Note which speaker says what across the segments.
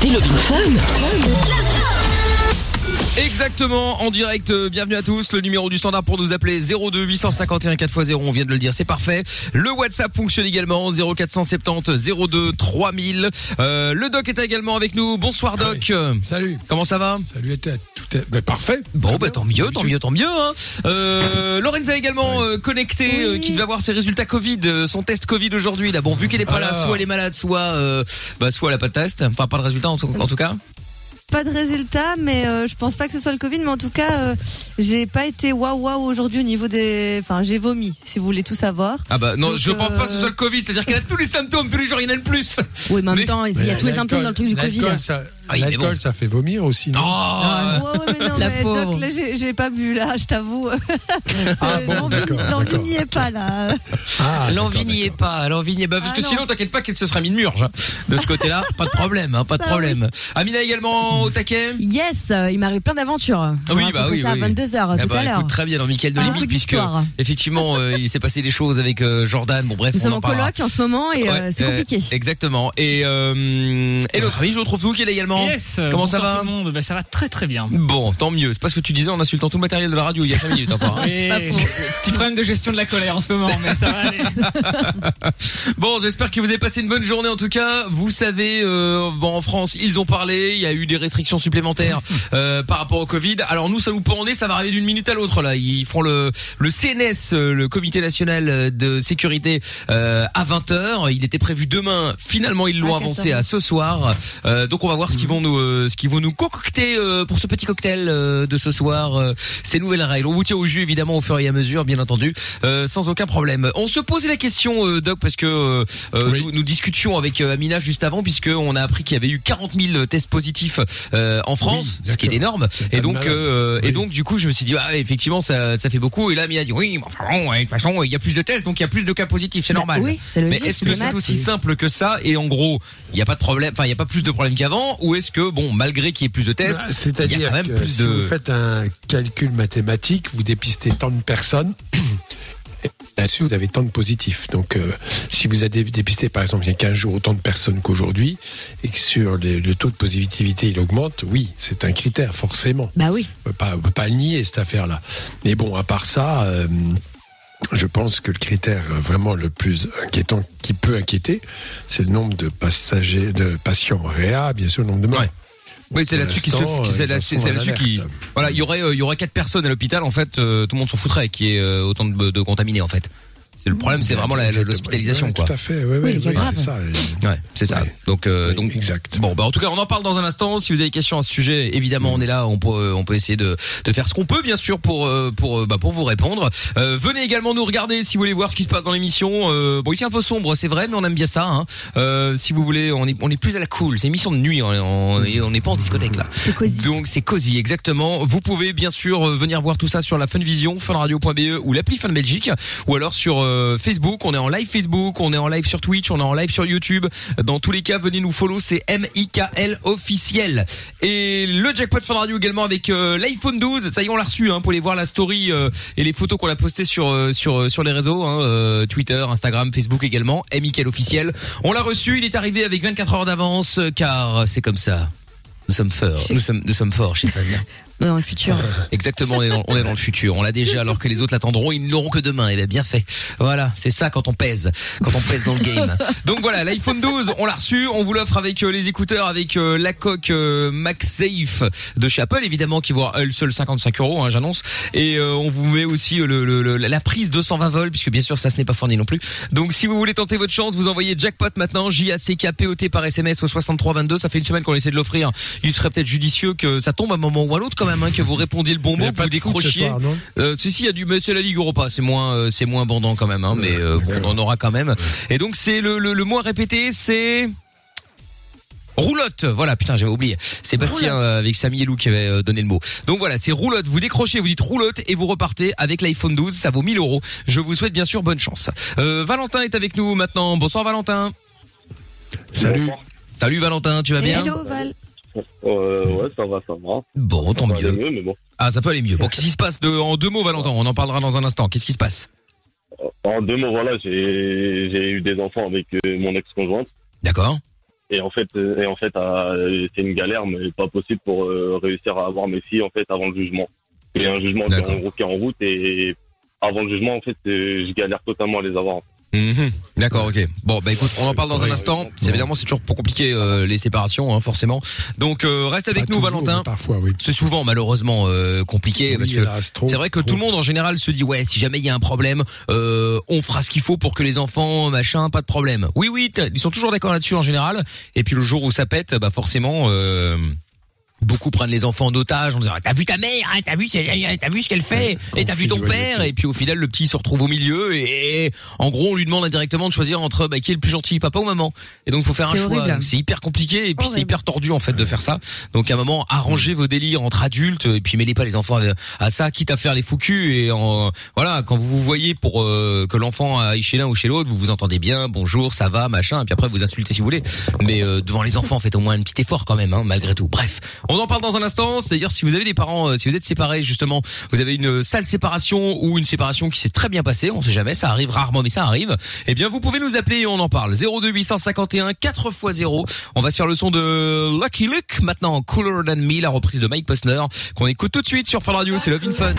Speaker 1: écoutez Love in Fun
Speaker 2: Exactement, en direct, euh, bienvenue à tous. Le numéro du standard pour nous appeler 02 851 4x0, on vient de le dire, c'est parfait. Le WhatsApp fonctionne également, 0470 02 3000. Euh, le doc est également avec nous. Bonsoir doc.
Speaker 3: Ah Salut.
Speaker 2: Comment ça va
Speaker 3: Salut à tout est... bah, parfait.
Speaker 2: Bon, bah tant mieux, tant mieux, tant mieux. Hein. Euh, Lorenza également euh, connectée, euh, qui devait avoir ses résultats Covid, euh, son test Covid aujourd'hui. Là, bon, vu qu'elle est pas là,
Speaker 3: Ah.
Speaker 4: Alors.
Speaker 2: soit elle est malade, soit, euh, bah, soit elle a pas de test, enfin pas de résultat en tout, en tout cas.
Speaker 5: Pas de résultat, mais euh, je pense pas que ce soit le Covid. Mais en tout cas, euh, j'ai pas été waouh waouh aujourd'hui au niveau des. Enfin, j'ai vomi, si vous voulez tout savoir.
Speaker 2: Ah bah non,
Speaker 5: Donc,
Speaker 2: je pense
Speaker 5: euh,
Speaker 2: pas que ce soit le Covid, c'est-à-dire qu'elle a tous les symptômes, tous les jours il y en a le plus.
Speaker 6: Oui, mais en même temps, il y a tous les
Speaker 3: L'alcool-
Speaker 6: symptômes dans le truc du Covid.
Speaker 3: L'alcool, ça,
Speaker 2: Ah oui, mais
Speaker 3: l'alcool,
Speaker 2: bon.
Speaker 3: ça fait vomir aussi. non
Speaker 2: Ah,
Speaker 5: Oh, Ouais, ouais, mais non,
Speaker 6: La
Speaker 5: mais
Speaker 6: pauvre.
Speaker 5: Doc, là, j'ai j'ai pas bu, là, je t'avoue.
Speaker 3: Ah
Speaker 5: Euh,
Speaker 3: bon,
Speaker 5: l'envie-
Speaker 3: d'accord.
Speaker 5: L'envie
Speaker 3: d'accord.
Speaker 5: n'y est pas, là.
Speaker 3: Ah,
Speaker 2: L'envie
Speaker 3: d'accord,
Speaker 2: n'y est
Speaker 3: d'accord.
Speaker 2: pas, l'envie n'y est pas. Parce que
Speaker 5: Ah non.
Speaker 2: sinon, t'inquiète pas qu'elle se sera mis une murge. hein. De ce côté-là, pas de problème, hein, pas de
Speaker 5: Ça,
Speaker 2: problème. Amina également au taquet.
Speaker 6: Yes, euh, il m'arrive plein d'aventures. hein. On
Speaker 2: oui,
Speaker 6: va
Speaker 2: bah
Speaker 6: raconter
Speaker 2: oui,
Speaker 6: Ça
Speaker 2: oui.
Speaker 6: à 22h
Speaker 2: Eh
Speaker 6: tout
Speaker 2: bah,
Speaker 6: à l'heure.
Speaker 2: écoute, très bien dans Michael de
Speaker 6: Ah,
Speaker 2: Limite,
Speaker 6: beaucoup
Speaker 2: puisque
Speaker 6: d'histoires.
Speaker 2: effectivement euh, il s'est passé des choses avec euh, Jordan. Bon bref,
Speaker 6: Nous
Speaker 2: on
Speaker 6: sommes
Speaker 2: en
Speaker 6: en
Speaker 2: parlera.
Speaker 6: coloc en ce moment et euh,
Speaker 2: Ouais,
Speaker 6: c'est
Speaker 2: euh,
Speaker 6: compliqué.
Speaker 2: exactement. Et euh, et l'autre ami, je retrouve tout qui est là également.
Speaker 7: Yes, euh,
Speaker 2: Comment ça
Speaker 7: bonsoir
Speaker 2: va
Speaker 7: tout le monde. Bah, Ça va très très bien.
Speaker 2: Bon, tant mieux. C'est pas ce que tu disais en insultant tout le matériel de la radio il y a 5 minutes encore. hein.
Speaker 7: Et
Speaker 6: pas faux.
Speaker 7: Petit problème de gestion de la colère en ce moment, mais ça va aller.
Speaker 2: Bon, j'espère que vous avez passé une bonne journée en tout cas. Vous savez, euh, bon, en France, ils ont parlé, il y a eu des restrictions supplémentaires euh, par rapport au Covid. Alors nous, ça nous pendait, ça va arriver d'une minute à l'autre là. Ils feront le le CNS, euh, le Comité national de sécurité, euh, à 20 h Il était prévu demain. Finalement, ils l'ont
Speaker 5: À
Speaker 2: avancé
Speaker 5: 14.
Speaker 2: à ce soir. Euh, donc on va voir ce qu'ils vont nous euh, ce qu'ils vont nous concocter euh, pour ce petit cocktail euh, de ce soir. euh, ces nouvelles règles. On vous tient au jus évidemment au fur et à mesure, bien entendu, euh, sans aucun problème. On se posait la question, euh, Doc, parce que euh, euh,
Speaker 3: Oui.
Speaker 2: nous, nous discutions avec euh, Amina juste avant, puisque on a appris qu'il y avait eu 40 000 tests positifs euh, en France,
Speaker 3: d'accord.
Speaker 2: ce qui est énorme.
Speaker 3: C'est
Speaker 2: Et
Speaker 3: pas
Speaker 2: donc
Speaker 3: malade.
Speaker 2: euh, et
Speaker 3: Oui.
Speaker 2: donc du coup, je me suis dit, ah, effectivement, ça, ça fait beaucoup. Et là, Amina dit, oui, mais enfin, bon, ouais, de toute façon, il y a plus de tests, donc il y a plus de cas positifs, c'est
Speaker 6: Bah,
Speaker 2: normal.
Speaker 6: Oui, c'est
Speaker 2: Mais
Speaker 6: logique.
Speaker 2: est-ce
Speaker 6: les
Speaker 2: que c'est
Speaker 6: maths.
Speaker 2: aussi simple que ça et en gros, il n'y a pas de problème, enfin il n'y a pas plus de problèmes qu'avant ou est-ce que bon, malgré qu'il y ait plus de tests,
Speaker 3: Bah,
Speaker 2: il y a
Speaker 3: C'est-à-dire
Speaker 2: quand même
Speaker 3: que
Speaker 2: plus
Speaker 3: si
Speaker 2: de
Speaker 3: vous faites un calcul mathématique, vous dépistez tant de personnes. et Là-dessus, vous avez tant de positifs. Donc, euh, si vous avez dépisté, par exemple, il y a 15 jours autant de personnes qu'aujourd'hui, et que sur les- le taux de positivité, il augmente, oui, c'est un critère, forcément.
Speaker 6: Bah oui.
Speaker 3: On peut pas, on peut pas le nier cette affaire-là. Mais bon, à part ça, euh, je pense que le critère euh, vraiment le plus inquiétant, qui peut inquiéter, c'est le nombre de passagers, de patients réa, bien sûr, le nombre de morts.
Speaker 2: Ouais. Oui, c'est
Speaker 3: Pour
Speaker 2: là-dessus qui se,
Speaker 3: l'instant,
Speaker 2: qui- c'est
Speaker 3: ils en
Speaker 2: là-
Speaker 3: sont
Speaker 2: c'est
Speaker 3: à
Speaker 2: là-dessus qui,
Speaker 3: l'alerte.
Speaker 2: voilà, il y aurait, euh, il y aurait quatre personnes à l'hôpital, en fait, euh, tout le monde s'en foutrait qui est euh, autant de, de contaminés, en fait. C'est le problème, c'est vraiment la- la- l'hospitalisation,
Speaker 3: Ouais,
Speaker 2: quoi.
Speaker 3: Tout à fait, ouais, ouais,
Speaker 6: les cas
Speaker 3: ouais,
Speaker 6: graves.
Speaker 3: c'est ça. Et-
Speaker 2: Ouais, c'est ça.
Speaker 3: Ouais.
Speaker 2: Donc, euh,
Speaker 3: Oui,
Speaker 2: donc
Speaker 3: exact.
Speaker 2: Bon, bah en tout cas, on en parle dans un instant. Si vous avez des questions à ce sujet, évidemment, on est là. On peut, euh, on peut essayer de, de faire ce qu'on peut, bien sûr, pour euh, pour euh, bah, pour vous répondre. Euh, venez également nous regarder si vous voulez voir ce qui se passe dans l'émission. Euh, bon, il fait un peu sombre, c'est vrai, mais on aime bien ça. Hein. Euh, si vous voulez, on est on est plus à la cool. C'est une émission de nuit. On est- on est on n'est pas en discothèque là.
Speaker 6: C'est cosy.
Speaker 2: Donc c'est cosy exactement. Vous pouvez bien sûr euh, venir voir tout ça sur la Funvision, funradio.be E ou l'appli Fun Belgique ou alors sur euh, Facebook, on est en live Facebook, on est en live sur Twitch, on est en live sur YouTube. Dans tous les cas, venez nous follow, c'est MIKL officiel. Et le jackpot Fun Radio également avec euh, l'iPhone 12, ça y est, on l'a reçu hein, pour aller voir la story euh, et les photos qu'on a postées sur euh, sur euh, sur les réseaux hein, euh, Twitter, Instagram, Facebook également, MIKL officiel. On l'a reçu, il est arrivé avec 24 heures d'avance euh, car c'est comme ça. Nous sommes forts, nous sommes, nous sommes forts chez Fun.
Speaker 6: Non, euh, dans le futur.
Speaker 2: Exactement, on est, dans, on est dans le futur. On l'a déjà, alors que les autres l'attendront, ils ne l'auront que demain. Et bien, bien fait. Voilà, c'est ça quand on pèse, quand on pèse dans le game. Donc voilà, l'iPhone 12, on l'a reçu, on vous l'offre avec euh, les écouteurs, avec euh, la coque euh, MagSafe de chez Apple, évidemment, qui vaut elle seule 55 euros, hein, j'annonce. Et euh, on vous met aussi euh, le, le- le- la prise 220 volts, puisque bien sûr, ça, ce n'est pas fourni non plus. Donc si vous voulez tenter votre chance, vous envoyez jackpot maintenant, J-A-C-K-P-O-T par SMS au 6322. Ça fait une semaine qu'on essaie de l'offrir. Il serait peut-être judicieux que ça tombe à un moment ou à l'autre quand même, hein, que vous répondiez le bon
Speaker 3: Il y
Speaker 2: mot,
Speaker 3: a
Speaker 2: que
Speaker 3: pas
Speaker 2: vous
Speaker 3: de foot ce
Speaker 2: décrochiez.
Speaker 3: soir, non
Speaker 2: Euh, si si, il y a du mais c'est la Ligue Europa, c'est moins euh, c'est moins abondant quand même hein, mais euh, bon, on en aura quand même. Et donc c'est le, le le mot à répéter, c'est Roulotte, voilà, putain, j'avais oublié. Sébastien euh, avec Samy et Lou qui avait euh, donné le mot. Donc voilà, c'est roulotte. Vous décrochez, vous dites roulotte et vous repartez avec l'iPhone 12. Ça vaut 1000 euros. Je vous souhaite bien sûr bonne chance. Euh, Valentin est avec nous maintenant. Bonsoir Valentin.
Speaker 3: Salut.
Speaker 2: Salut Valentin, tu vas bien
Speaker 5: Hello, Val.
Speaker 8: Euh, ouais, ça va, ça va.
Speaker 2: Bon, tant
Speaker 8: Ça va
Speaker 2: mieux.
Speaker 8: aller mieux, mais bon.
Speaker 2: Ah, ça peut aller mieux. Bon, qu'est-ce qui se passe de, en deux mots Valentin On en parlera dans un instant. Qu'est-ce qui se passe
Speaker 8: En deux mots, voilà, j'ai j'ai eu des enfants avec euh, mon ex-conjointe.
Speaker 2: D'accord
Speaker 8: Et en fait, euh, et en fait, euh, c'est une galère, mais pas possible pour euh, réussir à avoir mes filles en fait avant le jugement. Il y a un jugement qui est, en,
Speaker 2: D'accord.
Speaker 8: qui est en route et avant le jugement, en fait, euh, je galère totalement à les avoir.
Speaker 2: Mhm. D'accord, ok. Bon, bah écoute, on en parle dans un instant. C'est évidemment c'est toujours pour compliquer euh, les séparations, hein, forcément. Donc euh, reste avec
Speaker 3: Pas
Speaker 2: nous,
Speaker 3: toujours,
Speaker 2: Valentin.
Speaker 3: mais Parfois, oui.
Speaker 2: C'est souvent malheureusement euh, compliqué
Speaker 3: Oui,
Speaker 2: parce que
Speaker 3: hélas, trop,
Speaker 2: c'est vrai que
Speaker 3: trop.
Speaker 2: tout le monde en général se dit ouais si jamais il y a un problème euh, on fera ce qu'il faut pour que les enfants machin pas de problème. Oui oui t'as- ils sont toujours d'accord là-dessus en général et puis le jour où ça pète bah forcément euh, beaucoup prennent les enfants en otage en disant Ah, t'as vu ta mère hein, t'as vu ce- t'as vu ce qu'elle fait et t'as vu ton
Speaker 3: conflit, ouais,
Speaker 2: père et puis au final le petit se retrouve au milieu et, et, en gros on lui demande indirectement de choisir entre bah, qui est le plus gentil papa ou maman et donc faut faire un
Speaker 6: C'est
Speaker 2: choix
Speaker 6: horrible.
Speaker 2: Donc, c'est hyper compliqué et puis c'est
Speaker 6: Horrible.
Speaker 2: hyper tordu en fait de faire ça donc à un moment arrangez vos délires entre adultes et puis mêlez pas les enfants à, à ça quitte à faire les fous culs et en, voilà quand vous vous voyez pour euh, que l'enfant aille chez l'un ou chez l'autre vous vous entendez bien bonjour ça va machin et puis après vous insultez si vous voulez mais euh, devant les enfants faites au moins un petit effort quand même hein, malgré tout bref on en parle dans un instant c'est d'ailleurs si vous avez des parents euh, si vous êtes séparés justement vous avez une sale séparation ou une séparation qui s'est très bien passée on sait jamais ça arrive rarement mais ça arrive eh bien vous pouvez nous appeler et on en parle 02851 4 x 0 on va se faire le son de Lucky Luke maintenant Cooler Than Me la reprise de Mike Posner qu'on écoute tout de suite sur Fun Radio c'est Love in Fun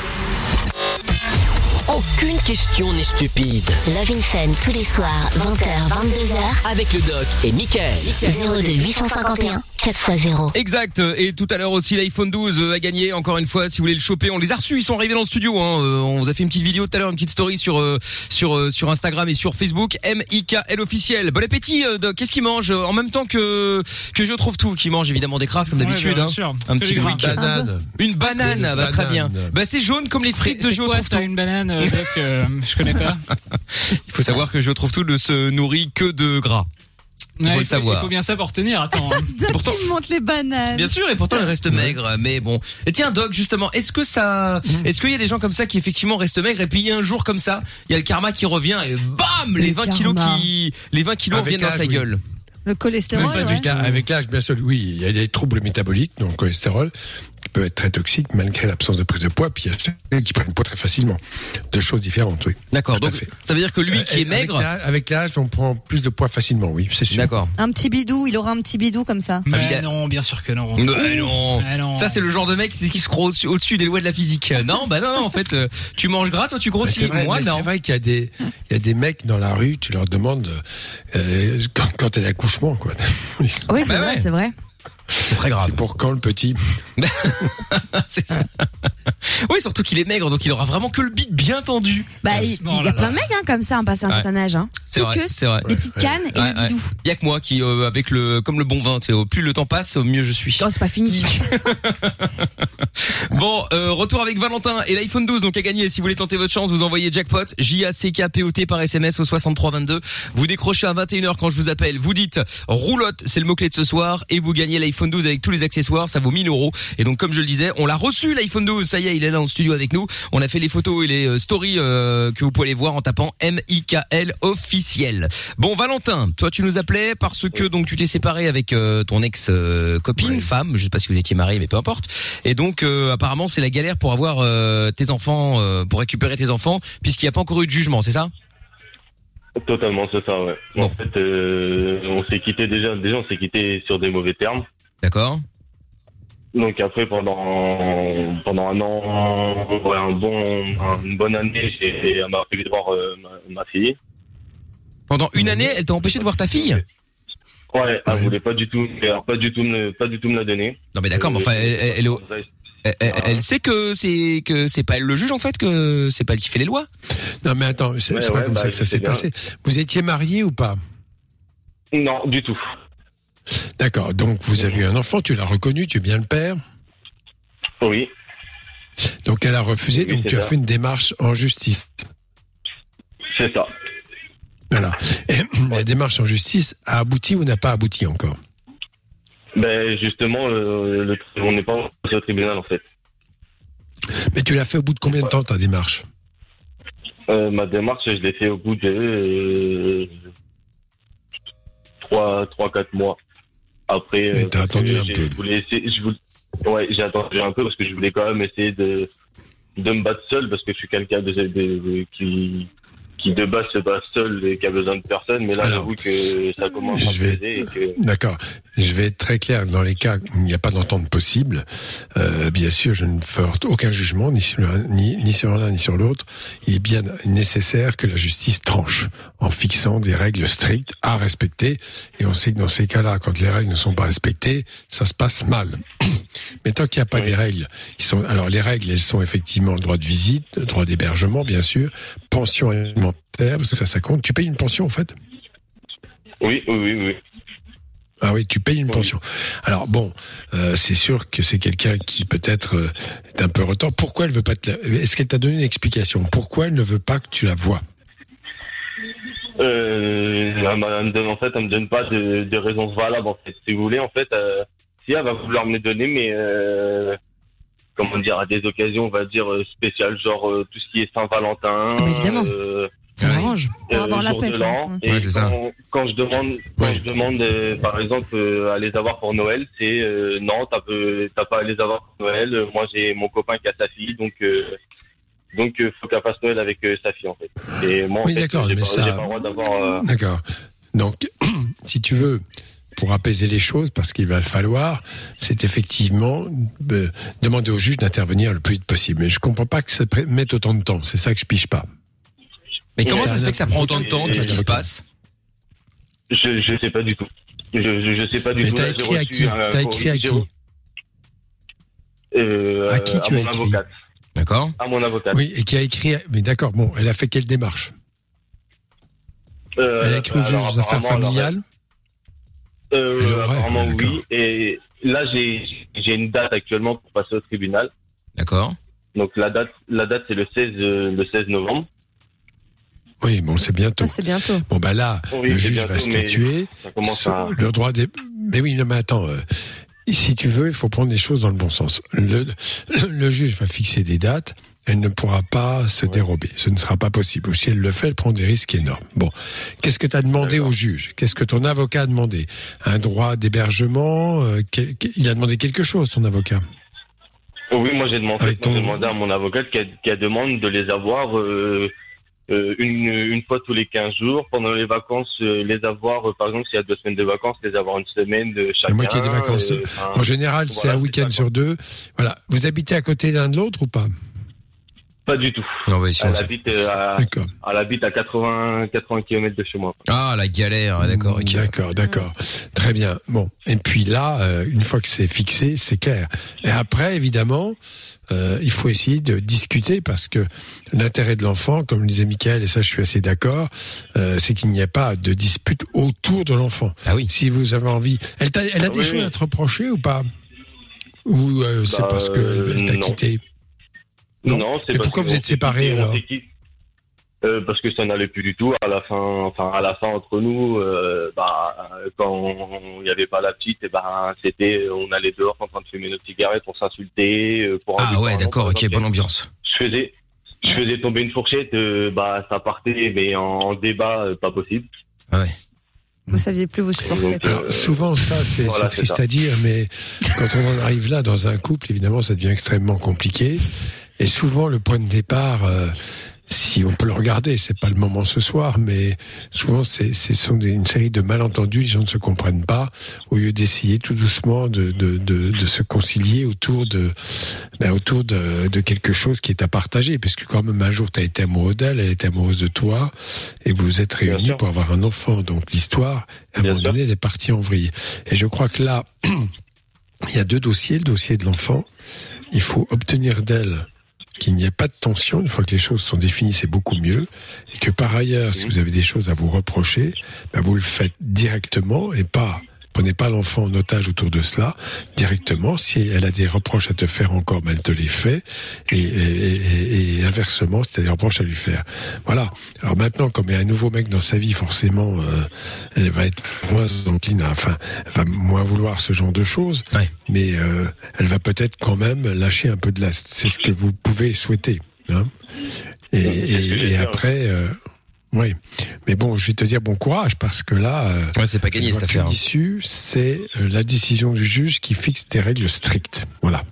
Speaker 4: Aucune question n'est stupide.
Speaker 9: Love in Fun tous les soirs, 20h,
Speaker 4: Avec le doc et Michael.
Speaker 9: 22h, 02 851 4x0.
Speaker 2: Exact. Et tout à l'heure aussi l'iPhone 12 euh, a gagné encore une fois. Si vous voulez le choper, on les a reçus. Ils sont arrivés dans le studio. Hein. Euh, On vous a fait une petite vidéo tout à l'heure, une petite story sur euh, sur euh, sur Instagram et sur Facebook. M I K L officiel. Bon appétit. euh, Doc. Qu'est-ce qu'il mange euh, en même temps que que je trouve tout Qui mange évidemment des crasses comme
Speaker 7: Ouais,
Speaker 2: d'habitude.
Speaker 7: bien
Speaker 2: hein.
Speaker 7: sûr.
Speaker 2: Un
Speaker 7: Que
Speaker 2: petit
Speaker 7: du gras.
Speaker 2: Greek.
Speaker 3: Banane.
Speaker 2: Une banane.
Speaker 3: Une
Speaker 2: bah, très bien.
Speaker 3: banane.
Speaker 2: Bah c'est jaune comme les frites de
Speaker 7: C'est
Speaker 2: Géo
Speaker 7: quoi
Speaker 2: trouve
Speaker 7: ça, une banane, euh, Doc euh, Je connais pas.
Speaker 2: Il faut savoir que Géo trouve tout ne se nourrit que de gras.
Speaker 7: Ouais,
Speaker 2: le
Speaker 7: faut-
Speaker 2: savoir.
Speaker 7: Il faut bien ça pour tenir. Attends,
Speaker 2: Pourtant-
Speaker 5: Il monte les bananes.
Speaker 2: Bien sûr, et pourtant elle reste maigre, mais bon. Et tiens, Doc, justement, est-ce que ça,
Speaker 3: Mm.
Speaker 2: est-ce qu'il y a des gens comme ça qui effectivement restent maigres et puis il y a un jour comme ça, il y a le karma qui revient et bam, les
Speaker 6: Le
Speaker 2: 20 kilos
Speaker 6: karma.
Speaker 2: qui, les 20 kilos
Speaker 3: Avec
Speaker 2: reviennent dans
Speaker 3: l'âge,
Speaker 2: sa
Speaker 3: oui.
Speaker 2: gueule.
Speaker 5: Le cholestérol,
Speaker 3: Même pas
Speaker 5: ouais.
Speaker 3: du cas. Avec l'âge, bien sûr, oui, il y a des troubles métaboliques, donc le cholestérol, qui peut être très toxique malgré l'absence de prise de poids, puis il y a ceux qui prennent poids très facilement. Deux choses différentes, oui.
Speaker 2: D'accord.
Speaker 3: Tout à
Speaker 2: Donc,
Speaker 3: fait. Euh,
Speaker 2: ça veut dire que lui qui est
Speaker 3: Avec
Speaker 2: maigre,
Speaker 3: l'âge- Avec l'âge, on prend plus de poids facilement, oui, c'est sûr.
Speaker 2: d'accord.
Speaker 5: Un petit bidou, il aura un petit bidou comme ça.
Speaker 7: Mais
Speaker 2: Ah, il a-
Speaker 7: non, bien sûr que non.
Speaker 2: Mais non.
Speaker 7: Ah non.
Speaker 2: Ça c'est le genre de mec qui se croit au- au-dessus des lois de la physique. Non, bah non, non. En fait, euh, tu manges gras, toi tu
Speaker 3: Mais
Speaker 2: grossis.
Speaker 3: C'est vrai,
Speaker 2: Moi
Speaker 3: mais
Speaker 2: non.
Speaker 3: c'est vrai qu'il y a des il y a des mecs dans la rue, tu leur demandes euh, quand, quand est l'accouchement quoi.
Speaker 6: Oui, c'est
Speaker 2: Bah
Speaker 6: vrai,
Speaker 2: ouais.
Speaker 6: c'est vrai.
Speaker 2: C'est très grave.
Speaker 3: C'est pour quand le petit
Speaker 2: C'est ça. oui, surtout qu'il est maigre, donc il aura vraiment que le bide bien tendu.
Speaker 6: Bah, il il
Speaker 7: Oh
Speaker 6: y
Speaker 7: là
Speaker 6: a plein de mecs hein, comme ça, hein, passé un
Speaker 2: Ouais.
Speaker 6: certain âge. Hein.
Speaker 2: C'est
Speaker 6: Tout
Speaker 2: vrai.
Speaker 6: que,
Speaker 2: C'est vrai.
Speaker 6: les petites cannes et
Speaker 2: Ouais,
Speaker 6: le bidou.
Speaker 2: Y a que moi qui, euh, avec le, comme le bon vin, tu sais, au plus le temps passe, au mieux je suis.
Speaker 6: Oh, c'est pas fini.
Speaker 2: Bon, euh, retour avec Valentin et l'iPhone 12 donc à gagner. Si vous voulez tenter votre chance, vous envoyez jackpot J A C K P O T par SMS au 6322. Vous décrochez à 21h quand je vous appelle. Vous dites roulotte, c'est le mot clé de ce soir et vous gagnez l'iPhone 12 avec tous les accessoires, ça vaut 1000 euros. Et donc comme je le disais, on l'a reçu l'iPhone 12. Ça y est, il est là en studio avec nous. On a fait les photos et les euh, stories euh, que vous pouvez aller voir en tapant M I K L officiel. Bon Valentin, toi tu nous appelais parce que donc tu t'es séparé avec euh, ton ex euh, copine, femme, je sais pas si vous étiez marié mais peu importe. Et donc euh, apparemment c'est la galère pour avoir euh, tes enfants, euh, pour récupérer tes enfants, puisqu'il n'y a pas encore eu de jugement, c'est ça
Speaker 8: Totalement, c'est ça, ouais.
Speaker 2: Bon.
Speaker 8: En fait, euh, on s'est quitté déjà, déjà on s'est quitté sur des mauvais termes.
Speaker 2: D'accord.
Speaker 8: Donc après, pendant pendant un an, ouais, un bon, une bonne année, j'ai m'a privé de voir euh, ma, ma fille.
Speaker 2: Pendant une année, elle t'a empêché de voir ta fille
Speaker 8: Ouais, elle
Speaker 3: Ouais.
Speaker 8: voulait pas du tout, alors pas du tout, me, pas du tout me la donner.
Speaker 2: Ah Non mais d'accord, mais enfin elle, elle, elle, est au- elle- elle- elle sait que c'est que c'est pas elle le juge en fait, que c'est pas elle qui fait les lois.
Speaker 3: Non mais attends, c'est
Speaker 8: Ouais,
Speaker 3: c'est pas
Speaker 8: ouais,
Speaker 3: comme
Speaker 8: bah,
Speaker 3: ça que ça
Speaker 8: je sais
Speaker 3: s'est
Speaker 8: bien.
Speaker 3: passé. Vous étiez mariés ou pas
Speaker 8: Non, du tout.
Speaker 3: D'accord. Donc vous avez eu un enfant, tu l'as reconnu, tu es bien le père.
Speaker 8: Oui,
Speaker 3: Donc elle a refusé,
Speaker 8: Oui,
Speaker 3: donc
Speaker 8: c'est
Speaker 3: tu as
Speaker 8: ça.
Speaker 3: fait une démarche en justice.
Speaker 8: c'est ça.
Speaker 3: Voilà. Et la démarche en justice a abouti ou n'a pas abouti encore
Speaker 8: Ben justement, euh, le, on n'est pas au tribunal en fait.
Speaker 3: Mais tu l'as fait au bout de combien de temps ta démarche
Speaker 8: Euh, ma démarche, je l'ai fait au bout de euh, trois, trois, quatre mois. Après, euh,
Speaker 3: Mais t'as
Speaker 8: parce que
Speaker 3: attendu un
Speaker 8: j'ai-
Speaker 3: peu.
Speaker 8: Je voulais essayer- je voulais- ouais, j'ai attendu un peu parce que je voulais quand même essayer de de me battre seul parce que je suis quelqu'un de, de- de- qui qui de base se bat seul et qui a besoin de personne, mais là
Speaker 3: Alors,
Speaker 8: j'avoue que ça commence
Speaker 3: je
Speaker 8: à
Speaker 3: vais-
Speaker 8: peser et que
Speaker 3: D'accord. Je vais être très clair. Dans les cas où il n'y a pas d'entente possible, euh, bien sûr, je ne ferai aucun jugement, ni sur, l'un- ni, ni sur l'un, ni sur l'autre. Il est bien nécessaire que la justice tranche en fixant des règles strictes à respecter. Et on sait que dans ces cas-là, quand les règles ne sont pas respectées, ça se passe mal. Mais tant qu'il n'y a pas des règles, qui sont, alors les règles, elles sont effectivement droit de visite, droit d'hébergement, bien sûr, pension alimentaire, parce que ça, ça compte. Tu payes une pension, en fait?
Speaker 8: oui, oui, oui, oui.
Speaker 3: Ah oui, tu payes une pension. Alors bon, euh, c'est sûr que c'est quelqu'un qui peut-être euh, est un peu retard. Pourquoi elle veut pas te la... Est-ce qu'elle t'a donné une explication Pourquoi elle ne veut pas que tu la vois
Speaker 8: Euh, elle me- elle me donne en fait, elle me donne pas de, de raisons valables en fait. Si vous voulez, en fait, euh, si elle va vouloir me les donner, mais euh, comment dire, à des occasions, on va dire euh, spéciales, genre euh, tout ce qui est Saint-Valentin.
Speaker 6: Ah bah évidemment.
Speaker 8: euh,
Speaker 6: Ça
Speaker 2: Ouais.
Speaker 6: m'arrange.
Speaker 5: Pour avoir
Speaker 8: jour
Speaker 5: l'appel,
Speaker 8: de l'an.
Speaker 5: ouais.
Speaker 8: Et
Speaker 2: Ouais, c'est ça.
Speaker 8: quand, quand je demande, quand
Speaker 3: Ouais.
Speaker 8: je demande euh, par exemple euh, à les avoir pour Noël, c'est euh, non, t'as peu- t'as pas à les avoir pour Noël. Euh, Moi, j'ai mon copain qui a sa fille, donc euh, donc euh, faut qu'elle fasse Noël avec euh, sa fille en fait. Et moi, en
Speaker 3: Oui,
Speaker 8: fait,
Speaker 3: d'accord,
Speaker 8: j'ai
Speaker 3: mais
Speaker 8: pas,
Speaker 3: ça-
Speaker 8: j'ai pas le droit d'avoir. euh,
Speaker 3: D'accord. Donc, si tu veux, pour apaiser les choses, parce qu'il va le falloir, c'est effectivement euh, demander au juge d'intervenir le plus vite possible. Mais je comprends pas que ça pré- mette autant de temps. C'est ça que je pige pas.
Speaker 2: Mais comment ça se fait que ça prend autant de temps Qu'est-ce qui se passe
Speaker 8: Je, je sais pas du tout. Je, je, je sais pas du
Speaker 3: Mais
Speaker 8: tout.
Speaker 3: t'as
Speaker 8: Là, j'ai
Speaker 3: écrit à
Speaker 8: reçu
Speaker 3: qui
Speaker 8: un
Speaker 3: T'as écrit à
Speaker 8: courrier,
Speaker 3: qui
Speaker 8: j'ai re- euh,
Speaker 3: À qui tu as
Speaker 8: mon
Speaker 3: écrit
Speaker 8: avocate.
Speaker 2: D'accord.
Speaker 8: À mon avocate.
Speaker 3: Oui, et qui a écrit. à- Mais d'accord. Bon, elle a fait quelle démarche
Speaker 8: Euh,
Speaker 3: Elle a écrit au juge
Speaker 8: alors,
Speaker 3: des affaires
Speaker 8: apparemment, alors,
Speaker 3: familiales.
Speaker 8: Euh,
Speaker 3: Elle aurait,
Speaker 8: apparemment
Speaker 3: ouais, d'accord.
Speaker 8: oui. Et là, j'ai j'ai une date actuellement pour passer au tribunal.
Speaker 2: D'accord.
Speaker 8: Donc la date, la date c'est le 16, euh, le 16 novembre.
Speaker 3: Oui, bon, c'est bientôt.
Speaker 5: Ça, Ah, c'est bientôt.
Speaker 3: Bon bah là,
Speaker 8: Oui,
Speaker 3: le
Speaker 8: c'est
Speaker 3: juge
Speaker 8: bientôt,
Speaker 3: va
Speaker 8: mais
Speaker 3: statuer.
Speaker 8: Ça commence
Speaker 3: sur
Speaker 8: à.
Speaker 3: Le droit des. Mais oui, non, mais attends. euh, si tu veux, il faut prendre les choses dans le bon sens. Le, le juge va fixer des dates. Elle ne pourra pas se dérober. Ce ne sera pas possible. Ou si elle le fait, elle prend des risques énormes. Bon, qu'est-ce que tu as demandé au juge Qu'est-ce que ton avocat a demandé Un droit d'hébergement euh, quel- quel- Il a demandé quelque chose, ton avocat.
Speaker 8: Oui, moi j'ai demandé,
Speaker 3: Avec ton-
Speaker 8: j'ai demandé à mon avocate qu'elle qu'elle demande de les avoir euh, euh, une, une fois tous les 15 jours pendant les vacances, euh, les avoir euh, par exemple s'il y a deux semaines de vacances, les avoir une semaine de chacun.
Speaker 3: moi qui ai des vacances,
Speaker 8: euh, enfin,
Speaker 3: En général,
Speaker 8: voilà,
Speaker 3: c'est un
Speaker 8: c'est ça,
Speaker 3: week-end
Speaker 8: quoi.
Speaker 3: sur deux. Voilà. Vous habitez à côté l'un de l'autre ou pas
Speaker 8: pas du tout.
Speaker 2: Non, bah, si, on
Speaker 8: Elle
Speaker 2: sait.
Speaker 8: habite euh, à,
Speaker 3: D'accord.
Speaker 8: elle habite à 80 80 km de chez moi.
Speaker 2: Ah, la galère, d'accord. ok.
Speaker 3: D'accord, d'accord. Très bien. Bon, et puis là, euh, une fois que c'est fixé, c'est clair. Et après, évidemment, euh, il faut essayer de discuter parce que l'intérêt de l'enfant, comme le disait Michael, et ça je suis assez d'accord, euh, c'est qu'il n'y a pas de dispute autour de l'enfant.
Speaker 2: Ah oui.
Speaker 3: Si vous avez envie... Elle, t'a- elle a
Speaker 8: Ah
Speaker 3: des
Speaker 8: oui,
Speaker 3: choses
Speaker 8: oui.
Speaker 3: à te reprocher ou pas Ou euh, c'est
Speaker 8: Bah,
Speaker 3: parce qu'elle elle t'a
Speaker 8: euh, non.
Speaker 3: quitté Non.
Speaker 8: Non, c'est
Speaker 3: Et
Speaker 8: parce
Speaker 3: pourquoi
Speaker 8: que
Speaker 3: vous
Speaker 8: on
Speaker 3: êtes
Speaker 8: s'est
Speaker 3: séparés,
Speaker 8: quittés, on
Speaker 3: alors
Speaker 8: s'est quittés. Euh, parce que ça n'allait plus du tout à la fin enfin à la fin entre nous euh, bah quand il n'y avait pas la petite et ben c'était on allait dehors en train de fumer nos cigarettes pour s'insulter euh, pour
Speaker 2: Ah
Speaker 8: enlever
Speaker 2: ouais,
Speaker 8: par
Speaker 2: d'accord,
Speaker 8: exemple,
Speaker 2: ok, bonne ambiance.
Speaker 8: je faisais je faisais tomber une fourchette euh, bah ça partait mais en, en débat euh, pas possible
Speaker 3: Ah
Speaker 5: Vous saviez plus vous supporter.
Speaker 8: Donc,
Speaker 3: Hmm. Alors,
Speaker 8: euh,
Speaker 3: souvent, ça, c'est
Speaker 8: voilà,
Speaker 3: c'est
Speaker 8: c'est
Speaker 3: triste
Speaker 8: ça.
Speaker 3: à dire, mais quand on en arrive là dans un couple, évidemment, ça devient extrêmement compliqué. Et souvent, le point de départ, euh, si on peut le regarder, c'est pas le moment ce soir, mais souvent, c'est ce sont des- une série de malentendus, les gens ne se comprennent pas, au lieu d'essayer tout doucement de, de, de, de se concilier autour de ben, autour de, de quelque chose qui est à partager, puisque quand même un jour, tu as été amoureux d'elle, elle était amoureuse de toi, et vous vous êtes
Speaker 8: Bien
Speaker 3: réunis
Speaker 8: sûr.
Speaker 3: pour avoir un enfant. Donc l'histoire, à un
Speaker 8: Bien
Speaker 3: moment
Speaker 8: sûr.
Speaker 3: donné, elle est partie en vrille. Et je crois que là, il y a deux dossiers. Le dossier de l'enfant, il faut obtenir d'elle qu'il n'y ait pas de tension. Une fois que les choses sont définies, c'est beaucoup mieux. Et que par ailleurs, si vous avez des choses à vous reprocher, ben, vous le faites directement et pas... Prenez pas l'enfant en otage autour de cela directement. Si elle a des reproches à te faire encore, ben elle te les fait. Et, et- et- et inversement, si tu as des reproches à lui faire. Voilà. Alors maintenant, comme il y a un nouveau mec dans sa vie, forcément, euh, elle va être moins encline à, enfin, elle va moins vouloir ce genre de choses.
Speaker 2: Ouais.
Speaker 3: Mais euh, elle va peut-être quand même lâcher un peu de last. C'est ce que vous pouvez souhaiter. hein. et, et- et après, euh, oui. Mais bon, je vais te dire bon courage parce que là. euh,
Speaker 2: Ouais, c'est pas gagné
Speaker 3: je
Speaker 2: cette
Speaker 3: vois qu'une
Speaker 2: affaire. hein.
Speaker 3: issue, c'est euh, la décision du juge qui fixe des règles strictes. Voilà.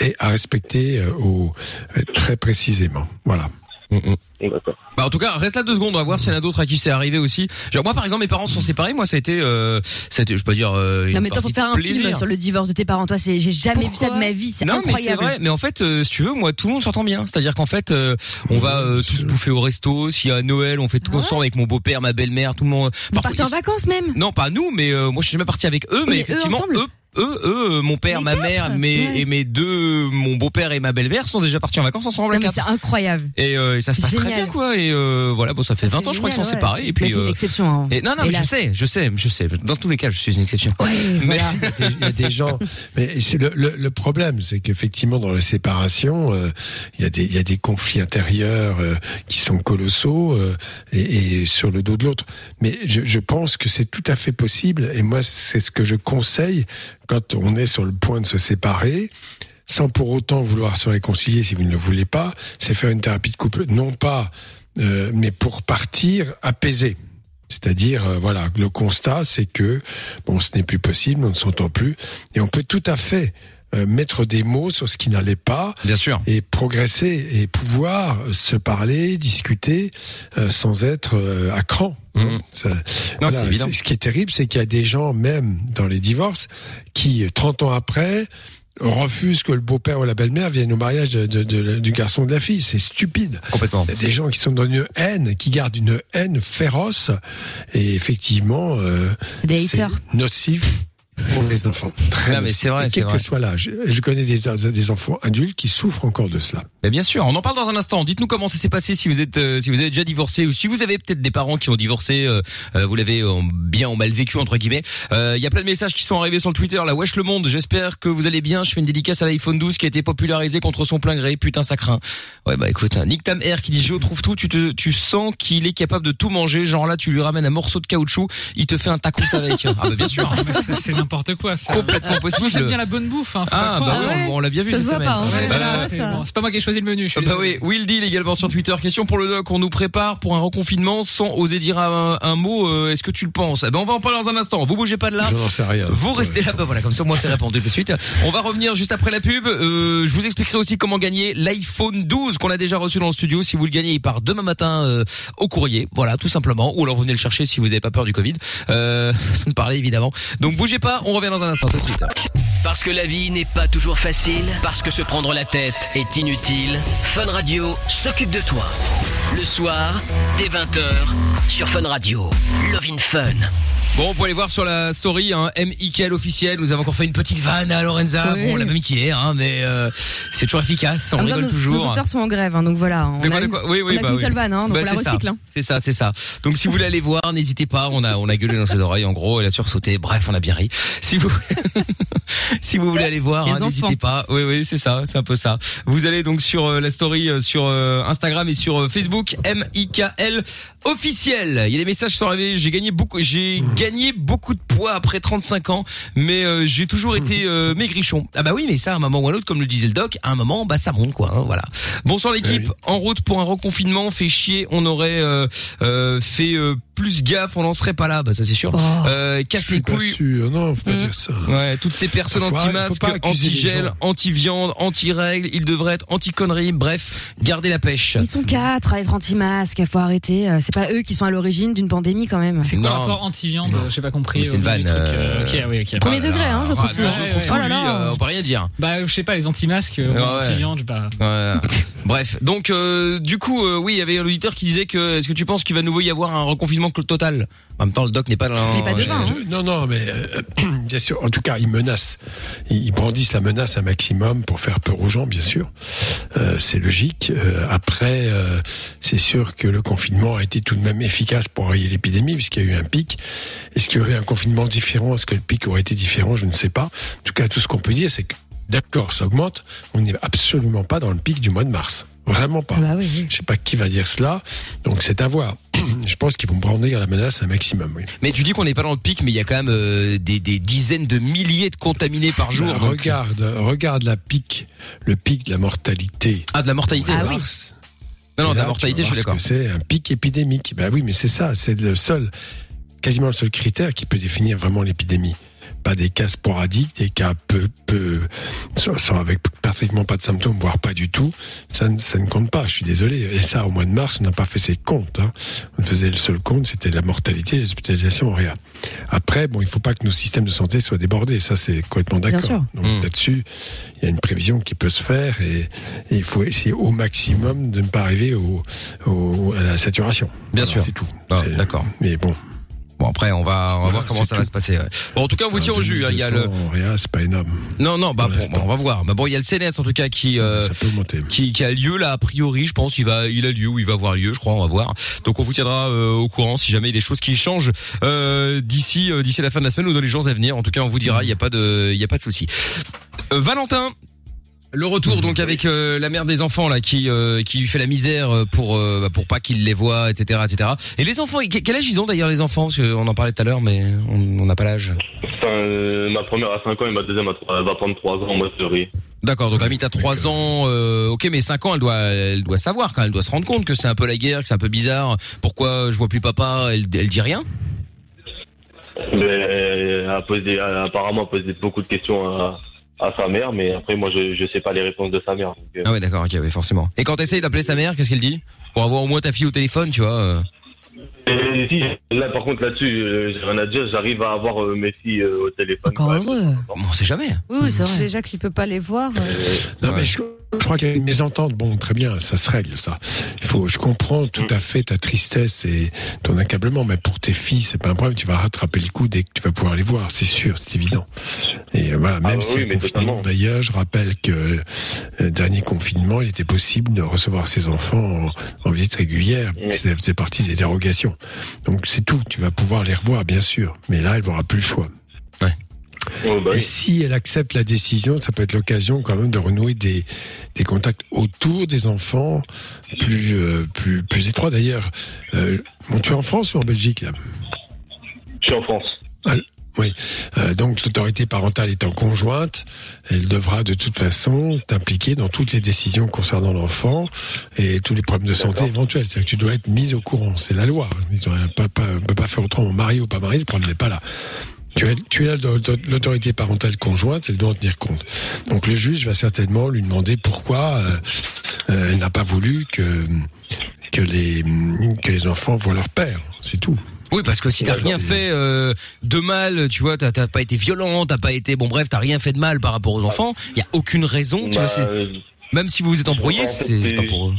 Speaker 3: Et à respecter euh, au, euh, très précisément. Voilà.
Speaker 8: Donc, d'accord.
Speaker 2: Bah, en tout cas, reste là deux secondes, on va voir s'il y en a d'autres à qui c'est arrivé aussi. Genre, moi, par exemple, mes parents sont séparés. Moi, ça a été, euh, ça a été, je peux dire, euh, une
Speaker 6: Non, mais toi, faut
Speaker 2: partie
Speaker 6: faire un
Speaker 2: de plaisir.
Speaker 6: film sur le divorce de tes parents. Toi, c'est, j'ai jamais vu ça
Speaker 5: Pourquoi
Speaker 6: de ma vie. C'est
Speaker 2: Non mais c'est
Speaker 6: incroyable.
Speaker 2: vrai, mais en fait euh, si tu veux moi tout le monde s'entend bien, c'est-à-dire qu'en fait euh, on va euh, tous bouffer au resto, s'il y a Noël, on fait tout ensemble avec mon beau-père, ma belle-mère, tout le monde.
Speaker 6: Ah Vous
Speaker 2: Parfois,
Speaker 6: partez en
Speaker 2: ils-
Speaker 6: vacances même.
Speaker 2: Non, pas nous, mais euh, moi je suis jamais parti avec eux, mais,
Speaker 6: mais eux
Speaker 2: effectivement
Speaker 6: ensemble
Speaker 2: eux eux, eux, euh, mon père,
Speaker 5: Les
Speaker 2: ma mère,
Speaker 5: quatre
Speaker 2: mes
Speaker 6: Ouais.
Speaker 2: et mes deux, mon beau-père et ma belle-mère sont déjà partis en vacances ensemble.
Speaker 6: Non,
Speaker 2: les
Speaker 6: mais
Speaker 2: quatre.
Speaker 6: c'est incroyable.
Speaker 2: Et, euh, et ça se passe très
Speaker 6: Génial.
Speaker 2: bien quoi. Et euh, voilà, bon, ça fait 20 ans je crois qu'ils sont
Speaker 5: génial, ouais.
Speaker 2: séparés. Et puis
Speaker 6: Mais t'es une
Speaker 2: euh,
Speaker 6: exception. hein.
Speaker 2: et non, non, mais je
Speaker 6: Hélas.
Speaker 2: sais, je sais, je sais. Dans tous les cas, je suis une exception. mais
Speaker 3: Il y a des- il y a des gens. Mais c'est le, le- le problème, c'est qu'effectivement, dans la séparation, euh, il y a des il y a des conflits intérieurs euh, qui sont colossaux euh, et, et sur le dos de l'autre. Mais je, je pense que c'est tout à fait possible. Et moi, c'est ce que je conseille quand on est sur le point de se séparer. Sans pour autant vouloir se réconcilier si vous ne le voulez pas, c'est faire une thérapie de couple, non pas, euh, mais pour partir apaisé. C'est-à-dire, euh, voilà, le constat, c'est que bon, ce n'est plus possible, on ne s'entend plus, et on peut tout à fait euh, mettre des mots sur ce qui n'allait pas
Speaker 2: bien sûr.
Speaker 3: et progresser et pouvoir se parler, discuter euh, sans être euh, à cran.
Speaker 2: Mhm.
Speaker 3: Ça-
Speaker 2: Non, c'est évident.
Speaker 3: Ce qui est terrible, c'est qu'il y a des gens, même dans les divorces, qui, 30 ans après, refusent que le beau-père ou la belle-mère viennent au mariage de- de- de- du garçon ou de la fille. C'est stupide.
Speaker 2: Complètement.
Speaker 3: Il y a des gens qui sont dans une haine, qui gardent une haine féroce, et effectivement, euh,
Speaker 6: Des
Speaker 3: c'est
Speaker 6: haters.
Speaker 3: nocif pour les enfants. Très
Speaker 2: Non, mais
Speaker 3: nocif.
Speaker 2: c'est vrai,
Speaker 3: Et
Speaker 2: c'est
Speaker 3: quel
Speaker 2: vrai.
Speaker 3: que soit l'âge. Et Je connais des, des enfants adultes qui souffrent encore de cela.
Speaker 2: Mais bien sûr, on en parle dans un instant. Dites-nous comment ça s'est passé si vous êtes euh, si vous avez déjà divorcé ou si vous avez peut-être des parents qui ont divorcé, euh, euh, vous l'avez euh, bien ou mal vécu entre guillemets. Euh, Il y a plein de messages qui sont arrivés sur le Twitter. La wesh le monde. J'espère que vous allez bien. Je fais une dédicace à l'iPhone 12 qui a été popularisé contre son plein gré. Putain ça craint. Ouais bah écoute, hein. Nick Tam Air qui dit je trouve tout. Tu te tu sens qu'il est capable de tout manger. Genre là tu lui ramènes un morceau de caoutchouc, il te fait un tacos avec. Ah bah bien sûr.
Speaker 7: Ah, mais c'est- C'est n'importe quoi. ça.
Speaker 2: Complètement
Speaker 7: Moi,
Speaker 2: possible.
Speaker 7: j'aime bien la bonne bouffe. Hein, faut pas
Speaker 2: Ah bah
Speaker 7: croire.
Speaker 2: oui,
Speaker 6: Ah ouais.
Speaker 2: on, on l'a bien vu
Speaker 6: Ça
Speaker 2: cette
Speaker 6: se voit
Speaker 2: semaine.
Speaker 6: pas, hein.
Speaker 7: Ouais,
Speaker 2: Bah,
Speaker 7: voilà,
Speaker 5: ouais,
Speaker 7: c'est
Speaker 5: ça.
Speaker 7: bon. C'est pas moi qui ai choisi le menu. je suis
Speaker 2: Ah Bah
Speaker 7: désolé.
Speaker 2: oui, Will Deal également sur Twitter. Question pour le doc, on nous prépare pour un reconfinement sans oser dire un, un mot. euh, Est-ce que tu le penses Eh ben, On va en parler dans un instant. Vous bougez pas de là.
Speaker 3: Je n'en sais rien.
Speaker 2: Vous restez là, bah voilà, comme ça moi c'est répondu tout de suite. On va revenir juste après la pub. Euh, je vous expliquerai aussi comment gagner l'iPhone 12 qu'on a déjà reçu dans le studio. Si vous le gagnez, il part demain matin euh, au courrier, voilà, tout simplement. Ou alors vous venez le chercher si vous n'avez pas peur du Covid. Euh, façon de parler évidemment. Donc bougez pas, on revient dans un instant tout de suite.
Speaker 4: Parce que la vie n'est pas toujours facile, parce que se prendre la tête est inutile, Fun Radio s'occupe de toi. Le soir, dès 20h, sur Fun Radio. Lovin' Fun.
Speaker 2: Bon, on peut aller voir sur la story, hein, MIKL officiel. Nous avons encore fait une petite vanne à Lorenza.
Speaker 6: Oui.
Speaker 2: Bon, la même qu'hier, hein, mais euh, c'est toujours efficace. On
Speaker 6: En même temps,
Speaker 2: rigole
Speaker 6: nos,
Speaker 2: toujours.
Speaker 6: Nos auteurs sont en grève, hein, donc voilà. On
Speaker 2: De quoi,
Speaker 6: a
Speaker 2: de
Speaker 6: une-
Speaker 2: quoi Oui, oui,
Speaker 6: on a
Speaker 2: bah
Speaker 6: qu'une
Speaker 2: oui.
Speaker 6: seule vanne, hein, donc
Speaker 2: Bah,
Speaker 6: on la
Speaker 2: c'est ça.
Speaker 6: recycle. hein.
Speaker 2: C'est ça, c'est ça. Donc si vous voulez aller voir, n'hésitez pas. On a, on a gueulé dans ses oreilles, en gros, elle a sursauté. Bref, on a bien ri. Si vous, si vous voulez aller voir,
Speaker 6: Les
Speaker 2: hein, n'hésitez
Speaker 6: enfants.
Speaker 2: pas. Oui, oui, c'est ça, c'est un peu ça. Vous allez donc sur euh, la story, euh, sur euh, Instagram et sur euh, Facebook, M-I-K-L officiel. Il y a des messages qui sont arrivés. J'ai gagné beaucoup, j'ai
Speaker 3: Mmh.
Speaker 2: gagné beaucoup de poids après 35 ans, mais euh, j'ai
Speaker 3: Mmh.
Speaker 2: toujours été euh, maigrichon. Ah bah oui, mais ça, à un moment ou à un autre, comme le disait le doc, à un moment, bah ça monte quoi. hein, voilà. Bonsoir
Speaker 3: Eh
Speaker 2: l'équipe. En route pour un reconfinement, fait chier. On aurait euh, euh, fait euh, plus gaffe, on n'en serait pas là. Bah ça c'est sûr.
Speaker 6: Oh.
Speaker 2: Euh,
Speaker 3: Je
Speaker 2: casse
Speaker 3: suis
Speaker 2: les
Speaker 3: pas
Speaker 2: couilles. Mmh.
Speaker 3: sûr. Non, faut pas dire ça.
Speaker 2: Ouais, toutes ces personnes
Speaker 3: Faut arrêter- faut
Speaker 2: anti-masques,
Speaker 3: pas accuser les
Speaker 2: anti-gel,
Speaker 3: gens.
Speaker 2: anti-viande, anti-règles, ils devraient être anti-conneries, bref, gardez la pêche.
Speaker 6: Ils sont quatre à être anti-masques, faut arrêter. euh, C'est pas eux qui sont à l'origine d'une pandémie quand même.
Speaker 7: C'est quoi
Speaker 2: Non.
Speaker 7: le rapport anti-viande
Speaker 3: Non.
Speaker 7: J'ai pas compris.
Speaker 2: Mais c'est
Speaker 7: au
Speaker 2: une
Speaker 7: milieu du
Speaker 2: vanne,
Speaker 7: truc,
Speaker 2: euh,
Speaker 7: euh, Ok, ah oui, ok.
Speaker 6: Premier
Speaker 2: Ah là
Speaker 6: degré,
Speaker 2: là.
Speaker 6: hein, je trouve
Speaker 2: Ah,
Speaker 6: ça.
Speaker 2: là, je trouve
Speaker 7: Ouais,
Speaker 2: tout,
Speaker 6: ouais.
Speaker 2: lui,
Speaker 6: Oh là là.
Speaker 2: euh, on peut rien dire.
Speaker 7: Bah, je sais pas, les anti-masques, euh,
Speaker 2: Ah Ouais, ouais.
Speaker 7: anti-viande, je sais pas.
Speaker 2: Ouais. Bref, donc euh, du coup, euh, oui, il y avait un auditeur qui disait que est-ce que tu penses qu'il va nouveau y avoir un reconfinement total En même temps, le doc n'est pas dans.
Speaker 6: Il est pas
Speaker 2: Ouais.
Speaker 6: devant, hein.
Speaker 3: Je- non, non, mais euh, bien sûr. En tout cas, ils menacent. Ils ils brandissent la menace un maximum pour faire peur aux gens, bien sûr. Euh, c'est logique. Euh, après, euh, c'est sûr que le confinement a été tout de même efficace pour rayer l'épidémie, puisqu'il y a eu un pic. Est-ce qu'il y aurait un confinement différent Est-ce que le pic aurait été différent Je ne sais pas. En tout cas, tout ce qu'on peut dire, c'est que d'accord, ça augmente. On n'est absolument pas dans le pic du mois de mars. Vraiment pas.
Speaker 6: Ah bah oui.
Speaker 3: Je sais pas qui va dire cela, donc c'est à voir. Je pense qu'ils vont brandir la menace un maximum. Oui.
Speaker 2: Mais tu dis qu'on n'est pas dans le pic, mais il y a quand même euh, des, des dizaines de milliers de contaminés par jour.
Speaker 3: Bah,
Speaker 2: donc-
Speaker 3: regarde, regarde la pique, le pic de la mortalité.
Speaker 2: Ah, de la mortalité.
Speaker 6: Ah oui.
Speaker 3: Mars.
Speaker 2: Non, non,
Speaker 3: Et
Speaker 2: de la
Speaker 3: là,
Speaker 2: mortalité,
Speaker 3: tu
Speaker 2: je
Speaker 3: vas
Speaker 2: suis
Speaker 3: voir
Speaker 2: d'accord.
Speaker 3: ce que C'est un pic épidémique. Ben oui, mais c'est ça, c'est le seul, quasiment le seul critère qui peut définir vraiment l'épidémie. pas des cas sporadiques, des cas peu, peu, sans- sans- avec pratiquement pas de symptômes, voire pas du tout, ça, ne- ça ne compte pas. Je suis désolé. Et ça, au mois de mars, on n'a pas fait ses comptes. hein. On faisait le seul compte, c'était la mortalité, les hospitalisations, rien. Après, bon, il faut pas que nos systèmes de santé soient débordés. Ça, c'est complètement
Speaker 6: Bien
Speaker 3: d'accord.
Speaker 6: sûr.
Speaker 3: Donc
Speaker 2: Mm.
Speaker 3: là-dessus, il y a une prévision qui peut se faire et, et il faut essayer au maximum de ne pas arriver au, au- à la saturation.
Speaker 2: Bien sûr.
Speaker 3: C'est tout.
Speaker 2: Ah,
Speaker 3: C'est-
Speaker 2: d'accord.
Speaker 3: Mais bon.
Speaker 2: Bon après on va on va
Speaker 3: Voilà,
Speaker 2: voir comment
Speaker 3: c'est
Speaker 2: ça
Speaker 3: tout.
Speaker 2: va se passer. ouais. Bon en tout cas on vous tient au jus. hein, Il y a le
Speaker 3: 2200 en Réa, c'est pas énorme.
Speaker 2: non non bah
Speaker 3: pour
Speaker 2: bon,
Speaker 3: l'instant.
Speaker 2: bah, on va voir. Bah bon il y a le CNS en tout cas qui euh,
Speaker 3: ça peut monter.
Speaker 2: qui, qui a lieu là a priori je pense il va il a lieu ou il va avoir lieu je crois on va voir donc on vous tiendra euh, au courant si jamais il y a des choses qui changent euh, d'ici euh, d'ici la fin de la semaine ou dans les jours à venir en tout cas on vous dira il n'y a pas de il y a pas de souci Euh, Valentin le retour donc avec euh, la mère des enfants là qui euh, qui lui fait la misère euh, pour euh, bah, pour pas qu'il les voit etc etc et les enfants que- quel âge ils ont d'ailleurs les enfants parce qu'on en parlait tout à l'heure mais on on n'a pas l'âge
Speaker 8: Enfin, euh, ma première à 5 ans et ma deuxième à trois- elle va prendre 3 ans au mois de février.
Speaker 2: D'accord, donc la mythe à 3 ans, euh, ok, mais 5 ans, elle doit, elle doit savoir quand même, elle doit se rendre compte que c'est un peu la guerre, que c'est un peu bizarre. Pourquoi je vois plus papa Elle, elle dit rien.
Speaker 8: Mais elle a posé, elle a apparemment posé beaucoup de questions à, à sa mère, mais après moi je, je sais pas les réponses de sa mère. donc, euh,
Speaker 2: Ah ouais, d'accord, ok, oui, forcément. Et quand t'essayes d'appeler sa mère, qu'est-ce qu'elle dit Pour avoir au moins ta fille au téléphone, tu vois. euh.
Speaker 8: Et si, là par contre là-dessus, euh, j'ai rien à dire, j'arrive à avoir euh, mes filles euh, au téléphone.
Speaker 6: Encore
Speaker 8: Ouais.
Speaker 6: heureux.
Speaker 2: Bon, on sait jamais.
Speaker 6: Oui, oui, c'est vrai.
Speaker 5: Déjà qu'il peut pas les voir. euh,
Speaker 8: Euh,
Speaker 3: Non,
Speaker 2: Ouais.
Speaker 3: mais je, je crois qu'il y a une mésentente. Bon, très bien, ça se règle, ça. Il faut, je comprends tout à fait ta tristesse et ton accablement, mais pour tes filles, c'est pas un problème. Tu vas rattraper le coup dès que tu vas pouvoir les voir, c'est sûr, c'est évident. Et euh, voilà, même
Speaker 8: bah
Speaker 3: si
Speaker 8: oui,
Speaker 3: un
Speaker 8: mais
Speaker 3: confinement,
Speaker 8: totalement.
Speaker 3: d'ailleurs, je rappelle que euh, le dernier confinement, il était possible de recevoir ses enfants en, en visite régulière.
Speaker 8: Oui.
Speaker 3: Ça faisait partie des dérogations. Donc c'est tout, tu vas pouvoir les revoir, bien sûr, mais là, elle n'aura plus le choix.
Speaker 8: oh, bah
Speaker 3: Et
Speaker 8: oui.
Speaker 3: si elle accepte la décision, ça peut être l'occasion quand même de renouer des, des contacts autour des enfants plus euh, plus plus étroits. D'ailleurs, euh, bon, tu es en France ou en Belgique là
Speaker 8: Je suis en France.
Speaker 3: Ah, Oui. Euh, donc l'autorité parentale étant conjointe, elle devra de toute façon t'impliquer dans toutes les décisions concernant l'enfant et tous les problèmes de santé
Speaker 8: D'accord.
Speaker 3: éventuels. C'est-à-dire que tu dois être mise au courant. C'est la loi. Ils ont un papa, on peut pas faire autrement. Marié ou pas marié, le problème n'est pas là. Tu es, tu es dans l'autorité parentale conjointe, elle doit en tenir compte. Donc le juge va certainement lui demander pourquoi euh, euh, elle n'a pas voulu que que les que les enfants voient leur père. C'est tout.
Speaker 2: Oui, parce que si t'as
Speaker 3: Ouais,
Speaker 2: rien
Speaker 3: c'est-
Speaker 2: fait euh, de mal, tu vois, t'as t'as pas été violent, t'as pas été, bon bref, t'as rien fait de mal par rapport aux enfants. Il y a aucune raison, tu
Speaker 8: Bah,
Speaker 2: vois. c'est-
Speaker 8: euh,
Speaker 2: Même si vous vous êtes embrouillés,
Speaker 8: en fait,
Speaker 2: c'est c'est
Speaker 8: c'est-
Speaker 2: pas pour eux.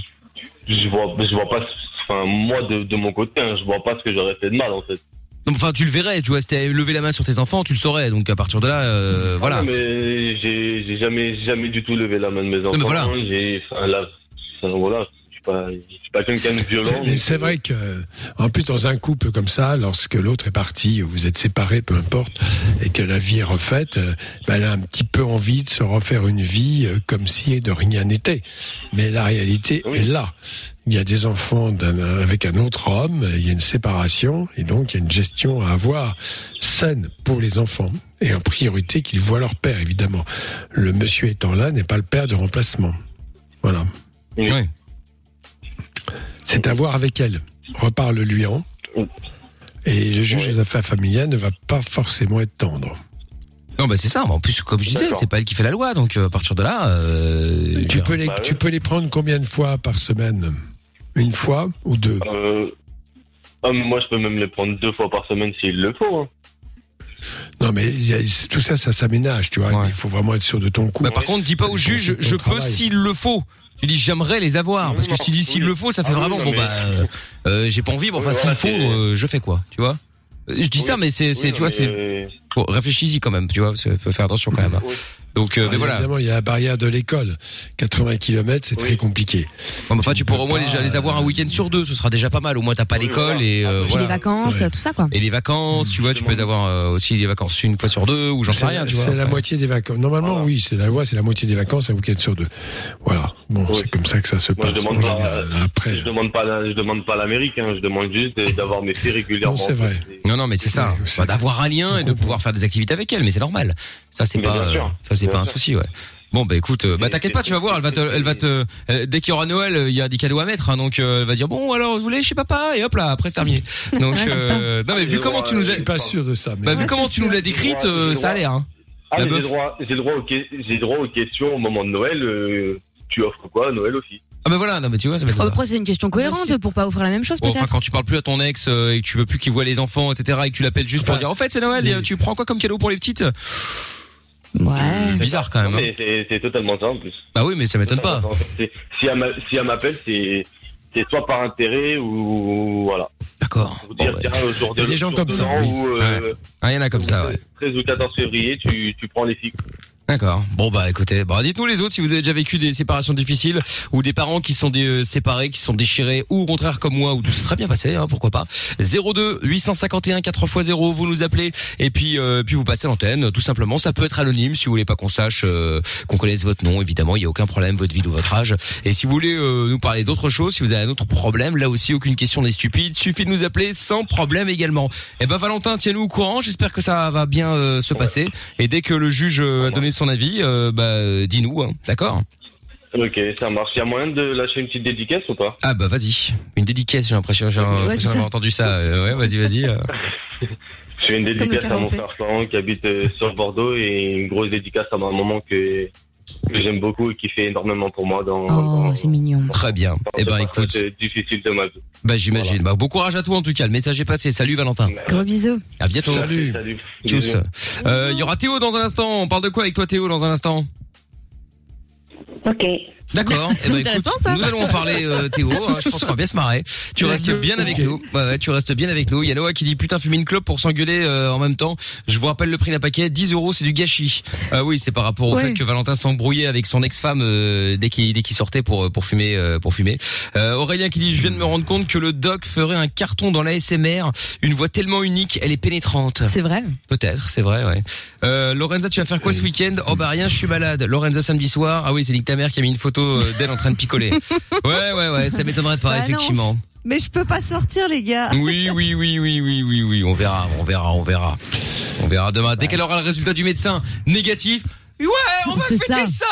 Speaker 8: je vois, je vois pas. Enfin, moi de, de mon côté, hein, je vois pas ce que j'aurais fait de mal en fait.
Speaker 2: Non, Enfin, tu le verrais, tu vois, si t'avais levé la main sur tes enfants, tu le saurais. Donc à partir de là, euh, voilà.
Speaker 8: Non, mais j'ai j'ai jamais, jamais du tout levé la main de mes enfants.
Speaker 2: mais voilà.
Speaker 8: hein, J'ai, enfin, là, enfin, voilà, je suis pas, je suis pas quelqu'un de violent.
Speaker 3: C'est- Mais
Speaker 8: donc,
Speaker 3: c'est
Speaker 8: euh,
Speaker 3: vrai que, en plus, dans un couple comme ça, lorsque l'autre est parti, ou vous êtes séparés, peu importe, et que la vie est refaite, euh, ben, elle a un petit peu envie de se refaire une vie euh, comme si de rien n'était. Mais la réalité
Speaker 8: Oui.
Speaker 3: est là. Il y a des enfants d'un- avec un autre homme, il y a une séparation, et donc il y a une gestion à avoir saine pour les enfants, et en priorité qu'ils voient leur père, évidemment. Le monsieur étant là n'est pas le père de remplacement. Voilà.
Speaker 8: Oui.
Speaker 2: Ouais.
Speaker 3: C'est à voir avec elle. Reparle-lui en.
Speaker 8: Oui.
Speaker 3: Et le juge
Speaker 8: Oui.
Speaker 3: des affaires familiales ne va pas forcément être tendre.
Speaker 2: Non, bah c'est ça. En plus, comme je disais,
Speaker 8: D'accord.
Speaker 2: c'est pas elle qui fait la loi, donc euh, à partir de là, euh,
Speaker 3: Tu peux, les,
Speaker 8: Bah oui.
Speaker 3: tu peux les prendre combien de fois par semaine Une fois ou deux
Speaker 8: euh, ah, mais moi, je peux même les prendre deux fois par semaine s'il le faut. hein.
Speaker 3: Non, mais il y a- tout ça, ça s'aménage, tu vois.
Speaker 2: Ouais.
Speaker 3: Il faut vraiment être sûr de ton coup.
Speaker 2: Bah, par contre, dis pas au juge,
Speaker 3: ton
Speaker 2: je peux
Speaker 3: travail.
Speaker 2: s'il le faut. Tu dis j'aimerais les avoir parce que si tu dis s'il le faut, ça fait
Speaker 8: Ah oui,
Speaker 2: vraiment
Speaker 8: non,
Speaker 2: bon
Speaker 8: mais-
Speaker 2: bah euh, euh, j'ai pas envie, mais enfin
Speaker 8: Oui,
Speaker 2: s'il
Speaker 8: voilà,
Speaker 2: faut,
Speaker 8: c'est-
Speaker 2: euh, je fais quoi, tu vois Euh, Je dis
Speaker 8: Oui.
Speaker 2: ça, mais c'est c'est
Speaker 8: Oui,
Speaker 2: tu vois
Speaker 8: mais,
Speaker 2: c'est
Speaker 8: euh,
Speaker 2: bon, réfléchis-y quand même, tu vois, c'est- faut faire attention quand même. hein.
Speaker 8: Oui.
Speaker 2: Donc euh,
Speaker 3: Alors,
Speaker 2: mais voilà.
Speaker 3: Bah, Ah, Évidemment, il y a la barrière de l'école. 80 km, c'est
Speaker 8: Oui.
Speaker 3: très compliqué.
Speaker 2: Bon, enfin tu pourras
Speaker 3: peux
Speaker 2: au moins
Speaker 3: pas,
Speaker 2: déjà les avoir un
Speaker 3: euh,
Speaker 2: week-end sur deux, ce sera déjà pas mal. Au moins t'as pas
Speaker 8: Oui,
Speaker 2: l'école
Speaker 8: voilà.
Speaker 2: et euh,
Speaker 6: Puis les
Speaker 2: voilà.
Speaker 6: vacances,
Speaker 3: Ouais.
Speaker 6: tout ça, quoi.
Speaker 2: Et les vacances, tu vois, tu peux les avoir euh, aussi les vacances une fois sur deux ou j'en sais
Speaker 3: C'est-
Speaker 2: rien, tu vois.
Speaker 3: C'est la
Speaker 2: Ouais.
Speaker 3: moitié des vacances. Normalement,
Speaker 8: Voilà.
Speaker 3: oui, c'est la loi, c'est la moitié des vacances, un week-end sur deux. Voilà. Bon,
Speaker 8: Oui.
Speaker 3: c'est comme ça que ça se
Speaker 8: Moi, je
Speaker 3: passe en
Speaker 8: demande pas,
Speaker 3: général. Après,
Speaker 8: Je demande pas, la- je demande pas l'Amérique. hein, je demande juste de- d'avoir mes filles régulièrement.
Speaker 3: Non, c'est vrai.
Speaker 2: Non, non, mais c'est ça. Bah,
Speaker 3: Oui, aussi.
Speaker 2: Enfin, D'avoir un lien et de pouvoir faire des activités avec elle, mais c'est normal. Ça, c'est
Speaker 8: Mais
Speaker 2: pas,
Speaker 8: bien sûr.
Speaker 2: euh, ça, c'est
Speaker 8: Bien
Speaker 2: pas un
Speaker 8: sûr.
Speaker 2: souci, ouais. Bon bah écoute, euh, bah t'inquiète pas, tu vas voir, elle va te, elle va te, euh, dès qu'il y aura Noël, euh, il y a des cadeaux à mettre, hein, donc euh, elle va dire bon alors vous voulez chez papa et hop là après c'est terminé. Donc
Speaker 3: Ouais, c'est
Speaker 2: euh,
Speaker 8: ça.
Speaker 2: non mais vu
Speaker 8: Et
Speaker 2: comment
Speaker 8: voilà,
Speaker 2: tu nous
Speaker 8: je
Speaker 2: as,
Speaker 8: suis
Speaker 3: pas sûr de ça. mais-
Speaker 2: bah vu
Speaker 5: Ouais,
Speaker 2: comment
Speaker 5: c'est
Speaker 2: tu nous
Speaker 5: sûr.
Speaker 2: l'as décrite,
Speaker 8: J'ai
Speaker 2: euh,
Speaker 8: droit-
Speaker 2: ça a l'air. Hein.
Speaker 8: Ah,
Speaker 2: La
Speaker 8: mais j'ai
Speaker 2: meuf.
Speaker 8: droit, j'ai droit, aux que- j'ai droit aux questions au moment de Noël. euh, tu offres quoi à Noël aussi
Speaker 2: Ah bah voilà, non mais tu vois ça va. être-
Speaker 6: Oh, Après, c'est une question cohérente pour pas offrir la même chose,
Speaker 2: Bon, enfin
Speaker 6: peut-être.
Speaker 2: quand tu parles plus à ton ex euh, et que tu veux plus qu'il voit les enfants etc et que tu l'appelles juste pour
Speaker 3: Enfin,
Speaker 2: dire en fait c'est Noël,
Speaker 3: mais-
Speaker 2: et, euh, tu prends quoi comme cadeau pour les petites
Speaker 6: Ouais.
Speaker 2: Bizarre quand même.
Speaker 8: Non,
Speaker 2: hein.
Speaker 8: mais c'est c'est totalement ça en plus.
Speaker 2: Bah oui mais ça m'étonne pas.
Speaker 8: En fait, c'est- Si elle m'a- si elle m'appelle, c'est c'est soit par intérêt ou voilà.
Speaker 2: D'accord.
Speaker 8: Vous
Speaker 2: Bon,
Speaker 8: dire,
Speaker 2: bah,
Speaker 8: tiens, euh, jour
Speaker 3: Il y a
Speaker 8: de-
Speaker 3: des gens
Speaker 8: jour
Speaker 3: comme
Speaker 8: de
Speaker 3: ça,
Speaker 8: l'an
Speaker 3: oui.
Speaker 8: ou, euh,
Speaker 2: ah, il y en a comme ça ouais.
Speaker 8: 13 ou 14 février, tu, tu prends les filles.
Speaker 2: D'accord. Bon bah écoutez, bah dites-nous les autres si vous avez déjà vécu des séparations difficiles ou des parents qui sont des, euh, séparés, qui sont déchirés ou au contraire comme moi où tout s'est très bien passé, hein, pourquoi pas. 02 851 4x0, vous nous appelez et puis euh, puis vous passez à l'antenne tout simplement. Ça peut être anonyme si vous voulez pas qu'on sache, euh, qu'on connaisse votre nom évidemment, il y a aucun problème, votre ville ou votre âge. Et si vous voulez euh, nous parler d'autre chose, si vous avez un autre problème, là aussi aucune question n'est stupide, suffit de nous appeler sans problème également. Et ben Valentin, tiens-nous au courant, j'espère que ça va bien euh, se passer. Et dès que le juge euh, a donné son avis, euh, bah, euh, dis-nous, hein, d'accord
Speaker 8: Ok, ça marche. Il y a moyen de lâcher une petite dédicace ou pas
Speaker 2: Ah bah vas-y, une dédicace, j'ai l'impression j'ai l'impression
Speaker 6: c'est
Speaker 2: d'avoir
Speaker 6: ça.
Speaker 2: entendu ça. euh, ouais, vas-y, vas-y. euh.
Speaker 8: Je fais une
Speaker 5: le
Speaker 8: dédicace à mon
Speaker 5: karaopé.
Speaker 8: sergent qui habite euh, sur Bordeaux et une grosse dédicace à ma maman que, que j'aime beaucoup et qui fait énormément pour moi dans.
Speaker 6: Oh,
Speaker 8: dans-
Speaker 6: c'est mignon.
Speaker 2: Très bien.
Speaker 8: dans
Speaker 2: Eh
Speaker 8: ce
Speaker 2: ben
Speaker 8: passage,
Speaker 2: écoute,
Speaker 8: euh, difficile de ma vie.
Speaker 2: bah j'imagine. Bah bon courage à toi en tout cas. Le message est passé. Salut Valentin.
Speaker 6: Gros bisous.
Speaker 2: À bientôt.
Speaker 3: Salut.
Speaker 8: Salut.
Speaker 2: Tchuss.
Speaker 8: Bisous.
Speaker 2: Euh, Il y aura Théo dans un instant. On parle de quoi avec toi Théo dans un instant
Speaker 10: Ok.
Speaker 2: D'accord. Eh ben,
Speaker 6: C'est intéressant, ça.
Speaker 2: Nous allons en parler euh, Théo. hein, je pense qu'on va bien se marrer. Tu restes bien avec nous. Ouais, ouais, tu restes bien avec nous. Il y a Noah qui dit putain fumer une clope pour s'engueuler euh, en même temps. Je vous rappelle le prix d'un paquet 10 euros, c'est du gâchis. Euh, oui, c'est par rapport au
Speaker 6: Ouais.
Speaker 2: fait que Valentin s'embrouillait avec son ex-femme euh, dès qu'il dès qu'il sortait pour euh, pour fumer euh, pour fumer. Euh, Aurélien qui dit je viens de me rendre compte que le doc ferait un carton dans l'ASMR. Une voix tellement unique, elle est pénétrante.
Speaker 6: C'est vrai.
Speaker 2: Peut-être, c'est vrai, ouais. Euh, Lorenza, tu vas faire quoi ce week-end Oh bah rien, je suis malade. Lorenza samedi soir. Ah oui, c'est Nick ta mère qui a mis une photo euh, d'elle en train de picoler. Ouais, ouais, ouais, ça m'étonnerait pas,
Speaker 5: Bah non.
Speaker 2: effectivement.
Speaker 5: Mais je peux pas sortir, les gars.
Speaker 2: Oui, oui, oui, oui, oui, oui, oui. On verra, on verra, on verra. On verra demain. Dès qu'elle aura le résultat du médecin négatif. Ouais, on va
Speaker 6: C'est
Speaker 2: fêter ça.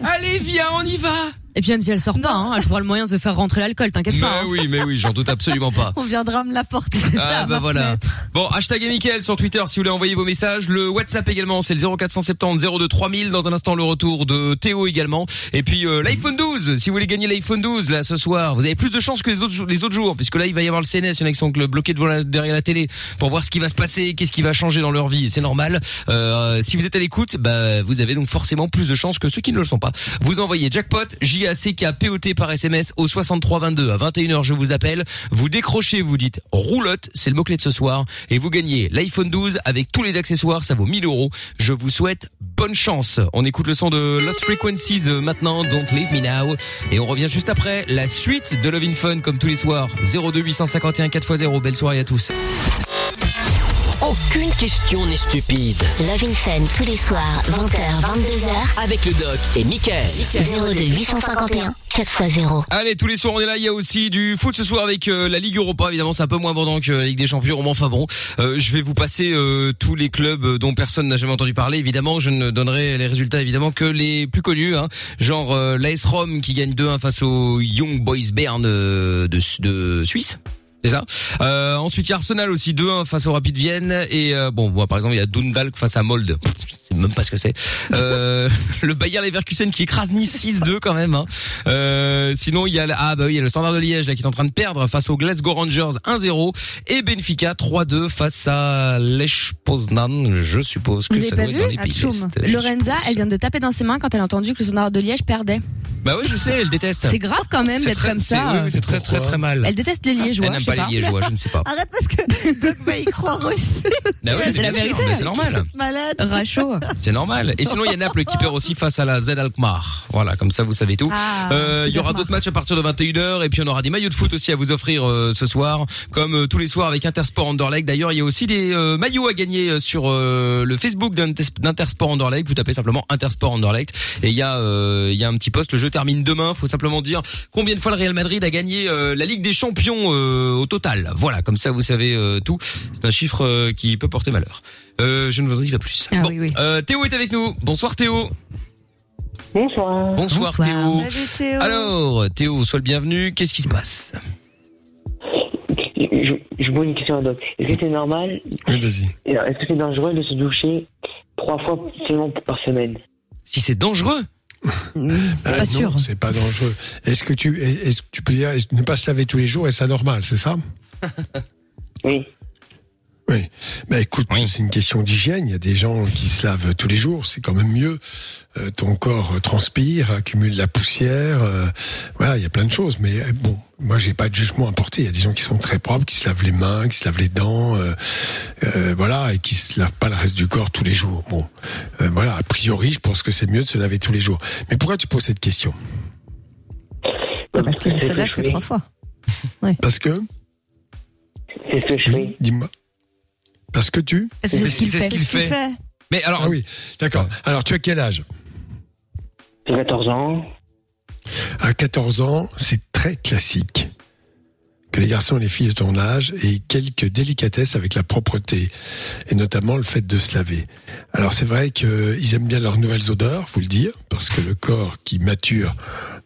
Speaker 6: ça.
Speaker 2: Allez, viens, on y va.
Speaker 6: Et puis même si elle sort pas, hein, elle trouvera le moyen de te faire rentrer l'alcool, t'inquiète
Speaker 2: Mais
Speaker 6: pas. hein.
Speaker 2: oui, mais oui, j'en doute absolument pas.
Speaker 5: On viendra me la porter.
Speaker 2: Ah
Speaker 6: à
Speaker 2: bah
Speaker 6: ma
Speaker 2: voilà. Bon, hashtag et Mickaël sur Twitter si vous voulez envoyer vos messages. Le WhatsApp également, c'est le 0470 02 3000. Dans un instant, le retour de Théo également. Et puis euh, l'iPhone 12, si vous voulez gagner l'iPhone 12 là ce soir, vous avez plus de chances que les autres, jou- les autres jours, puisque là il va y avoir le CNS, il y en a qui sont que le- bloqués devant la- derrière la télé pour voir ce qui va se passer, qu'est-ce qui va changer dans leur vie. C'est normal. Euh, si vous êtes à l'écoute, bah, vous avez donc forcément plus de chances que ceux qui ne le sont pas. Vous envoyez jackpot, J-A-C-K-P-O-T par SMS au 6322. À 21h, je vous appelle. Vous décrochez, vous dites roulotte, c'est le mot-clé de ce soir. Et vous gagnez l'iPhone 12 avec tous les accessoires. Ça vaut 1000 euros. Je vous souhaite bonne chance. On écoute le son de Lost Frequencies euh, maintenant, Don't Leave Me Now. Et on revient juste après la suite de Love in Fun comme tous les soirs. 02851 4x0. Belle soirée à tous.
Speaker 4: Aucune question n'est stupide.
Speaker 9: Love in Fun tous les soirs, 20h, 22h,
Speaker 4: Avec le doc et Michael.
Speaker 9: 02 851 4x0.
Speaker 2: Allez, tous les soirs on est là. Il y a aussi du foot ce soir avec euh, la Ligue Europa. Évidemment, c'est un peu moins abondant que la Ligue des Champions. Mais enfin bon, euh, je vais vous passer euh, tous les clubs euh, dont personne n'a jamais entendu parler. Évidemment, je ne donnerai les résultats évidemment que les plus connus. Hein. Genre euh, l'AS Rome qui gagne 2-1 face au Young Boys Bern euh, de, de Suisse. C'est ça. Euh, ensuite, il y a Arsenal aussi 2-1 face au Rapid Vienne et euh, bon, moi, par exemple, il y a Dundalk face à Molde. Pff, Je sais même pas ce que c'est. Euh, le Bayer Leverkusen qui écrase Nice 6-2 quand même. hein. Euh, sinon, il y a le- ah bah oui, il y a le Standard de Liège là qui est en train de perdre face aux Glasgow Rangers 1-0 et Benfica 3-2 face à Lech Poznan. Je suppose que
Speaker 6: Vous avez
Speaker 2: ça
Speaker 6: pas
Speaker 2: doit être dans
Speaker 6: vu
Speaker 2: les
Speaker 5: Ah,
Speaker 2: pays de
Speaker 5: tchoum.
Speaker 2: l'Est, je
Speaker 6: Lorenza,
Speaker 2: suppose.
Speaker 6: elle vient de taper dans ses mains quand elle a entendu que le standard de Liège perdait.
Speaker 2: Bah oui, je sais, elle déteste.
Speaker 6: C'est grave quand même
Speaker 2: C'est
Speaker 6: d'être
Speaker 2: très-
Speaker 6: comme
Speaker 2: c'est- oui,
Speaker 6: ça. euh.
Speaker 2: oui, c'est très très très mal.
Speaker 6: Elle déteste les Liégeois,
Speaker 2: Elle
Speaker 6: je
Speaker 2: n'aime
Speaker 6: sais
Speaker 2: pas
Speaker 6: pas.
Speaker 2: les Liégeois, je ne sais pas.
Speaker 5: Arrête parce que Doc va y croire aussi.
Speaker 2: Bah oui,
Speaker 6: Ouais,
Speaker 2: mais
Speaker 6: c'est la
Speaker 2: bien sûr,
Speaker 6: vérité.
Speaker 2: mais C'est normal.
Speaker 5: Malade.
Speaker 6: Rachaud.
Speaker 2: C'est normal. Et sinon, il y a Naples qui perd aussi face à la Z Alkmaar. Voilà, comme ça, vous savez tout.
Speaker 5: Ah,
Speaker 2: Euh,
Speaker 5: c'est
Speaker 2: il y aura
Speaker 5: Alkmaar.
Speaker 2: d'autres matchs à partir de 21h et puis on aura des maillots de foot aussi à vous offrir euh, ce soir, comme euh, tous les soirs avec Intersport Anderlecht. D'ailleurs, il y a aussi des euh, maillots à gagner euh, sur euh, le Facebook d'Inter- d'Intersport Anderlecht. Vous tapez simplement Intersport Anderlecht et il y a euh, il y a un petit post. Le jeu termine demain. Faut simplement dire combien de fois le Real Madrid a gagné euh, la Ligue des Champions euh, au total. Voilà, comme ça, vous savez euh, tout. C'est un chiffre euh, qui peut porter malheur. Euh, je ne vous en dis pas plus.
Speaker 6: Ah
Speaker 2: Bon,
Speaker 6: oui, oui.
Speaker 2: euh, Théo est avec nous. Bonsoir Théo.
Speaker 10: Bonsoir.
Speaker 2: Bonsoir, Théo. Alors, Théo, sois le bienvenu. Qu'est-ce qui se passe
Speaker 10: Je, je pose une question à Doc. Est-ce que c'est normal
Speaker 3: Oui, vas-y.
Speaker 10: et alors, Est-ce que c'est dangereux de se doucher trois fois seulement par semaine
Speaker 2: Si c'est dangereux
Speaker 3: Ben non, C'est pas dangereux. Est-ce que tu, est-ce que tu peux dire, est-ce- ne pas se laver tous les jours, est-ce ça normal, c'est ça
Speaker 10: Oui.
Speaker 3: Oui. Ben écoute, c'est une question d'hygiène. Il y a des gens qui se lavent tous les jours, c'est quand même mieux. Euh, ton corps euh, transpire, accumule la poussière. euh, voilà, il y a plein de choses. Mais euh, bon, moi, j'ai pas de jugement à porter. Il y a des gens qui sont très propres, qui se lavent les mains, qui se lavent les dents, euh, euh, voilà, et qui se lavent pas le reste du corps tous les jours. Bon, Euh, voilà. A priori, je pense que c'est mieux de se laver tous les jours. Mais pourquoi tu poses cette question
Speaker 5: Bah, Parce qu'il ne se lave que trois fois.
Speaker 3: Parce que.
Speaker 10: C'est ce que je
Speaker 3: fais. Dis-moi. Parce que tu.
Speaker 5: Parce que c'est ce qu'il C'est ce fait. qu'il fait.
Speaker 2: Mais alors.
Speaker 3: Ah oui, d'accord. Alors, tu as quel âge
Speaker 10: J'ai 14 ans.
Speaker 3: À 14 ans, c'est très classique que les garçons et les filles de ton âge aient quelques délicatesses avec la propreté, et notamment le fait de se laver. Alors c'est vrai qu'ils aiment bien leurs nouvelles odeurs, faut le dire, parce que le corps qui mature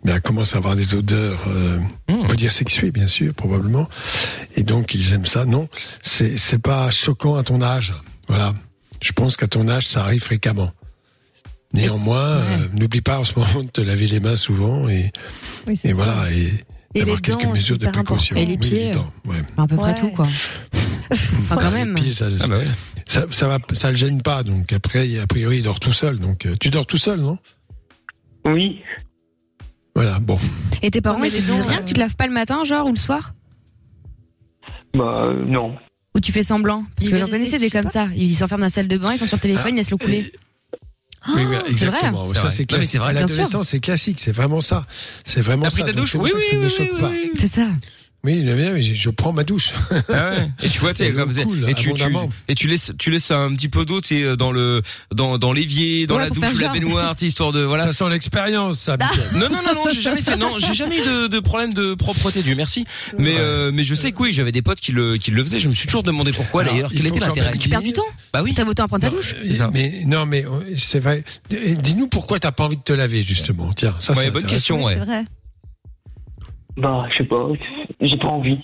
Speaker 3: ben, commence à avoir des odeurs, euh,
Speaker 2: Hmm.
Speaker 3: on peut dire sexuées bien sûr, probablement, et donc ils aiment ça. Non, c'est c'est pas choquant à ton âge, voilà. Je pense qu'à ton âge, ça arrive fréquemment. Néanmoins, euh, n'oublie pas en ce moment de te laver les mains souvent et,
Speaker 5: Oui, c'est
Speaker 3: et
Speaker 5: ça.
Speaker 3: voilà, et,
Speaker 5: Et
Speaker 3: d'avoir
Speaker 5: les dents,
Speaker 3: quelques
Speaker 5: c'est
Speaker 3: mesures de
Speaker 5: hyper
Speaker 3: précaution.
Speaker 5: important. Et les
Speaker 3: Oui,
Speaker 5: pieds,
Speaker 3: dents, ouais.
Speaker 6: À peu près tout, quoi. Enfin,
Speaker 3: Ah,
Speaker 6: quand
Speaker 3: les
Speaker 6: même.
Speaker 3: pieds, ça, ça, ça va, ça le gêne pas, donc après, a priori, il dort tout seul. Donc, euh, tu dors tout seul, non
Speaker 10: Oui.
Speaker 3: Voilà, bon.
Speaker 6: Et tes parents,
Speaker 5: mais euh,
Speaker 6: ils te
Speaker 5: dis
Speaker 6: disent
Speaker 5: donc,
Speaker 6: rien que tu te laves pas le matin, genre, ou le soir
Speaker 10: Bah, euh, non.
Speaker 6: Ou tu fais semblant Parce que j'en connaissais des comme ça. Ils s'enferment dans la salle de bain, ils sont sur le téléphone, ils laissent l'eau couler.
Speaker 3: Ah, oui, oui,
Speaker 6: Ah, c'est
Speaker 3: exactement.
Speaker 6: vrai.
Speaker 3: Ça,
Speaker 2: C'est
Speaker 3: c'est
Speaker 2: vrai. Non, mais
Speaker 3: classique.
Speaker 2: c'est vrai.
Speaker 3: À
Speaker 2: Bien
Speaker 3: l'adolescence,
Speaker 2: sûr.
Speaker 3: c'est classique. C'est vraiment ça. C'est vraiment
Speaker 2: T'as
Speaker 3: ça.
Speaker 2: pris ta
Speaker 3: Donc,
Speaker 2: douche
Speaker 3: c'est pour
Speaker 2: Oui,
Speaker 3: ça que ça
Speaker 2: oui,
Speaker 3: ne
Speaker 2: oui,
Speaker 3: choque
Speaker 2: oui,
Speaker 3: pas.
Speaker 2: oui,
Speaker 6: C'est ça.
Speaker 3: Oui, mais bien, mais je, je prends ma douche.
Speaker 2: Ah ouais. Et tu vois, t'es
Speaker 3: Elle
Speaker 2: comme
Speaker 3: coule
Speaker 2: et tu, tu-
Speaker 3: abondamment.
Speaker 2: et tu laisses tu laisses un petit peu d'eau, tu sais, dans le dans dans l'évier, dans
Speaker 3: Ouais,
Speaker 2: la
Speaker 3: pour
Speaker 2: douche,
Speaker 3: faire
Speaker 2: ou la
Speaker 3: genre. Ah.
Speaker 2: baignoire, tu sais, histoire de voilà.
Speaker 3: Ça sent l'expérience, ça. Mickaël.
Speaker 2: Non non non non, j'ai jamais fait non, j'ai jamais eu de, de problème de propreté, Dieu merci. Mais euh, mais je sais que oui, j'avais des potes qui le qui le faisaient. Je me suis toujours demandé pourquoi
Speaker 3: Alors,
Speaker 2: d'ailleurs,
Speaker 3: Ah, il
Speaker 2: quel
Speaker 3: faut
Speaker 2: était
Speaker 3: quand
Speaker 2: l'intérêt.
Speaker 3: même Tu perds du temps.
Speaker 2: Bah oui.
Speaker 6: T'as voté à prendre ta douche
Speaker 2: C'est ça.
Speaker 3: Mais non, mais euh, c'est vrai. Et Dis-nous pourquoi t'as pas envie de te laver justement. Tiens, ça
Speaker 2: Ouais,
Speaker 3: c'est
Speaker 2: bonne
Speaker 3: intéressant.
Speaker 2: question, ouais.
Speaker 10: Bah, je sais pas. J'ai pas envie.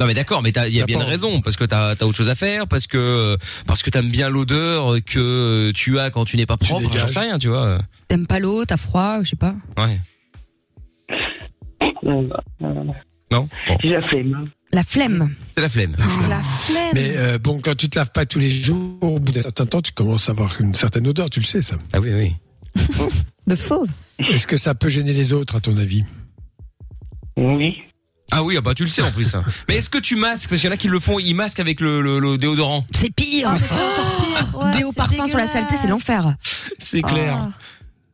Speaker 2: Non mais d'accord, mais il y a bien une raison parce que t'as as autre chose à faire, parce que parce que t'aimes bien l'odeur que tu as quand tu n'es pas propre. J'en sais rien, tu vois.
Speaker 6: T'aimes pas l'eau, t'as froid, je sais pas.
Speaker 2: Ouais.
Speaker 10: Non.
Speaker 2: Non.
Speaker 10: J'ai la flemme.
Speaker 6: La flemme.
Speaker 2: C'est la flemme.
Speaker 5: La flemme.
Speaker 3: Mais euh, bon, quand tu te laves pas tous les jours, au bout d'un certain temps, tu commences à avoir une certaine odeur. Tu le sais, ça.
Speaker 2: Ah oui, oui.
Speaker 5: De fauve.
Speaker 3: Est-ce que ça peut gêner les autres, à ton avis
Speaker 10: Oui.
Speaker 2: Ah oui, ah bah tu le sais en plus. hein. Mais est-ce que tu masques Parce qu'il y en a qui le font, ils masquent avec le, le, le déodorant.
Speaker 6: C'est pire. Oh, Déo parfum sur la saleté, c'est l'enfer.
Speaker 2: C'est clair. Ah.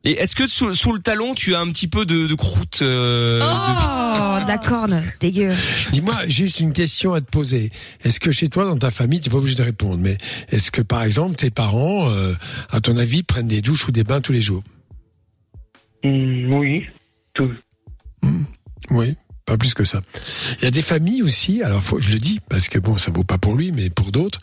Speaker 2: Et est-ce que sous, sous le talon, tu as un petit peu de, de croûte euh,
Speaker 6: Oh, de la corne. Dégueu.
Speaker 3: Dis-moi juste une question à te poser. Est-ce que chez toi, dans ta famille, tu n'es pas obligé de répondre, mais est-ce que par exemple tes parents, euh, à ton avis, prennent des douches ou des bains tous les jours
Speaker 10: Hum, oui. Tout.
Speaker 3: Hmm, Oui, pas plus que ça. Il y a des familles aussi, alors faut, je le dis, parce que bon, ça vaut pas pour lui, mais pour d'autres,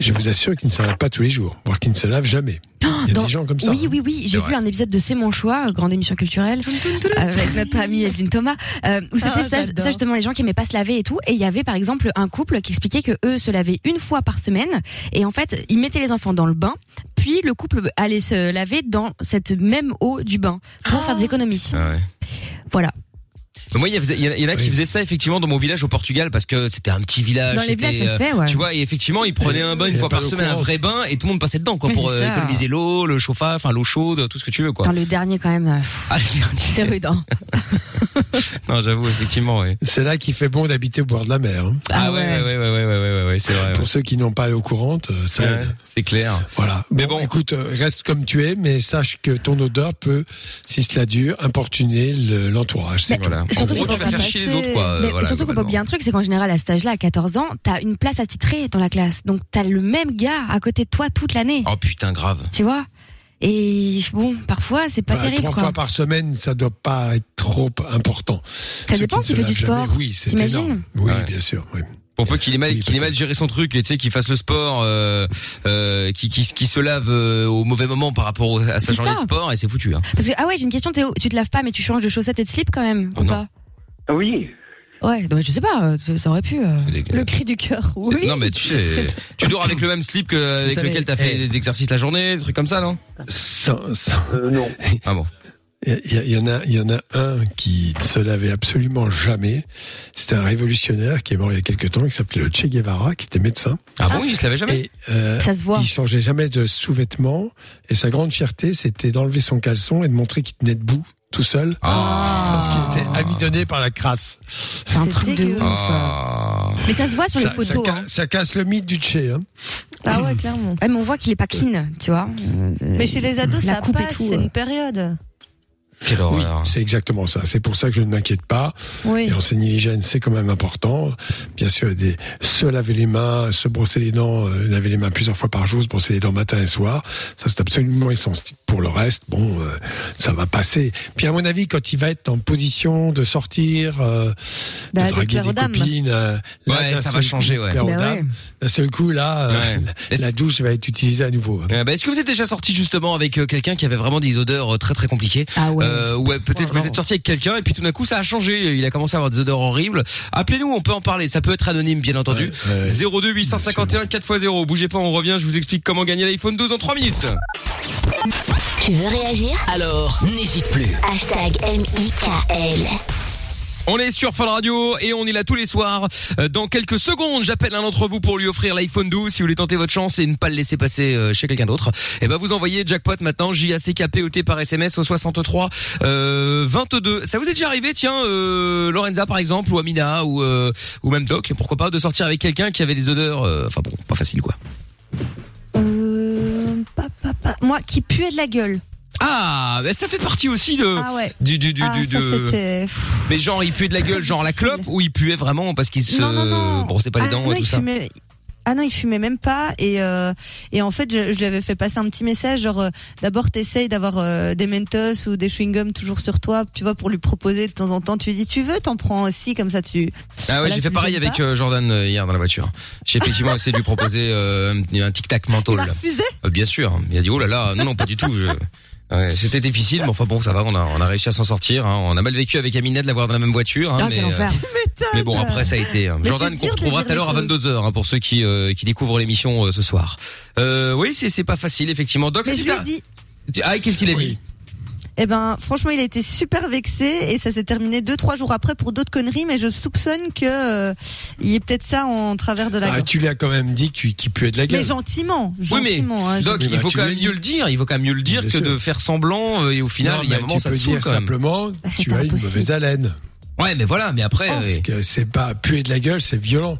Speaker 3: je vous assure qu'ils ne se lavent pas tous les jours, voire qu'ils ne se lavent jamais. Il y a
Speaker 6: Oh, Dans-
Speaker 3: des gens comme ça. hein.
Speaker 6: Oui, oui, oui. J'ai vu un épisode de C'est mon choix, euh, grande émission culturelle, euh, avec notre amie Evelyne Thomas, euh, où c'était
Speaker 5: Ah,
Speaker 6: ça,
Speaker 5: j'adore.
Speaker 6: ça, justement les gens qui aimaient pas se laver et tout. Et il y avait par exemple un couple qui expliquait que eux se lavaient une fois par semaine. Et en fait, ils mettaient les enfants dans le bain, puis le couple allait se laver dans cette même eau du bain pour faire des économies.
Speaker 2: Ah ouais.
Speaker 6: Voilà.
Speaker 2: Mais Moi, il y, faisait- il y en a- il y en a qui faisaient ça effectivement dans mon village au Portugal parce que c'était un petit village.
Speaker 6: Dans les
Speaker 2: c'était,
Speaker 6: villages, ça se
Speaker 2: euh,
Speaker 6: fait, ouais.
Speaker 2: Tu vois, et effectivement, ils prenaient un bain
Speaker 3: Il y
Speaker 2: une
Speaker 3: a
Speaker 2: fois
Speaker 3: pas
Speaker 2: par
Speaker 3: d'eau
Speaker 2: semaine, un
Speaker 3: courante.
Speaker 2: vrai bain, et tout le monde passait dedans, quoi,
Speaker 6: Mais
Speaker 2: pour
Speaker 6: c'est
Speaker 2: euh,
Speaker 6: ça.
Speaker 2: économiser l'eau, le chauffage, enfin l'eau chaude, tout ce que tu veux, quoi.
Speaker 6: Dans le dernier quand même, euh, pff,
Speaker 2: Ah, les derniers.
Speaker 6: c'est rude. hein.
Speaker 2: non, j'avoue, effectivement, ouais.
Speaker 3: C'est là qu'il fait bon d'habiter au bord de la mer. hein.
Speaker 2: Ah, ouais, ouais, ouais, ouais, ouais, ouais, ouais, ouais, c'est vrai.
Speaker 3: Pour ceux qui n'ont pas l'eau courante, euh, ça
Speaker 2: ouais.
Speaker 3: aide.
Speaker 2: C'est clair.
Speaker 3: Voilà. Mais bon, écoute, euh, reste comme tu es, mais sache que ton odeur peut, si cela dure, importuner le- l'entourage. c'est
Speaker 2: Voilà.
Speaker 3: tout.
Speaker 2: En gros, tu vas faire chier les autres, quoi. euh,
Speaker 6: Mais
Speaker 2: voilà,
Speaker 6: surtout qu'on peut oublier un truc, c'est qu'en général, à cet âge-là, à 14 ans, t'as une place attitrée dans la classe. Donc t'as le même gars à côté de toi toute l'année.
Speaker 2: Oh putain, grave.
Speaker 6: Tu vois Et bon, parfois, c'est pas
Speaker 3: Voilà,
Speaker 6: terrible.
Speaker 3: Bah, trois
Speaker 6: quoi.
Speaker 3: fois par semaine, ça doit pas être trop important.
Speaker 6: Ça
Speaker 3: Ceux
Speaker 6: dépend
Speaker 3: qui ne
Speaker 6: si tu
Speaker 3: se
Speaker 6: fais du
Speaker 3: lavent jamais,
Speaker 6: sport.
Speaker 3: Oui, c'est
Speaker 6: T'imagines
Speaker 3: énorme. Oui, bien sûr. Oui.
Speaker 2: Pour peu qu'il ait mal, qu'il ait mal géré son truc et tu sais qu'il fasse le sport, euh, euh, qui, qui, qui se lave euh, au mauvais moment par rapport au- à sa
Speaker 6: C'est
Speaker 2: journée
Speaker 6: ça.
Speaker 2: de sport et c'est foutu. Hein.
Speaker 6: Parce que, ah ouais, j'ai une question, Théo. Tu te laves pas, mais tu changes de chaussettes et de slip quand même, ou pas
Speaker 10: Oui.
Speaker 6: Ouais, non, mais je sais pas, euh, ça aurait pu. euh.
Speaker 5: Le cri du cœur, oui.
Speaker 2: Non mais tu sais, tu dors avec le même slip que, avec
Speaker 5: savez,
Speaker 2: lequel t'as
Speaker 3: eh.
Speaker 2: fait des exercices la journée, des trucs comme ça, non
Speaker 3: Ah
Speaker 10: non.
Speaker 2: Ah bon.
Speaker 3: Il y, a- il y en a, il y en a un qui ne se lavait absolument jamais. C'était un révolutionnaire qui est mort il y a quelque temps, qui s'appelait le Che Guevara, qui était médecin.
Speaker 2: Ah bon, il se lavait jamais.
Speaker 3: Et euh,
Speaker 6: Ça se voit.
Speaker 3: il changeait jamais de sous-vêtements. Et sa grande fierté, c'était d'enlever son caleçon et de montrer qu'il tenait debout tout seul. Parce qu'il était amidonné par la crasse.
Speaker 6: C'est un truc de ouf. hein.
Speaker 5: dégueulasse.
Speaker 2: Ah.
Speaker 6: Mais ça se voit sur
Speaker 3: ça,
Speaker 6: les
Speaker 3: ça
Speaker 6: photos.
Speaker 3: ca-
Speaker 6: hein.
Speaker 3: ça casse le mythe du Che. Hein.
Speaker 5: Ah ouais, clairement.
Speaker 6: Ouais, mais on voit qu'il est pas clean, tu vois. Euh,
Speaker 5: Mais chez les ados,
Speaker 6: La
Speaker 5: ça
Speaker 6: coupe et
Speaker 5: passe,
Speaker 6: tout,
Speaker 5: c'est
Speaker 6: euh.
Speaker 5: une période.
Speaker 2: Quelle
Speaker 3: Oui,
Speaker 2: horreur.
Speaker 3: c'est exactement ça. C'est pour ça que je ne m'inquiète pas.
Speaker 5: Oui.
Speaker 3: Et enseigner l'hygiène, c'est quand même important. Bien sûr, des, se laver les mains, se brosser les dents, euh, laver les mains plusieurs fois par jour, se brosser les dents matin et soir, ça c'est absolument essentiel. Pour le reste, bon, euh, ça va passer. Puis à mon avis, quand il va être en position de sortir, euh,
Speaker 5: Bah,
Speaker 3: de
Speaker 5: de
Speaker 3: draguer
Speaker 5: plaire aux
Speaker 3: des
Speaker 5: dames.
Speaker 3: copines, euh, là,
Speaker 2: Ouais,
Speaker 3: d'un
Speaker 2: ça
Speaker 3: seul
Speaker 2: va
Speaker 3: coup,
Speaker 2: changer, ouais.
Speaker 3: plaire aux
Speaker 6: Bah ouais.
Speaker 3: dames, D'un seul coup, là, euh,
Speaker 2: Ouais.
Speaker 3: la- la douche va être utilisée à nouveau. hein.
Speaker 2: Ah bah, Est-ce que vous êtes déjà sorti justement avec euh, quelqu'un qui avait vraiment des odeurs euh, très très compliquées
Speaker 6: Ah ouais.
Speaker 2: Euh, ouais, peut-être
Speaker 6: Oh là
Speaker 2: vous êtes
Speaker 6: là.
Speaker 2: sorti avec quelqu'un et puis tout d'un coup ça a changé. Il a commencé à avoir des odeurs horribles. Appelez-nous, on peut en parler. Ça peut être anonyme, bien entendu.
Speaker 3: Ouais, ouais.
Speaker 2: 02 851 4x0. Bougez pas, on revient. Je vous explique comment gagner l'iPhone 12 en 3 minutes.
Speaker 9: Tu veux réagir
Speaker 4: Alors, n'hésite plus.
Speaker 9: Hashtag M-I-K-L.
Speaker 2: On est sur Fun Radio et on est là tous les soirs. Euh, Dans quelques secondes, j'appelle un d'entre vous pour lui offrir l'iPhone 12. Si vous voulez tenter votre chance et ne pas le laisser passer euh, chez quelqu'un d'autre, eh ben vous envoyez jackpot maintenant J A C K P O T par SMS au 63 euh, 22. Ça vous est déjà arrivé, tiens, euh, Lorenza par exemple ou Amina ou euh, ou même Doc, pourquoi pas de sortir avec quelqu'un qui avait des odeurs, euh, enfin bon, pas facile quoi.
Speaker 5: Euh, pa, pa, pa. Moi, qui puait de la gueule.
Speaker 2: Ah, ben ça fait partie aussi de
Speaker 5: Ah ouais.
Speaker 2: du du du,
Speaker 5: ah,
Speaker 2: du
Speaker 5: ça,
Speaker 2: de-
Speaker 5: c'était... pff.
Speaker 2: mais genre il puait de la gueule, genre la clope ou il puait vraiment parce qu'il se
Speaker 5: Non, non, non.
Speaker 2: brossait pas les
Speaker 5: Ah,
Speaker 2: dents
Speaker 5: non,
Speaker 2: et tout
Speaker 5: il
Speaker 2: ça.
Speaker 5: fumait- Ah non, il fumait même pas et euh, et en fait je, je lui avais fait passer un petit message genre euh, d'abord t'essayes d'avoir euh, des mentos ou des chewing gums toujours sur toi tu vois pour lui proposer de temps en temps tu lui dis tu veux t'en prends aussi comme ça tu
Speaker 2: Ah ouais,
Speaker 5: Voilà,
Speaker 2: j'ai
Speaker 5: tu
Speaker 2: fait
Speaker 5: le
Speaker 2: pareil
Speaker 5: gênes
Speaker 2: avec
Speaker 5: pas.
Speaker 2: euh, Jordan euh, hier dans la voiture. J'ai effectivement essayé de lui proposer euh, un- un tic-tac
Speaker 5: il
Speaker 2: menthol.
Speaker 5: a refusé
Speaker 2: Euh, bien sûr. Il a dit, oh là là, non, non, pas du tout. je- Ouais, c'était difficile, mais enfin bon, ça va, on a, on a réussi à s'en sortir. hein. On a mal vécu avec Amina de l'avoir dans la même voiture. hein,
Speaker 6: Ah,
Speaker 2: mais,
Speaker 6: quel
Speaker 2: euh,
Speaker 6: enfer.
Speaker 2: mais bon, après, ça a été. hein.
Speaker 5: Mais
Speaker 2: Jordan,
Speaker 5: c'est
Speaker 2: qu'on
Speaker 5: dur de
Speaker 2: retrouvera
Speaker 5: dire
Speaker 2: tout à
Speaker 5: les
Speaker 2: l'heure à
Speaker 5: choses.
Speaker 2: 22h, pour ceux qui, euh, qui découvrent l'émission euh, ce soir. Euh, oui, c'est c'est pas facile, effectivement. Doc,
Speaker 5: mais
Speaker 2: ça,
Speaker 5: je
Speaker 2: tu
Speaker 5: lui ai
Speaker 2: l'as-
Speaker 5: dit
Speaker 2: tu- Ah, qu'est-ce qu'il a dit
Speaker 5: Eh ben, franchement, il a été super vexé et ça s'est terminé deux trois jours après pour d'autres conneries. Mais je soupçonne que euh, il y ait peut-être ça en travers de la.
Speaker 3: Ah,
Speaker 5: gorge.
Speaker 3: tu lui as quand même dit qu'il qu'il puait de la
Speaker 5: Mais
Speaker 3: gueule.
Speaker 5: gentiment,
Speaker 2: Oui, mais
Speaker 5: gentiment. hein,
Speaker 2: Doc,
Speaker 3: je-
Speaker 2: il
Speaker 3: Bah,
Speaker 2: faut
Speaker 3: tu
Speaker 2: quand
Speaker 3: l'as
Speaker 2: même
Speaker 3: dit.
Speaker 2: mieux le dire. Il faut quand même mieux le dire
Speaker 3: Bien
Speaker 2: que
Speaker 3: sûr.
Speaker 2: de faire semblant. euh, Et au final,
Speaker 3: Non,
Speaker 2: il y a un
Speaker 3: mais
Speaker 2: moment,
Speaker 3: tu
Speaker 2: ça
Speaker 3: peux
Speaker 2: te saoule
Speaker 3: dire
Speaker 2: quand même.
Speaker 3: simplement,
Speaker 6: Bah,
Speaker 5: c'est
Speaker 3: tu as une
Speaker 5: impossible.
Speaker 3: mauvaise haleine.
Speaker 2: Ouais, mais voilà, mais après. euh,
Speaker 3: Parce que c'est pas puer de la gueule, c'est violent.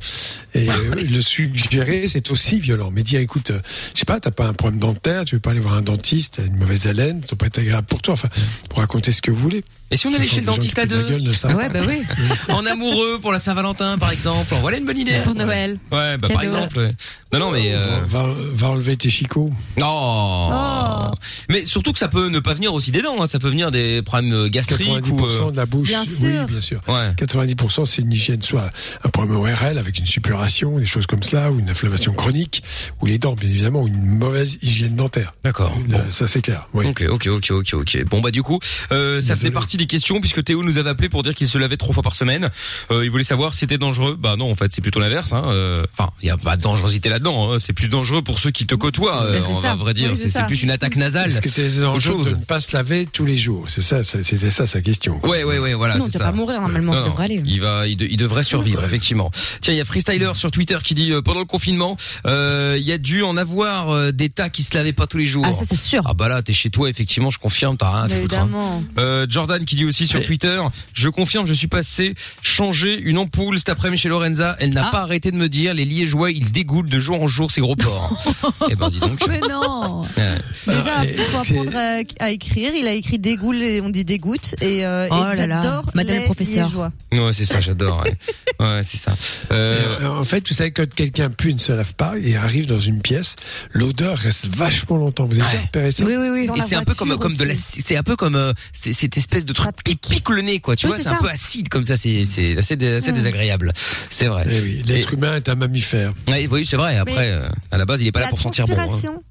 Speaker 3: Et
Speaker 2: Bah,
Speaker 3: euh, le suggérer, c'est aussi violent. Mais dire, écoute, euh, je sais pas, t'as pas un problème dentaire, tu veux pas aller voir un dentiste, t'as une mauvaise haleine, ça doit pas être agréable pour toi. Enfin, pour raconter ce que vous voulez.
Speaker 2: Et si on allait
Speaker 3: Sachant que
Speaker 2: chez le
Speaker 3: les gens
Speaker 2: dentiste
Speaker 3: qui
Speaker 2: à
Speaker 3: puent de la
Speaker 2: deux
Speaker 3: gueule ne savent
Speaker 6: Ah ouais, bah oui.
Speaker 2: En amoureux pour la Saint-Valentin, par exemple. Voilà une bonne idée.
Speaker 6: Pour Noël.
Speaker 2: Ouais, bah par
Speaker 6: Cadeau.
Speaker 2: exemple. ouais. Non, non, mais.
Speaker 3: pas.
Speaker 2: euh,
Speaker 3: Va, va enlever tes chicots.
Speaker 2: Oh.
Speaker 5: Oh.
Speaker 2: Mais surtout que ça peut ne pas venir aussi des dents. hein. Ça peut venir des problèmes euh, gastriques ou.
Speaker 3: 90%
Speaker 2: euh,
Speaker 3: de la bouche.
Speaker 5: Bien sûr.
Speaker 3: Oui, bien sûr.
Speaker 2: Ouais.
Speaker 3: 90% c'est une hygiène, soit un problème ORL avec une suppuration, des choses comme ça, ou une inflammation chronique, ou les dents, bien évidemment, ou une mauvaise hygiène dentaire.
Speaker 2: D'accord.
Speaker 3: Une-
Speaker 2: Bon.
Speaker 3: Ça c'est clair. Oui.
Speaker 2: Ok, ok, ok, ok, ok. Bon bah du coup, euh, ça faisait partie des questions puisque Théo nous avait appelé pour dire qu'il se lavait trois fois par semaine. Euh, il voulait savoir si c'était dangereux. Bah non, en fait, c'est plutôt l'inverse. hein. Euh, Enfin, il y a pas de dangerosité là-dedans. hein. C'est plus dangereux pour ceux qui te côtoient. euh,
Speaker 6: Ben, c'est
Speaker 2: on va
Speaker 6: ça.
Speaker 2: vrai dire,
Speaker 5: Oui, c'est
Speaker 2: c'est
Speaker 5: ça.
Speaker 2: c'est plus une attaque nasale.
Speaker 3: Est-ce que t'es dans le
Speaker 2: Autre
Speaker 3: jeu
Speaker 2: chose.
Speaker 3: de ne pas se laver tous les jours C'est ça, ça- c'était ça sa question. quoi.
Speaker 2: Ouais, ouais, ouais, voilà.
Speaker 6: Non,
Speaker 2: c'est
Speaker 6: tu
Speaker 2: ça.
Speaker 6: vas pas mourir hein, normalement, ça
Speaker 2: Non,
Speaker 6: devrait aller.
Speaker 2: Il va, il, de- il devrait survivre effectivement. Tiens, il y a Freestyler sur Twitter qui dit euh, pendant le confinement, euh, il y a dû en avoir euh, des tas qui se lavaient pas tous les jours.
Speaker 6: Ah, ça, c'est sûr.
Speaker 2: Ah bah là, t'es chez toi effectivement, je confirme, t'as rien à
Speaker 5: Mais
Speaker 2: foutre. hein.
Speaker 5: évidemment.
Speaker 2: Euh, Jordan qui dit aussi sur
Speaker 3: Mais-
Speaker 2: Twitter, je confirme, je suis passé changer une ampoule cet après-midi chez Lorenza. Elle n'a
Speaker 6: Ah.
Speaker 2: pas arrêté de me dire, les Liégeois, ils dégoûtent de jour en jour ces gros porcs. eh ben dis donc.
Speaker 5: Mais non.
Speaker 2: Euh,
Speaker 5: Déjà,
Speaker 3: Ah, et
Speaker 5: il faut
Speaker 3: c'est-
Speaker 5: apprendre à, à écrire. Il a écrit dégoule et on dit dégoûte et, euh, et
Speaker 6: Oh là là.
Speaker 5: j'adore
Speaker 6: Madame
Speaker 5: les
Speaker 6: professeur.
Speaker 2: Ouais, c'est ça, j'adore. Ouais, Ouais, c'est ça. Euh,
Speaker 3: Euh, en fait, vous savez, quand quelqu'un pue et ne se lave pas et arrive dans une pièce, l'odeur reste vachement longtemps. Vous avez déjà repéré ça
Speaker 2: Et c'est un peu comme comme de la, c'est un peu comme euh, c'est- cette espèce de truc qui pique le nez quoi. Tu
Speaker 3: Oui,
Speaker 2: vois,
Speaker 3: c'est
Speaker 2: c'est un
Speaker 3: ça.
Speaker 2: peu acide comme ça. C'est c'est assez dé- assez
Speaker 3: Ouais. Eh
Speaker 2: désagréable. C'est vrai.
Speaker 3: L'être humain est un mammifère.
Speaker 2: Ouais, oui, c'est vrai. Après,
Speaker 5: Mais-
Speaker 2: euh, à la base, il est pas là
Speaker 5: la
Speaker 2: pour sentir bon. hein.
Speaker 5: transpiration.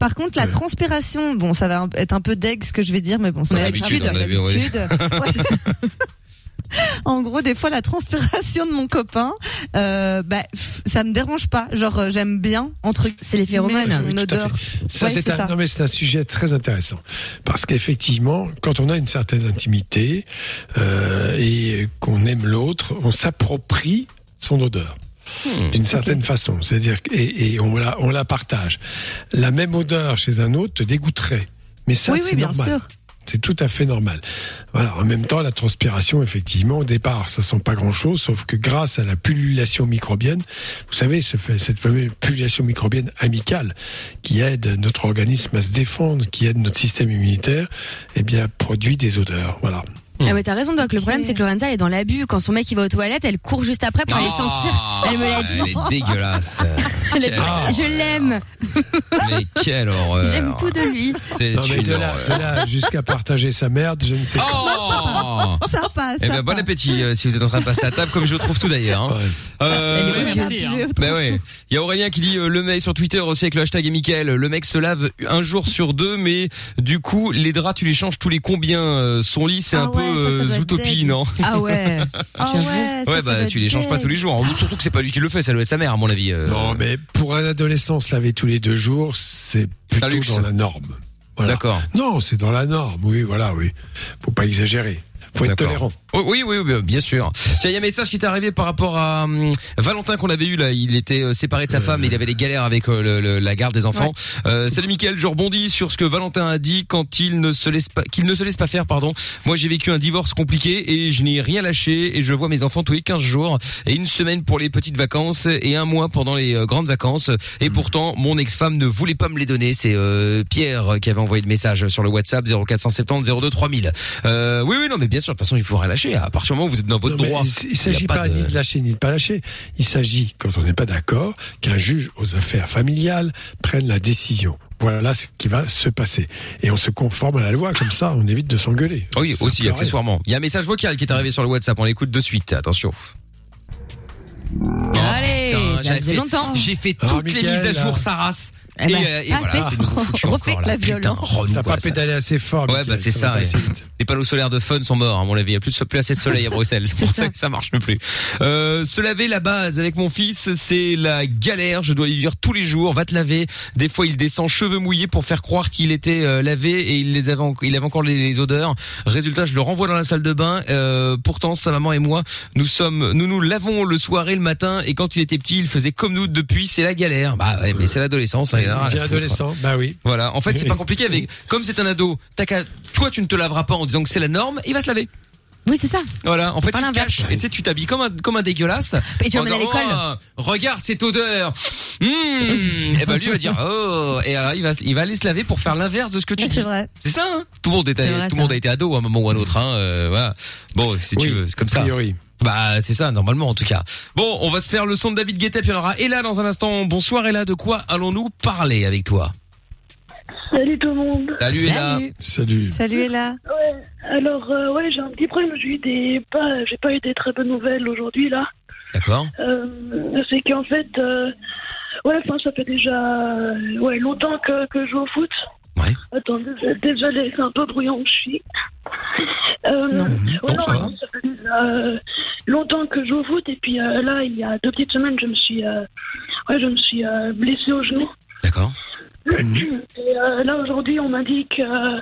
Speaker 5: Par contre, la transpiration, bon, ça va un- être un peu deg ce que je vais dire, mais bon, ça
Speaker 2: On a
Speaker 5: va être
Speaker 2: l'habitude,
Speaker 5: grave,
Speaker 2: on a vu, ouais.
Speaker 5: d'habitude. Ouais. En gros, des fois, la transpiration de mon copain, euh, bah, pff, ça me dérange pas. Genre, euh, j'aime bien entre.
Speaker 6: C'est les phéromones.
Speaker 3: Oui,
Speaker 5: une
Speaker 3: tout à
Speaker 5: odeur.
Speaker 3: fait. Ça,
Speaker 5: Ouais,
Speaker 3: c'est
Speaker 5: c'est
Speaker 3: un,
Speaker 5: ça.
Speaker 3: non, mais c'est un sujet très intéressant. Parce qu'effectivement, quand on a une certaine intimité euh, et qu'on aime l'autre, on s'approprie son odeur.
Speaker 11: Hmm.
Speaker 3: D'une certaine façon, c'est-à-dire que- et, et on la on la partage. La même odeur chez un autre te dégoûterait, mais ça
Speaker 5: Oui, oui,
Speaker 3: c'est
Speaker 5: bien
Speaker 3: normal.
Speaker 5: sûr.
Speaker 3: C'est tout à fait normal. Voilà. En même temps, la transpiration, effectivement, au départ, ça sent pas grand-chose, sauf que grâce à la pullulation microbienne, vous savez, ce fait- cette fameuse pullulation microbienne amicale qui aide notre organisme à se défendre, qui aide notre système immunitaire, eh bien, produit des odeurs. Voilà.
Speaker 2: Mm.
Speaker 6: Ah ouais, t'as raison, Doc. Le problème, c'est que Lorenza, elle est dans l'abus. Quand son mec, il va aux toilettes, elle court juste après pour aller
Speaker 2: Ah,
Speaker 6: sentir. Elle me l'a dit.
Speaker 2: Elle est dégueulasse.
Speaker 6: Elle a dit,
Speaker 2: Quelle horreur.
Speaker 6: je l'aime.
Speaker 2: Mais quelle horreur.
Speaker 6: J'aime tout de lui.
Speaker 2: C'est
Speaker 3: Non, mais
Speaker 2: une
Speaker 3: de là,
Speaker 2: horreur.
Speaker 3: de là jusqu'à partager sa merde, je ne sais pas.
Speaker 2: Oh
Speaker 5: Ça passe.
Speaker 2: Eh ben bon appétit euh, si vous êtes en train de passer à table comme je le trouve tout d'ailleurs. hein. Euh,
Speaker 7: Elle est bonne, merci, hein.
Speaker 2: Ben ouais. Il y a Aurélien qui dit euh, le mec sur Twitter aussi avec le hashtag et Mickaël, le mec se lave un jour sur deux mais du coup les draps tu les changes tous les combien euh, son lit c'est un peu euh, zootopie non
Speaker 6: Ah ouais.
Speaker 5: ouais.
Speaker 2: Ouais bah tu les changes pas tous les jours surtout que c'est pas lui qui le fait ça doit être sa mère à mon avis. euh.
Speaker 3: Non, mais pour un adolescent, se laver tous les deux jours, c'est
Speaker 2: Un
Speaker 3: plutôt
Speaker 2: luxe.
Speaker 3: dans la norme. Voilà.
Speaker 2: D'accord.
Speaker 3: Non, c'est dans la norme. Oui, voilà, oui. Faut pas exagérer. Faut être
Speaker 2: D'accord.
Speaker 3: tolérant.
Speaker 2: Oh, Oui, oui, oui, bien sûr. Tiens, il y a un message qui est arrivé par rapport à hum, Valentin qu'on avait eu là. Il était euh, séparé de sa femme et il avait des galères avec euh, le- le- la garde des enfants. Euh, salut Mickaël, je rebondis sur ce que Valentin a dit quand il ne se laisse pas, qu'il ne se laisse pas faire, pardon. Moi, j'ai vécu un divorce compliqué et je n'ai rien lâché et je vois mes enfants tous les 15 jours et une semaine pour les petites vacances et un mois pendant les euh, grandes vacances.
Speaker 3: Hmm.
Speaker 2: Et pourtant, mon ex-femme ne voulait pas me les donner. C'est euh, Pierre qui avait envoyé le message sur le WhatsApp 0470 02 3000. Euh, oui, oui, non, mais bien sûr, de toute façon, il faut rien lâcher. À partir du moment où vous êtes dans votre
Speaker 3: Non, mais
Speaker 2: droit,
Speaker 3: il- Il ne
Speaker 2: y a
Speaker 3: s'agit pas, ni de lâcher ni de pas lâcher. Il s'agit, quand on n'est pas d'accord, qu'un juge aux affaires familiales prenne la décision. Voilà ce qui va se passer. Et on se conforme à la loi, comme ça on évite de s'engueuler.
Speaker 2: Oui,
Speaker 3: Ça
Speaker 2: aussi,
Speaker 3: pleurait.
Speaker 2: accessoirement. Il y a un message vocal qui est arrivé sur le WhatsApp. On l'écoute de suite. Attention.
Speaker 6: Allez,
Speaker 2: Ah, putain,
Speaker 6: ça
Speaker 2: j'avais
Speaker 6: faisait
Speaker 2: fait-
Speaker 6: longtemps.
Speaker 2: J'ai fait toutes les mises à jour, sa race.
Speaker 6: Eh ben,
Speaker 2: et euh, et
Speaker 6: ah,
Speaker 2: voilà,
Speaker 6: c'est-
Speaker 2: c'est nous foutus encore,
Speaker 6: Refait
Speaker 2: là.
Speaker 6: la
Speaker 2: Putain,
Speaker 6: violence.
Speaker 2: relou,
Speaker 3: T'as
Speaker 2: quoi,
Speaker 3: pas
Speaker 2: ça.
Speaker 3: pédalé assez fort.
Speaker 2: Ouais, bah c'est
Speaker 3: ça va
Speaker 2: ça.
Speaker 3: passer
Speaker 2: Les, les panneaux solaires de fun sont morts, à mon avis. Il y a plus de, plus assez de soleil à Bruxelles. C'est pour ça que ça marche plus. Euh, se laver la base avec mon fils, c'est la galère. Je dois lui dire tous les jours, va te laver. Des fois, il descend cheveux mouillés pour faire croire qu'il était euh, lavé et il les avait, en- il avait encore les, les odeurs. Résultat, je le renvoie dans la salle de bain. Euh, pourtant, sa maman et moi, nous sommes, nous nous lavons le soir et le matin. Et quand il était petit, il faisait comme nous depuis. C'est la galère. Bah ouais, mais c'est l'adolescence. hein, il y en a rien à
Speaker 3: Il dit
Speaker 2: foutre.
Speaker 3: adolescent, bah oui.
Speaker 2: Voilà. En fait, c'est pas compliqué. Avec, comme c'est un ado, t'as qu'à- toi, tu ne te laveras pas en disant que c'est la norme, il va se laver.
Speaker 6: Oui, c'est ça.
Speaker 2: Voilà. En fait,
Speaker 6: Pas
Speaker 2: tu te
Speaker 6: l'inverse.
Speaker 2: caches. Et tu sais, tu t'habilles comme un, comme un dégueulasse.
Speaker 6: Et tu
Speaker 2: en
Speaker 6: l'emmènes à
Speaker 2: disant,
Speaker 6: l'école.
Speaker 2: Oh, regarde cette odeur. Mmh. Et ben, lui, il va dire, oh. Et alors, il va, il va aller se laver pour faire l'inverse de ce que tu dis.
Speaker 5: C'est vrai.
Speaker 2: C'est ça, hein Tout le monde était,
Speaker 5: C'est vrai,
Speaker 2: tout
Speaker 5: ça.
Speaker 2: le monde a été ado à un moment ou à un autre, hein. euh, voilà. Bon, si tu veux, c'est comme ça. Bah, c'est ça, normalement, en tout cas. Bon, on va se faire le son de David Guetta, puis on aura Ella dans un instant. Bonsoir, Ella. De quoi allons-nous parler avec toi?
Speaker 12: Salut tout le monde.
Speaker 2: Salut, Ella.
Speaker 3: Salut.
Speaker 5: Salut Ella.
Speaker 12: Ouais. Alors euh, ouais, j'ai un petit problème. J'ai eu des pas, j'ai pas eu des très bonnes nouvelles aujourd'hui là.
Speaker 2: D'accord.
Speaker 12: Euh, c'est qu'en fait, euh, ouais, enfin ça fait déjà euh, ouais longtemps que, que je joue au foot.
Speaker 2: Ouais.
Speaker 12: Attends, dés- désolé, c'est un peu bruyant où je suis. Euh, ouais, non,
Speaker 2: ça va.
Speaker 12: non, ça fait déjà, euh, longtemps que je joue au foot et puis euh, là, il y a deux petites semaines, je me suis, euh, ouais, je me suis euh, blessée au genou.
Speaker 2: D'accord.
Speaker 12: Et euh, là aujourd'hui, on m'a dit que euh,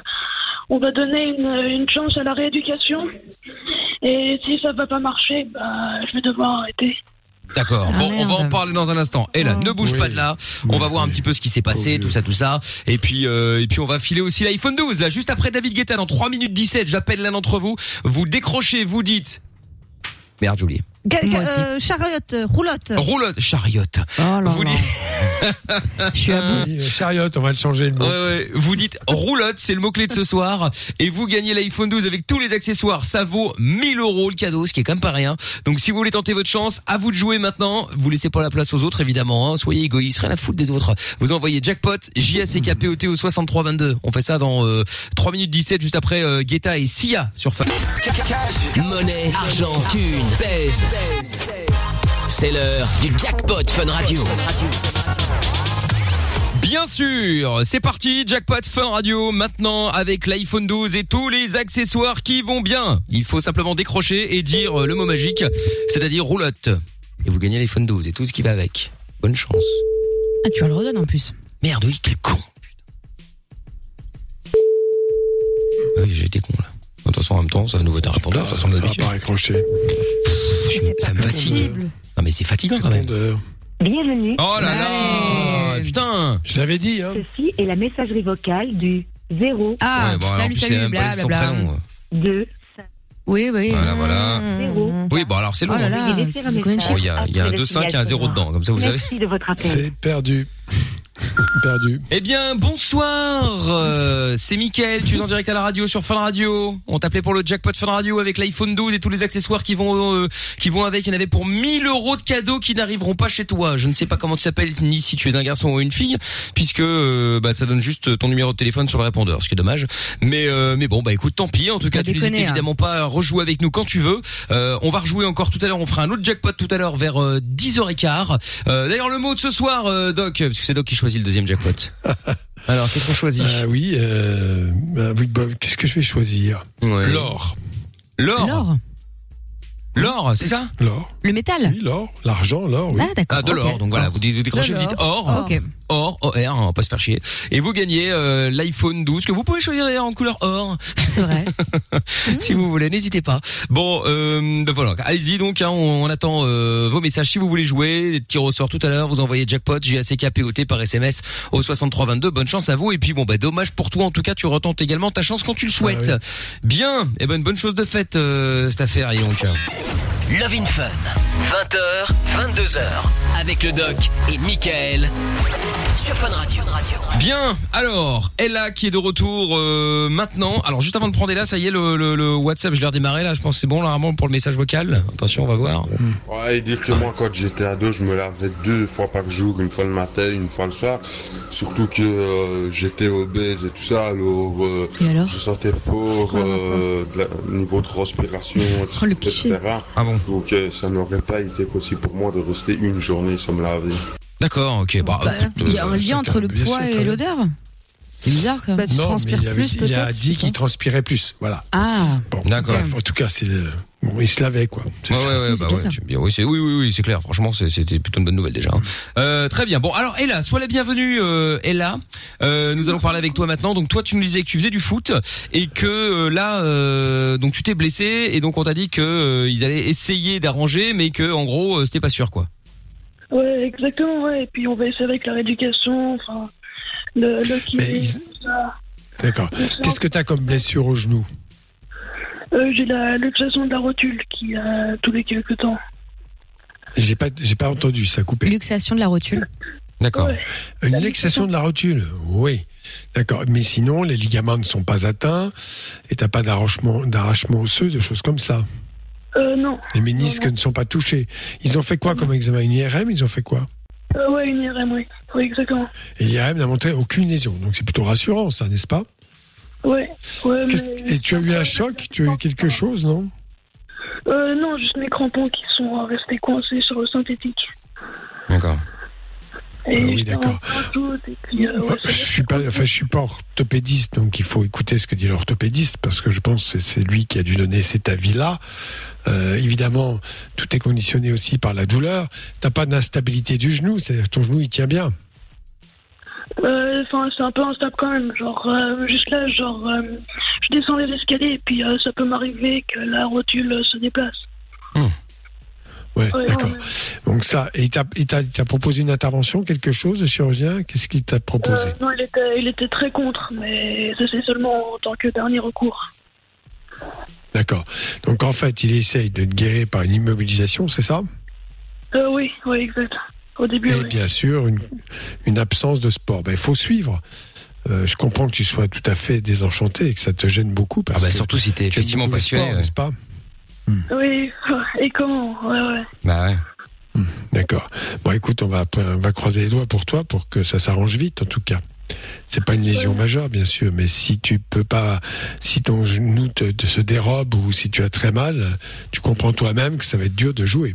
Speaker 12: on va donner une, une chance à la rééducation. Et si ça va pas marcher, bah, je vais devoir arrêter.
Speaker 2: D'accord.
Speaker 6: Ah,
Speaker 2: bon, on va en parler dans un instant. Et là, ne bouge pas de là. On va voir un petit peu ce qui s'est passé, tout ça, tout ça. Et puis, euh, et puis, on va filer aussi l'iPhone 12. Là, juste après David Guetta, dans 3 minutes 17, j'appelle l'un d'entre vous. Vous décrochez, vous dites. Merde, j'ai oublié.
Speaker 5: Ga- ga-
Speaker 2: Moi aussi.
Speaker 5: euh, chariote, euh, roulotte.
Speaker 2: Roulotte, chariotte.
Speaker 6: Oh
Speaker 2: vous dites.
Speaker 6: Je suis à
Speaker 2: bout.
Speaker 3: Chariot, Euh, on va le changer le mot.
Speaker 2: Ouais, ouais. Vous dites roulotte, c'est le mot-clé de ce soir. Et vous gagnez l'iPhone 12 avec tous les accessoires. Ça vaut 1000 euros le cadeau, ce qui est quand même pas rien. Donc si vous voulez tenter votre chance, à vous de jouer maintenant. Vous laissez pas la place aux autres, évidemment. hein. Soyez égoïste, rien à foutre des autres. Vous envoyez jackpot, J-A-C-K-P-O-T au 6322. On fait ça dans euh, 3 minutes 17, juste après euh, Guetta et Sia sur Fun.
Speaker 4: Monnaie, argent, thune, pèse. C'est l'heure du jackpot Fun Radio.
Speaker 2: Bien sûr, c'est parti, Jackpot Fun Radio, maintenant avec l'iPhone 12 et tous les accessoires qui vont bien. Il faut simplement décrocher et dire euh, le mot magique, c'est-à-dire roulotte. Et vous gagnez l'iPhone 12 et tout ce qui va avec. Bonne chance.
Speaker 6: Ah, tu le redonnes en plus.
Speaker 2: Merde, oui, quel con. Ah oui, j'ai été con là. De toute façon, en même temps, c'est un nouveau répondeur, ça semble habitué. Ça me fatigue. Non mais c'est fatigant quand même.
Speaker 11: Bienvenue.
Speaker 2: Oh là là Putain Je
Speaker 3: l'avais dit, hein
Speaker 11: Ceci est la messagerie vocale du 0.
Speaker 2: Ah, Ouais, bon, salut, alors, puis c'est salut, même pas son blablabla. prénom, ouais.
Speaker 11: 2.
Speaker 6: Oui, oui.
Speaker 2: Voilà, voilà. Oui, bon alors c'est long.
Speaker 11: Oh là
Speaker 2: hein.
Speaker 11: là, Et laissez un message
Speaker 2: Bon, Il y a, il y a un
Speaker 11: après le
Speaker 2: 2-5 et un
Speaker 11: signal
Speaker 2: 0 dedans, comme ça vous savez.
Speaker 11: Merci de votre appel.
Speaker 3: Perdu. Perdu.
Speaker 2: Eh bien, bonsoir. euh, c'est Mickaël. Tu es en direct à la radio sur Fun Radio. On t'appelait pour le jackpot Fun Radio avec l'iPhone 12 et tous les accessoires qui vont euh, qui vont avec. Il y en avait pour 1000 euros de cadeaux qui n'arriveront pas chez toi. Je ne sais pas comment tu t'appelles ni si tu es un garçon ou une fille, puisque euh, bah, ça donne juste ton numéro de téléphone sur le répondeur, ce qui est dommage. Mais euh, mais bon, bah écoute, tant pis. En tout cas, tu n'hésites
Speaker 13: déconner, hein.
Speaker 2: évidemment pas à rejouer avec nous quand tu veux. Euh, on va rejouer encore tout à l'heure. On fera un autre jackpot tout à l'heure vers euh, 10h15. Euh, D'ailleurs, le mot de ce soir, euh, Doc, parce que c'est Doc qui choisit le deuxième jackpot. Alors, qu'est-ce qu'on choisit
Speaker 3: Ah oui, euh, bah oui, bah, qu'est-ce que je vais choisir L'or.
Speaker 2: L'or L'or L'or, hein. c'est ça
Speaker 3: L'or.
Speaker 6: Le métal
Speaker 3: L'or, l'argent, l'or, oui.
Speaker 6: Ah, d'accord,
Speaker 2: Ah, de l'or.
Speaker 6: ok.
Speaker 2: Donc voilà, vous, dé- vous décrochez,
Speaker 6: De
Speaker 2: vous dites
Speaker 6: l'or.
Speaker 2: or.
Speaker 6: Ok.
Speaker 2: Or, OR, hein, on va pas se faire chier. Et vous gagnez euh, l'iPhone 12 que vous pouvez choisir d'ailleurs en couleur or.
Speaker 6: C'est vrai.
Speaker 2: si vous voulez, n'hésitez pas. Bon, euh, ben voilà, allez-y donc, hein, on, on attend euh, vos messages si vous voulez jouer. Les tirs au sort tout à l'heure, vous envoyez jackpot, J-A-C-K-P-O-T par SMS au 6322. Bonne chance à vous. Et puis bon, bah dommage pour toi, en tout cas, tu retentes également ta chance quand tu le souhaites.
Speaker 3: Ah
Speaker 2: Bien, et ben une bonne chose de faite euh, cette affaire, et donc.
Speaker 4: Love in Fun. 20h, 22h. Avec le doc et Michael. Sur Fun Radio.
Speaker 2: Bien, alors, Ella qui est de retour euh, maintenant. Alors, juste avant de prendre Ella, ça y est, le, le- le WhatsApp, je l'ai redémarré là, je pense que c'est bon, là, normalement, pour le message vocal. Attention, on va voir.
Speaker 14: Ouais, et dire que moi, quand j'étais ado, je me lavais deux fois par jour, une fois le matin, une fois le soir. Surtout que euh, j'étais obèse et tout ça, alors, euh, je sentais fort euh, de la- niveau de respiration, etc.
Speaker 2: Ah Donc
Speaker 14: euh, ça n'aurait pas été possible pour moi de rester une journée sans me laver.
Speaker 2: D'accord, ok. Bah,
Speaker 6: Il y a
Speaker 3: Euh,
Speaker 6: un lien entre le poids et l'odeur C'est bizarre, quoi.
Speaker 3: non, mais il y, avait, il y a dit qu'il transpirait plus. Voilà.
Speaker 6: Ah.
Speaker 3: Bon,
Speaker 2: D'accord.
Speaker 3: bref, En tout cas, c'est le- bon, il se lavait, quoi. C'est
Speaker 2: Ouais,
Speaker 3: ça.
Speaker 2: ouais, ouais, bah ouais, tu- bien, oui, c'est, oui, oui, oui, c'est clair. Franchement, c'est- Euh, c'était plutôt une bonne nouvelle déjà. hein. Euh, très bien. Bon, alors Ella, sois la bienvenue, euh, Ella. Euh, nous allons parler avec toi maintenant. Donc toi, tu nous disais que tu faisais du foot et que euh, là, euh, donc tu t'es blessé et donc on t'a dit que euh, ils allaient essayer d'arranger, mais que en gros, euh, c'était pas sûr, quoi.
Speaker 12: Ouais, exactement, ouais. Et puis on va essayer avec la rééducation, enfin, le, le kiné, tout ça.
Speaker 3: D'accord. Qu'est-ce que t'as comme blessure au genou
Speaker 12: Euh, J'ai la luxation de la rotule qui a tous les quelques temps.
Speaker 3: J'ai pas, j'ai pas entendu, ça a coupé.
Speaker 6: Luxation de la rotule.
Speaker 2: D'accord.
Speaker 3: Une luxation de la rotule, oui. D'accord. Mais sinon, les ligaments ne sont pas atteints et t'as pas d'arrachement, d'arrachement osseux, de choses comme ça.
Speaker 12: Euh, non.
Speaker 3: Les ménisques ne sont pas touchés. Ils ont fait quoi comme examen Une IRM Ils ont fait quoi
Speaker 12: Euh, ouais, une IRM, oui. Oui, exactement.
Speaker 3: Et l'IRM n'a montré aucune lésion. Donc c'est plutôt rassurant, ça, n'est-ce pas
Speaker 12: Ouais. ouais
Speaker 3: Qu'est-ce-
Speaker 12: mais...
Speaker 3: Et tu as eu un choc Tu as eu quelque chose, non
Speaker 12: Euh, non, juste mes crampons qui sont euh, restés coincés sur le synthétique.
Speaker 2: D'accord.
Speaker 3: Ah oui, d'accord.
Speaker 12: Et puis, euh, ouais,
Speaker 3: Je suis pas, enfin, je suis pas orthopédiste, donc il faut écouter ce que dit l'orthopédiste parce que je pense que c'est lui qui a dû donner cet avis-là. Euh, évidemment, tout est conditionné aussi par la douleur. T'as pas d'instabilité du genou, c'est-à-dire que ton genou il tient bien.
Speaker 12: Euh, Enfin, c'est un peu instable quand même. Genre, euh, juste là, genre, euh, je descends les escaliers et puis euh, ça peut m'arriver que la rotule euh, se déplace.
Speaker 3: Ouais,
Speaker 12: Ouais,
Speaker 3: d'accord.
Speaker 12: ouais.
Speaker 3: Donc ça, et il t'a- il t'a il t'a proposé une intervention, quelque chose, le chirurgien Qu'est-ce qu'il t'a proposé
Speaker 12: Euh, non, il était, il était très contre, mais ça c'est seulement en tant que dernier recours.
Speaker 3: D'accord. Donc en fait, il essaye de te guérir par une immobilisation, c'est ça
Speaker 12: Euh, oui, oui, exact. Au début,
Speaker 3: Et
Speaker 12: oui.
Speaker 3: Eh bien sûr, une, une absence de sport. Ben, il faut suivre. Euh, je comprends que tu sois tout à fait désenchanté et que ça te gêne beaucoup. Parce
Speaker 2: Ah ben,
Speaker 3: que
Speaker 2: surtout si t'es
Speaker 3: tu aimes
Speaker 2: effectivement
Speaker 3: beaucoup le
Speaker 2: passionné,
Speaker 3: sport,
Speaker 2: ouais.
Speaker 3: n'est-ce pas
Speaker 12: Oui, et comment Ouais, ouais.
Speaker 2: Bah ouais.
Speaker 3: Hmm, D'accord. Bon, écoute, on va, on va croiser les doigts pour toi pour que ça s'arrange vite, en tout cas. C'est pas une lésion majeure, bien sûr, mais si tu peux pas, si ton genou te, te se dérobe ou si tu as très mal, tu comprends toi-même que ça va être dur de jouer.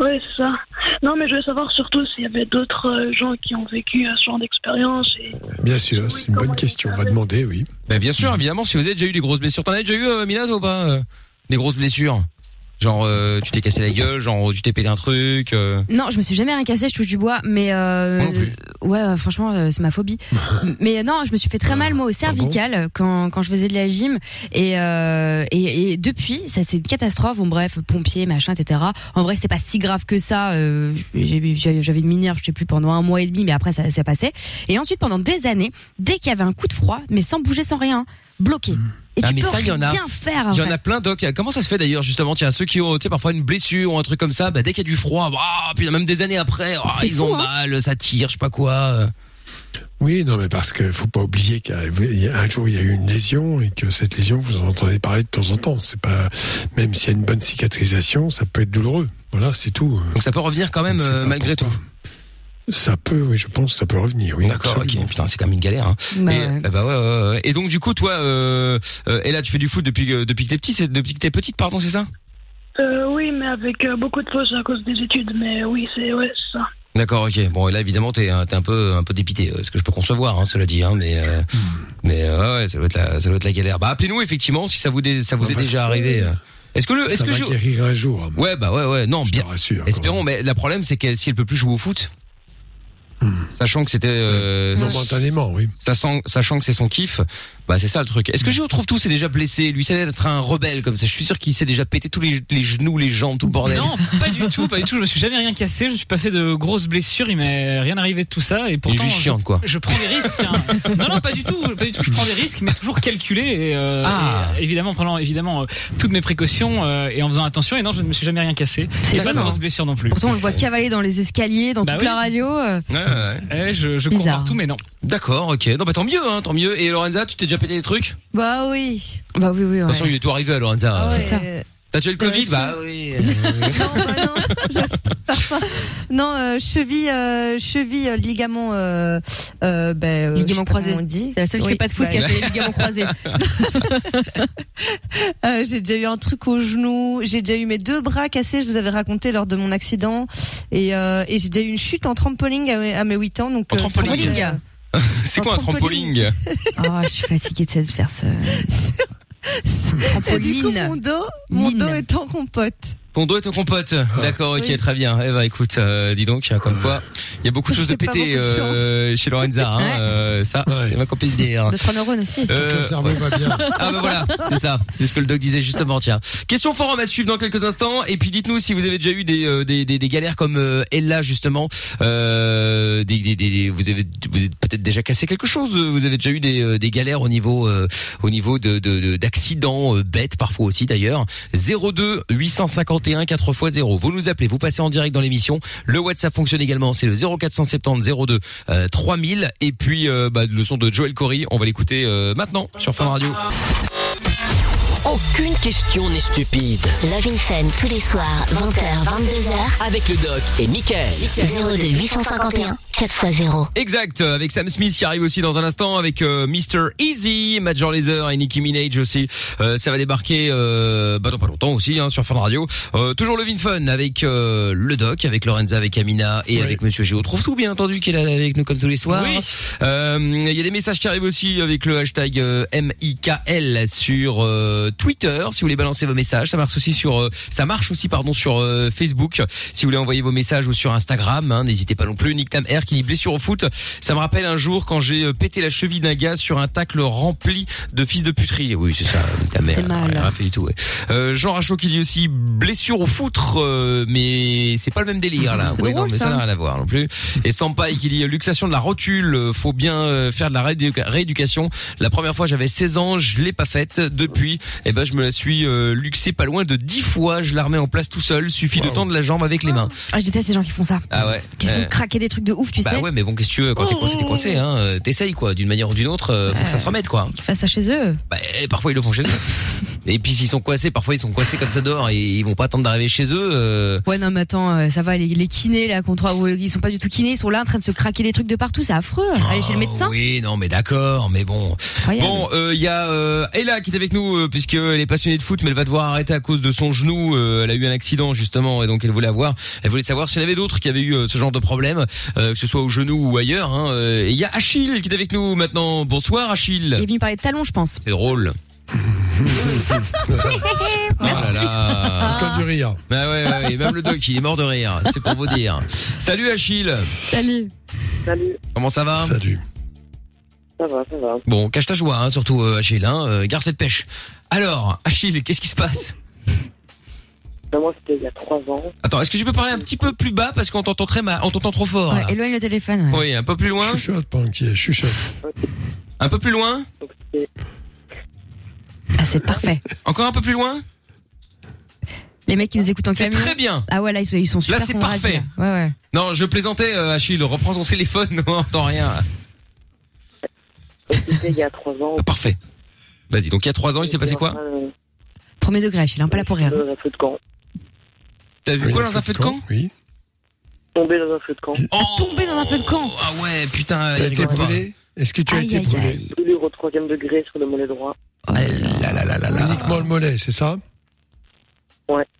Speaker 12: Oui, c'est ça. Non, mais je voulais savoir surtout s'il y avait d'autres euh, gens qui ont vécu euh, ce genre d'expérience. Et...
Speaker 3: Bien sûr, c'est une bonne question. On va demander, oui.
Speaker 2: Bah, bien sûr, évidemment, si vous avez déjà eu des grosses blessures. T'en as déjà eu, euh, Milad, ou pas euh, Des grosses blessures Genre, euh, tu t'es cassé la gueule, genre, tu t'es pété un truc. euh.
Speaker 6: Non, je me suis jamais rien cassé, je touche du bois, mais euh, ouais, euh, franchement, euh, c'est ma phobie. M- mais euh, non, je me suis fait très mal moi
Speaker 2: Ah
Speaker 6: au cervical euh, quand quand je faisais de la gym et euh, et, et depuis, ça c'est une catastrophe. Bon bref, pompier, machin, etc. En vrai, c'était pas si grave que ça. euh, j'ai- j'ai- J'avais une mineure, je sais plus pendant un mois et demi, mais après ça ça passait. Et ensuite, pendant des années, dès qu'il y avait un coup de froid, mais sans bouger, sans rien, bloqué. Et
Speaker 2: Ah,
Speaker 6: tu
Speaker 2: mais
Speaker 6: peux
Speaker 2: ça, il y en a.
Speaker 6: rien faire. en
Speaker 2: Il y en
Speaker 6: fait.
Speaker 2: a plein, Doc. Comment ça se fait d'ailleurs, justement Tiens, ceux qui ont, tu sais, parfois une blessure ou un truc comme ça, bah, dès qu'il y a du froid, ah, puis même des années après, ah,
Speaker 6: C'est
Speaker 2: ils
Speaker 6: fou,
Speaker 2: ont
Speaker 6: hein.
Speaker 2: mal, ça tire, je sais pas quoi. euh.
Speaker 3: Oui, non, mais parce que faut pas oublier qu'un jour il y a eu une lésion et que cette lésion, vous en entendez parler de temps en temps. C'est pas, même s'il y a une bonne cicatrisation, ça peut être douloureux. Voilà, c'est tout. euh.
Speaker 2: Donc ça peut revenir quand même, euh, malgré tout.
Speaker 3: Ça peut, oui, je pense, que ça peut revenir, oui.
Speaker 2: D'accord, ok. Putain, c'est quand même une galère. hein.
Speaker 3: Bah
Speaker 2: et, ah bah ouais, ouais, ouais. Et donc du coup, toi, euh, euh, et là, tu fais du foot depuis que- depuis que t'es petit, c'est depuis que t'es petite, pardon, c'est ça
Speaker 12: Euh, oui, mais avec euh, beaucoup de pauses à cause des études. Mais oui, c'est ouais, c'est ça.
Speaker 2: D'accord, ok. Bon, et là, évidemment, t'es un- t'es un peu un peu dépité, euh, ce que je peux concevoir, hein, cela dit, hein, mais euh,
Speaker 7: Hmm.
Speaker 2: mais euh, ouais, ouais, ça doit être la ça doit être la galère. Bah appelez-nous effectivement si ça vous dé- ça vous
Speaker 7: Bah,
Speaker 3: Ça
Speaker 2: est
Speaker 3: va
Speaker 2: déjà
Speaker 3: se-
Speaker 2: arrivé. euh. Est-ce que le est-ce
Speaker 3: Bah ça
Speaker 2: que
Speaker 3: va
Speaker 2: je
Speaker 3: guérir un jour.
Speaker 2: Ouais, bah ouais, ouais. Non, bien.
Speaker 3: rassure,
Speaker 2: Espérons, mais le problème, c'est que si elle peut plus jouer au foot,
Speaker 7: Hmm.
Speaker 2: sachant que c'était euh, ça-
Speaker 3: Momentanément, oui.
Speaker 2: ça sent- sachant que c'est son kiff, bah c'est ça le truc.
Speaker 7: Hmm.
Speaker 2: Est-ce que Géo trouve tout c'est déjà blessé Lui, ça a l'air d'être un rebelle comme ça. Je suis sûr qu'il s'est déjà pété tous les, les genoux, les jambes, tout le bordel.
Speaker 7: Non, pas du tout, pas du tout. Je me suis jamais rien cassé, je me suis pas fait de grosses blessures, il m'est rien arrivé de tout ça. Et pourtant,
Speaker 2: vie
Speaker 7: je-
Speaker 2: chiante, quoi.
Speaker 7: Je, prends des risques. hein. Non, non, pas du tout, pas du tout. Je prends des risques, mais toujours calculés. Et, euh,
Speaker 2: Ah.
Speaker 7: et évidemment, en prenant évidemment euh, toutes mes précautions euh, et en faisant attention. Et non, je ne me suis jamais rien cassé.
Speaker 6: C'est
Speaker 7: Et pas de
Speaker 6: étonnant.
Speaker 7: grosses blessures non plus.
Speaker 6: Pourtant, on le voit cavaler dans les escaliers, dans
Speaker 7: Bah
Speaker 6: toute
Speaker 7: oui.
Speaker 6: la radio. euh.
Speaker 2: Ouais, ouais.
Speaker 7: Eh, je, je cours partout, mais non.
Speaker 2: D'accord, ok. Non, bah tant mieux, hein, tant mieux. Et Lorenza, tu t'es déjà pété des trucs
Speaker 5: Bah oui.
Speaker 6: Bah oui, oui.
Speaker 2: De toute façon, il est tout arrivé à Lorenza.
Speaker 5: ouais. C'est ça.
Speaker 2: T'as déjà eu le Covid Bah oui.
Speaker 5: Non, euh, cheville, euh, cheville, euh, ligament, euh, euh, ben, euh, je sais
Speaker 6: Ligament
Speaker 5: pas comment
Speaker 6: croisé.
Speaker 5: on dit.
Speaker 6: C'est la seule qui
Speaker 5: Oui,
Speaker 6: fait pas de foot qui a
Speaker 5: bah,
Speaker 6: fait les ligaments croisés.
Speaker 5: Euh, j'ai déjà eu un truc au genou, j'ai déjà eu mes deux bras cassés, je vous avais raconté lors de mon accident, et, euh, et j'ai déjà eu une chute en trampoline à mes, à mes 8 ans. Donc,
Speaker 2: En
Speaker 5: euh,
Speaker 2: trampoline
Speaker 5: c'est-
Speaker 2: C'est quoi un
Speaker 5: trampoline.
Speaker 2: trampoline
Speaker 6: Ah, je suis fatiguée de cette personne.
Speaker 5: Et du coup,
Speaker 6: Trampoline.
Speaker 5: mon dos, mon dos est en compote.
Speaker 2: Ton dos et ton compote. D'accord, ok, très bien. Eh ben, écoute, euh, dis donc, comme quoi, il y a beaucoup de choses de
Speaker 6: J'ai pas
Speaker 2: péter
Speaker 6: beaucoup de
Speaker 2: euh, chez Lorenza. Hein,
Speaker 6: Ouais.
Speaker 2: euh, ça, c'est ma qu'on puisse dire.
Speaker 6: Le 3 neurones aussi.
Speaker 2: Ah. Euh, ouais. Ah bah voilà, c'est ça. C'est ce que le doc disait justement. Tiens, question forum à suivre dans quelques instants. Et puis dites-nous si vous avez déjà eu des euh, des, des, des galères comme euh, Ella justement. Euh, des, des, des- vous avez vous êtes peut-être déjà cassé quelque chose. euh, Vous avez déjà eu des, euh, des galères au niveau euh, au niveau de de- de- d'accidents euh, bêtes parfois aussi d'ailleurs. 02 851 4 x 0. Vous nous appelez, vous passez en direct dans l'émission. Le WhatsApp fonctionne également. C'est le 0470 02 euh, 3000. Et puis euh, bah, le son de Joel Corey. On va l'écouter euh, maintenant sur Fun Radio.
Speaker 4: Aucune question n'est stupide.
Speaker 9: Love in Fun tous les soirs, 20h, 22h.
Speaker 4: Avec le doc et Michael.
Speaker 9: 02 851 4x0.
Speaker 2: Exact, euh, avec Sam Smith qui arrive aussi dans un instant, avec euh, Mr. Easy, Major Lazer et Nicki Minaj aussi. Euh, ça va débarquer euh, bah dans pas longtemps aussi hein, sur Fun Radio. Euh, toujours le Vin Fun avec euh, le Doc, avec Lorenza, avec Amina et avec Monsieur Géo. Trouve tout bien entendu qui est là avec nous comme tous les soirs.
Speaker 7: Oui.
Speaker 2: Euh, Il y a des messages qui arrivent aussi avec le hashtag euh, MIKL sur euh, Twitter. Si vous voulez balancer vos messages, ça marche aussi sur euh, ça marche aussi pardon sur euh, Facebook. Si vous voulez envoyer vos messages ou sur Instagram, hein, n'hésitez pas non plus. Nick Tam R qui dit blessure au foot. Ça me rappelle un jour quand j'ai euh, pété la cheville d'un gars sur un tacle rempli de fils de puterie. Oui, c'est ça, nique ta mère.
Speaker 6: C'est mal.
Speaker 2: Ouais, rien fait du tout. ouais. Euh, Jean Rachaud qui dit aussi blessure au foutre, euh, mais c'est pas le même délire là.
Speaker 6: C'est
Speaker 2: Ouais,
Speaker 6: drôle,
Speaker 2: non, mais ça
Speaker 6: ça.
Speaker 2: n'a rien à voir non plus. Et Sampaï qui dit luxation de la rotule, euh, faut bien euh, faire de la rééduca- rééducation. La première fois j'avais 16 ans, je l'ai pas faite depuis. Et ben je me la suis euh, luxée pas loin de 10 fois, je la remets en place tout seul, suffit de tendre la jambe avec les mains.
Speaker 6: Ah, je déteste les gens qui font ça.
Speaker 2: Ah ouais.
Speaker 6: Qui se font
Speaker 2: Euh,
Speaker 6: craquer des trucs de ouf, tu
Speaker 2: bah
Speaker 6: sais.
Speaker 2: ouais, mais bon, qu'est-ce que tu veux Quand t'es coincé, t'es coincé. Hein. Euh, T'essayes quoi, d'une manière ou d'une autre, euh, faut que ça se remette quoi.
Speaker 6: Qu'ils fassent ça chez eux.
Speaker 2: Bah, et parfois ils le font chez eux. Et puis s'ils sont coincés, parfois ils sont coincés comme ça dehors et ils vont pas attendre d'arriver chez eux. euh,
Speaker 6: Ouais, non, mais attends, euh, ça va, les, les kinés, là, qu'on trouve, ils sont pas du tout kinés, ils sont là en train de se craquer des trucs de partout, c'est affreux.
Speaker 2: Oh.
Speaker 6: Allez chez le médecin.
Speaker 2: Oui, non, mais d'accord, mais bon. Bon, euh, il y a euh, Ella qui est avec nous euh, puisque elle est passionnée de foot, mais elle va devoir arrêter à cause de son genou. Euh, elle a eu un accident justement et donc elle voulait avoir, elle voulait savoir s'il y en avait d'autres qui avaient eu euh, ce genre de problème, euh, que ce soit au genou ou ailleurs. hein. Euh, et Il y a Achille qui est avec nous maintenant. Bonsoir Achille.
Speaker 6: Il est venu parler de talons, je pense.
Speaker 2: C'est drôle. Oh là là.
Speaker 6: Que du
Speaker 3: rire.
Speaker 2: Bah ouais, ouais, ouais, même le doc, il est mort de rire. C'est pour vous dire. Salut Achille.
Speaker 6: Salut.
Speaker 10: Salut.
Speaker 2: Comment ça va
Speaker 3: Salut.
Speaker 10: Ça va, ça va.
Speaker 2: Bon, cache ta joie, hein, surtout euh, Achille. Hein, euh, garde cette pêche. Alors, Achille, qu'est-ce qui se passe
Speaker 10: Ben, moi, c'était il y a trois ans.
Speaker 2: Attends, est-ce que tu peux parler un petit peu plus bas parce qu'on t'entend très mal, on t'entend trop fort.
Speaker 6: Ouais,
Speaker 2: Oh là.
Speaker 6: éloigne le téléphone. ouais.
Speaker 2: Oui, un peu plus loin.
Speaker 3: Chuchote, pas inquiet, chuchote.
Speaker 2: Un peu plus loin.
Speaker 6: Ah, c'est parfait.
Speaker 2: Encore un peu plus loin.
Speaker 6: Les mecs qui nous écoutent en
Speaker 2: C'est
Speaker 6: camion.
Speaker 2: très bien.
Speaker 6: Ah ouais, là, ils sont, ils sont super.
Speaker 2: Là, c'est
Speaker 6: convaincus,
Speaker 2: parfait.
Speaker 6: là. Ouais, ouais.
Speaker 2: Non, je plaisantais, euh, Achille. Reprends ton téléphone, on n'entend rien.
Speaker 10: C'était il y a trois ans.
Speaker 2: Parfait. Vas-y. Donc il y a trois ans, il s'est passé quoi
Speaker 10: Euh,
Speaker 6: Premier degré, Achille, hein, pas là pour rire.
Speaker 10: Dans un feu de camp.
Speaker 2: T'as vu quoi dans un feu de camp
Speaker 3: Oui.
Speaker 10: Tombé dans un feu de camp.
Speaker 2: Oh.
Speaker 6: Tombé dans un feu de camp.
Speaker 2: Ah ouais, putain.
Speaker 3: T'as été brûlé Est-ce que tu as
Speaker 6: Aïe,
Speaker 3: été
Speaker 6: aïe,
Speaker 3: brûlé
Speaker 10: Brûlure au troisième degré sur le mollet droit.
Speaker 3: Ah, Uniquement le mollet, c'est ça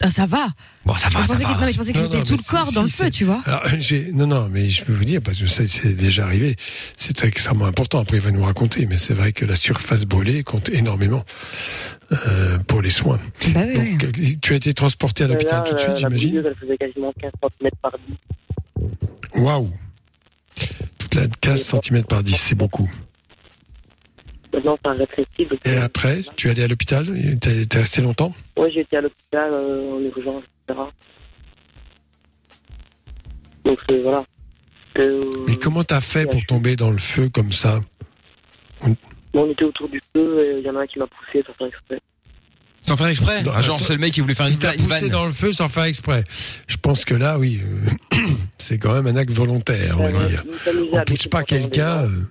Speaker 6: Ah, ça va.
Speaker 2: Bon, Oh, ça
Speaker 6: je pensais que, non, mais je pensais que
Speaker 3: Non,
Speaker 6: c'était
Speaker 3: non,
Speaker 6: tout
Speaker 3: mais
Speaker 6: le
Speaker 3: si,
Speaker 6: corps dans
Speaker 3: si,
Speaker 6: le feu,
Speaker 3: c'est-
Speaker 6: tu vois.
Speaker 3: Alors, j'ai- non, non, mais je peux vous dire, parce que ça, c'est déjà arrivé, c'est extrêmement important. Après, il va nous raconter, mais c'est vrai que la surface brûlée compte énormément euh, pour les soins.
Speaker 6: Bah oui, oui.
Speaker 3: Donc, euh, tu as été transporté à l'hôpital
Speaker 10: Là,
Speaker 3: tout de suite,
Speaker 10: euh, la
Speaker 3: j'imagine
Speaker 10: brûlure, elle faisait quasiment 15 cm par 10.
Speaker 3: Waouh Toute la 15 cm par 10, c'est beaucoup.
Speaker 10: Maintenant, c'est un rétréci. donc-
Speaker 3: Et après, tu es allé à l'hôpital T'es t'es resté longtemps
Speaker 10: Ouais, j'étais à l'hôpital, euh, en urgence, etc. Donc, euh, voilà. Euh,
Speaker 3: Mais comment t'as fait pour tomber dans le feu comme ça
Speaker 10: on était autour du feu et il y en a un qui m'a poussé sans faire exprès.
Speaker 2: Sans faire exprès.
Speaker 3: Non,
Speaker 2: Ah, genre,
Speaker 3: attends.
Speaker 2: c'est le mec qui voulait faire une,
Speaker 3: Il t'a
Speaker 2: blague, une
Speaker 3: poussé
Speaker 2: vanne.
Speaker 3: dans le feu sans faire exprès. Je pense que là, oui, euh, c'est quand même un acte volontaire, on va dire.
Speaker 10: Il s'amusait
Speaker 3: On
Speaker 10: à
Speaker 3: pousse
Speaker 10: baisser
Speaker 3: pas
Speaker 10: le pantalon des
Speaker 3: quelqu'un.
Speaker 10: gens.
Speaker 3: euh,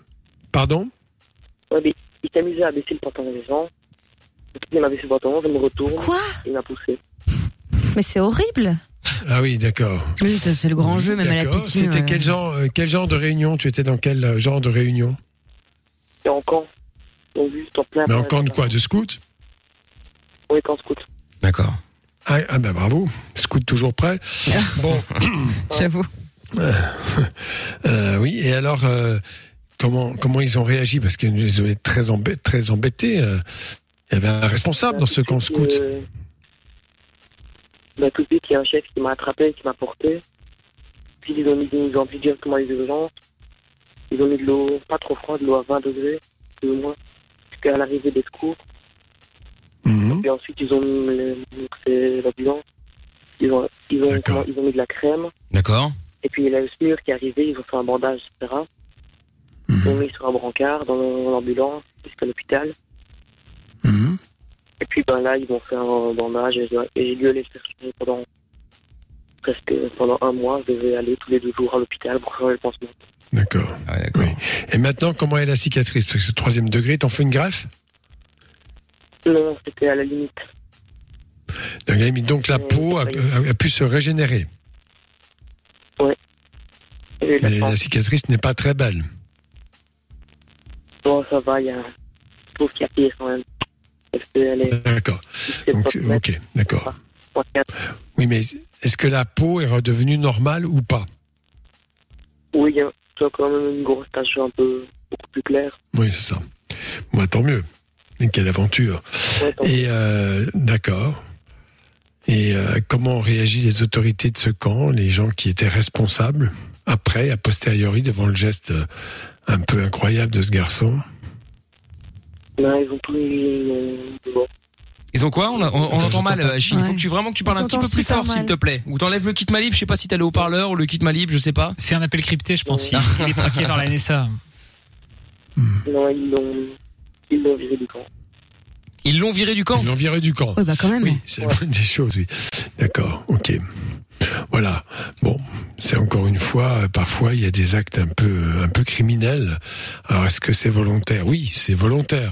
Speaker 3: Pardon
Speaker 10: Ouais, mais il s'amusait à baisser le pantalon des gens. Il m'a baissé le pantalon, je me retourne.
Speaker 5: Quoi
Speaker 10: Il m'a poussé.
Speaker 5: Mais c'est horrible.
Speaker 3: Ah oui, d'accord.
Speaker 6: Oui, c'est c'est le grand jeu, même à la
Speaker 3: D'accord.
Speaker 6: piscine.
Speaker 3: C'était
Speaker 6: ouais.
Speaker 3: quel genre, euh, quel genre de réunion Tu étais dans quel euh, genre de réunion
Speaker 10: Et en camp. Donc, juste en plein.
Speaker 3: Mais en camp de quoi De scout
Speaker 10: Oui, camp scout.
Speaker 2: D'accord.
Speaker 3: ah, ah ben bravo, scout toujours prêt. bon,
Speaker 6: J'avoue.
Speaker 3: euh, oui. Et alors, euh, comment comment ils ont réagi Parce qu'ils devaient être très embêtés. Très embêtés euh. Il y avait un responsable dans ce camp scout.
Speaker 10: Euh, bah, tout de suite, il y a un chef qui m'a attrapé, qui m'a porté. Puis ils ont mis ils nous ont mis directement les urgences. Ils ont mis de l'eau, pas trop froide, de l'eau à 20 degrés, plus ou moins, jusqu'à l'arrivée des secours.
Speaker 3: Mhm.
Speaker 10: Puis ensuite, ils ont mis le- donc, c'est l'ambulance. Ils ont, ils, ont,
Speaker 3: D'accord.
Speaker 10: ils ont mis de la crème.
Speaker 2: D'accord.
Speaker 10: Et puis il y a le SMUR qui est arrivé, ils ont fait un bandage, etc. Ils l'ont mis sur un brancard dans l'ambulance jusqu'à l'hôpital. Et puis ben là, ils m'ont fait un bandage et j'ai- et j'ai dû aller le faire changer pendant presque pendant un mois. Je devais aller tous les deux jours à l'hôpital pour faire le pansement.
Speaker 3: D'accord.
Speaker 2: Ouais, Ah, d'accord.
Speaker 3: Et maintenant, comment est la cicatrice Parce que ce troisième degré, t'en fais une greffe
Speaker 10: Non, c'était à la limite.
Speaker 3: Donc, là, il- donc la peau a, a- a pu se régénérer.
Speaker 10: Et la
Speaker 3: Mais
Speaker 10: fin,
Speaker 3: la cicatrice n'est pas très belle.
Speaker 10: bon, ça va, il y a. Je trouve qu'il y a pire quand même. Parce qu'elle est.
Speaker 3: D'accord. Donc, ok, d'accord. Oui, mais est-ce que la peau est redevenue normale ou pas
Speaker 10: Oui, il y a tu as quand même une grosse tache un peu beaucoup plus claire.
Speaker 3: Oui, c'est ça. Moi, tant mieux. Mais quelle aventure.
Speaker 10: Ouais, tant
Speaker 3: Et euh, d'accord. Et euh, comment ont réagi les autorités de ce camp, les gens qui étaient responsables après, a posteriori, devant le geste euh, un peu incroyable de ce garçon.
Speaker 10: Là, ils ont tous les. Bon.
Speaker 2: Ils ont quoi On, a- on- on entend mal, euh, Achille. Il faut
Speaker 10: Ouais.
Speaker 2: que tu vraiment que tu parles
Speaker 10: On
Speaker 2: un petit peu
Speaker 10: t'entend
Speaker 2: plus
Speaker 10: super
Speaker 2: fort, s'il
Speaker 10: mal.
Speaker 2: te plaît. Ou t'enlèves le kit Malib. Je sais pas si t'as le haut-parleur ou le kit Malib. Je sais pas.
Speaker 7: C'est un appel crypté, je pense. Il, il est traqué par la NSA.
Speaker 10: Non, ils l'ont. Ils l'ont viré du camp.
Speaker 2: Ils l'ont viré du camp.
Speaker 3: Ils l'ont viré du camp.
Speaker 6: Oui, bah quand même.
Speaker 3: Oui, c'est la moindre des choses, oui. D'accord, ok. Voilà. Bon, c'est encore une fois, euh, parfois il y a des actes un peu, euh, un peu criminels. Alors est-ce que c'est volontaire Oui, c'est volontaire.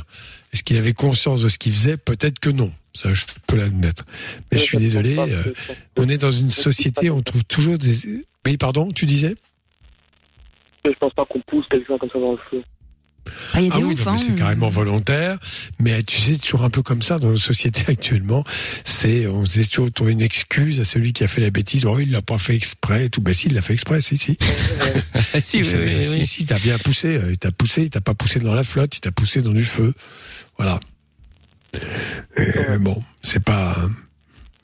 Speaker 3: Est-ce qu'il avait conscience de ce qu'il faisait Peut-être que non. Ça, je peux l'admettre. Mais je suis désolé. euh, on est dans une société, on trouve toujours des. Mais pardon, tu disais
Speaker 10: Je pense pas qu'on pousse quelqu'un comme ça dans le feu.
Speaker 6: Ah, il y a
Speaker 3: ah
Speaker 6: des
Speaker 3: oui,
Speaker 6: ouf,
Speaker 3: non,
Speaker 6: hein.
Speaker 3: mais c'est carrément volontaire. Mais tu sais, c'est toujours un peu comme ça dans nos sociétés actuellement. C'est, on se laisse toujours trouver une excuse à celui qui a fait la bêtise. Oh, il l'a pas fait exprès. et Tout, ben si, il l'a fait exprès, si, si.
Speaker 2: si,
Speaker 3: Il fait,
Speaker 2: oui,
Speaker 3: mais
Speaker 2: oui,
Speaker 3: si,
Speaker 2: oui.
Speaker 3: si, t'as bien poussé. euh, Il t'a poussé, il t'a pas poussé dans la flotte, il t'a poussé dans du feu. Voilà. Euh, bon, c'est pas.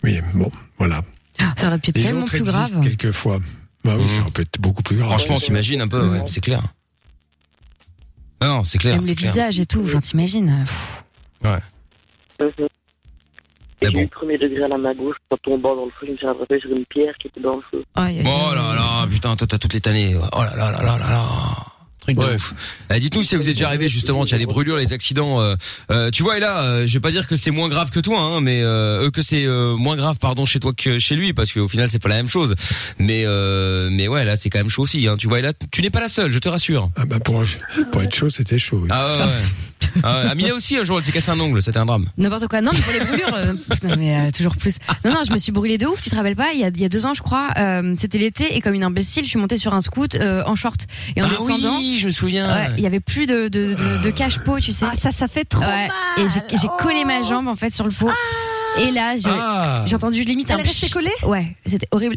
Speaker 3: Oui, bon, voilà.
Speaker 6: Ah, Ça aurait pu être
Speaker 3: Les
Speaker 6: tellement
Speaker 3: autres
Speaker 6: plus
Speaker 3: existent
Speaker 6: grave.
Speaker 3: quelquefois. Bah oui, ça peut être beaucoup plus grave.
Speaker 2: Mmh.
Speaker 3: Ah
Speaker 2: Franchement, t'imagines un peu, ouais,
Speaker 6: Mhm.
Speaker 2: c'est clair. Ah Non, c'est clair.
Speaker 6: Même les
Speaker 2: c'est clair.
Speaker 6: visages et tout. Enfin, t'imagines. euh,
Speaker 2: Ouais.
Speaker 10: J'ai eu le premier degré à la main gauche en tombant dans le feu. Je me suis rattrapé sur une pierre qui était dans le feu.
Speaker 2: Oh là là, putain, toi t'as toutes les tannées. Oh là là là là là là. Truc de ouf. Eh, Dites-nous si ça vous est déjà arrivé justement, tu as les brûlures, les accidents. euh, euh, tu vois, et là, euh, je vais pas dire que c'est moins grave que toi, hein, mais euh, euh, que c'est euh, moins grave, pardon, chez toi que chez lui, parce qu'au final c'est pas la même chose. Mais euh, mais ouais, là c'est quand même chaud aussi. Hein, tu vois, et là, tu n'es pas la seule, je te rassure.
Speaker 3: Ah bah pour, pour être chaud, c'était chaud. oui.
Speaker 2: Ah ouais. ouais. ah ouais. Amina aussi un jour, elle s'est cassée un ongle, c'était un drame.
Speaker 6: N'importe quoi. Non, mais pour les brûlures, euh, pff, non, mais euh, toujours plus. Non, non, je me suis brûlée de ouf. Tu te rappelles pas Il y a, il y a deux ans, je crois, euh, c'était l'été et comme une imbécile, je suis montée sur un scoot euh, en short et en
Speaker 2: Ah
Speaker 6: descendant.
Speaker 2: oui, je me souviens.
Speaker 6: ouais, Il y avait plus de de, de, de cache-pot, tu sais. Ah,
Speaker 5: ça, ça fait trop
Speaker 6: mal. Et j'ai- j'ai collé ma jambe en fait sur le pot. et là, j'ai
Speaker 2: Ah.
Speaker 6: j'ai entendu limite un. Elle restait collée Ouais, c'était horrible.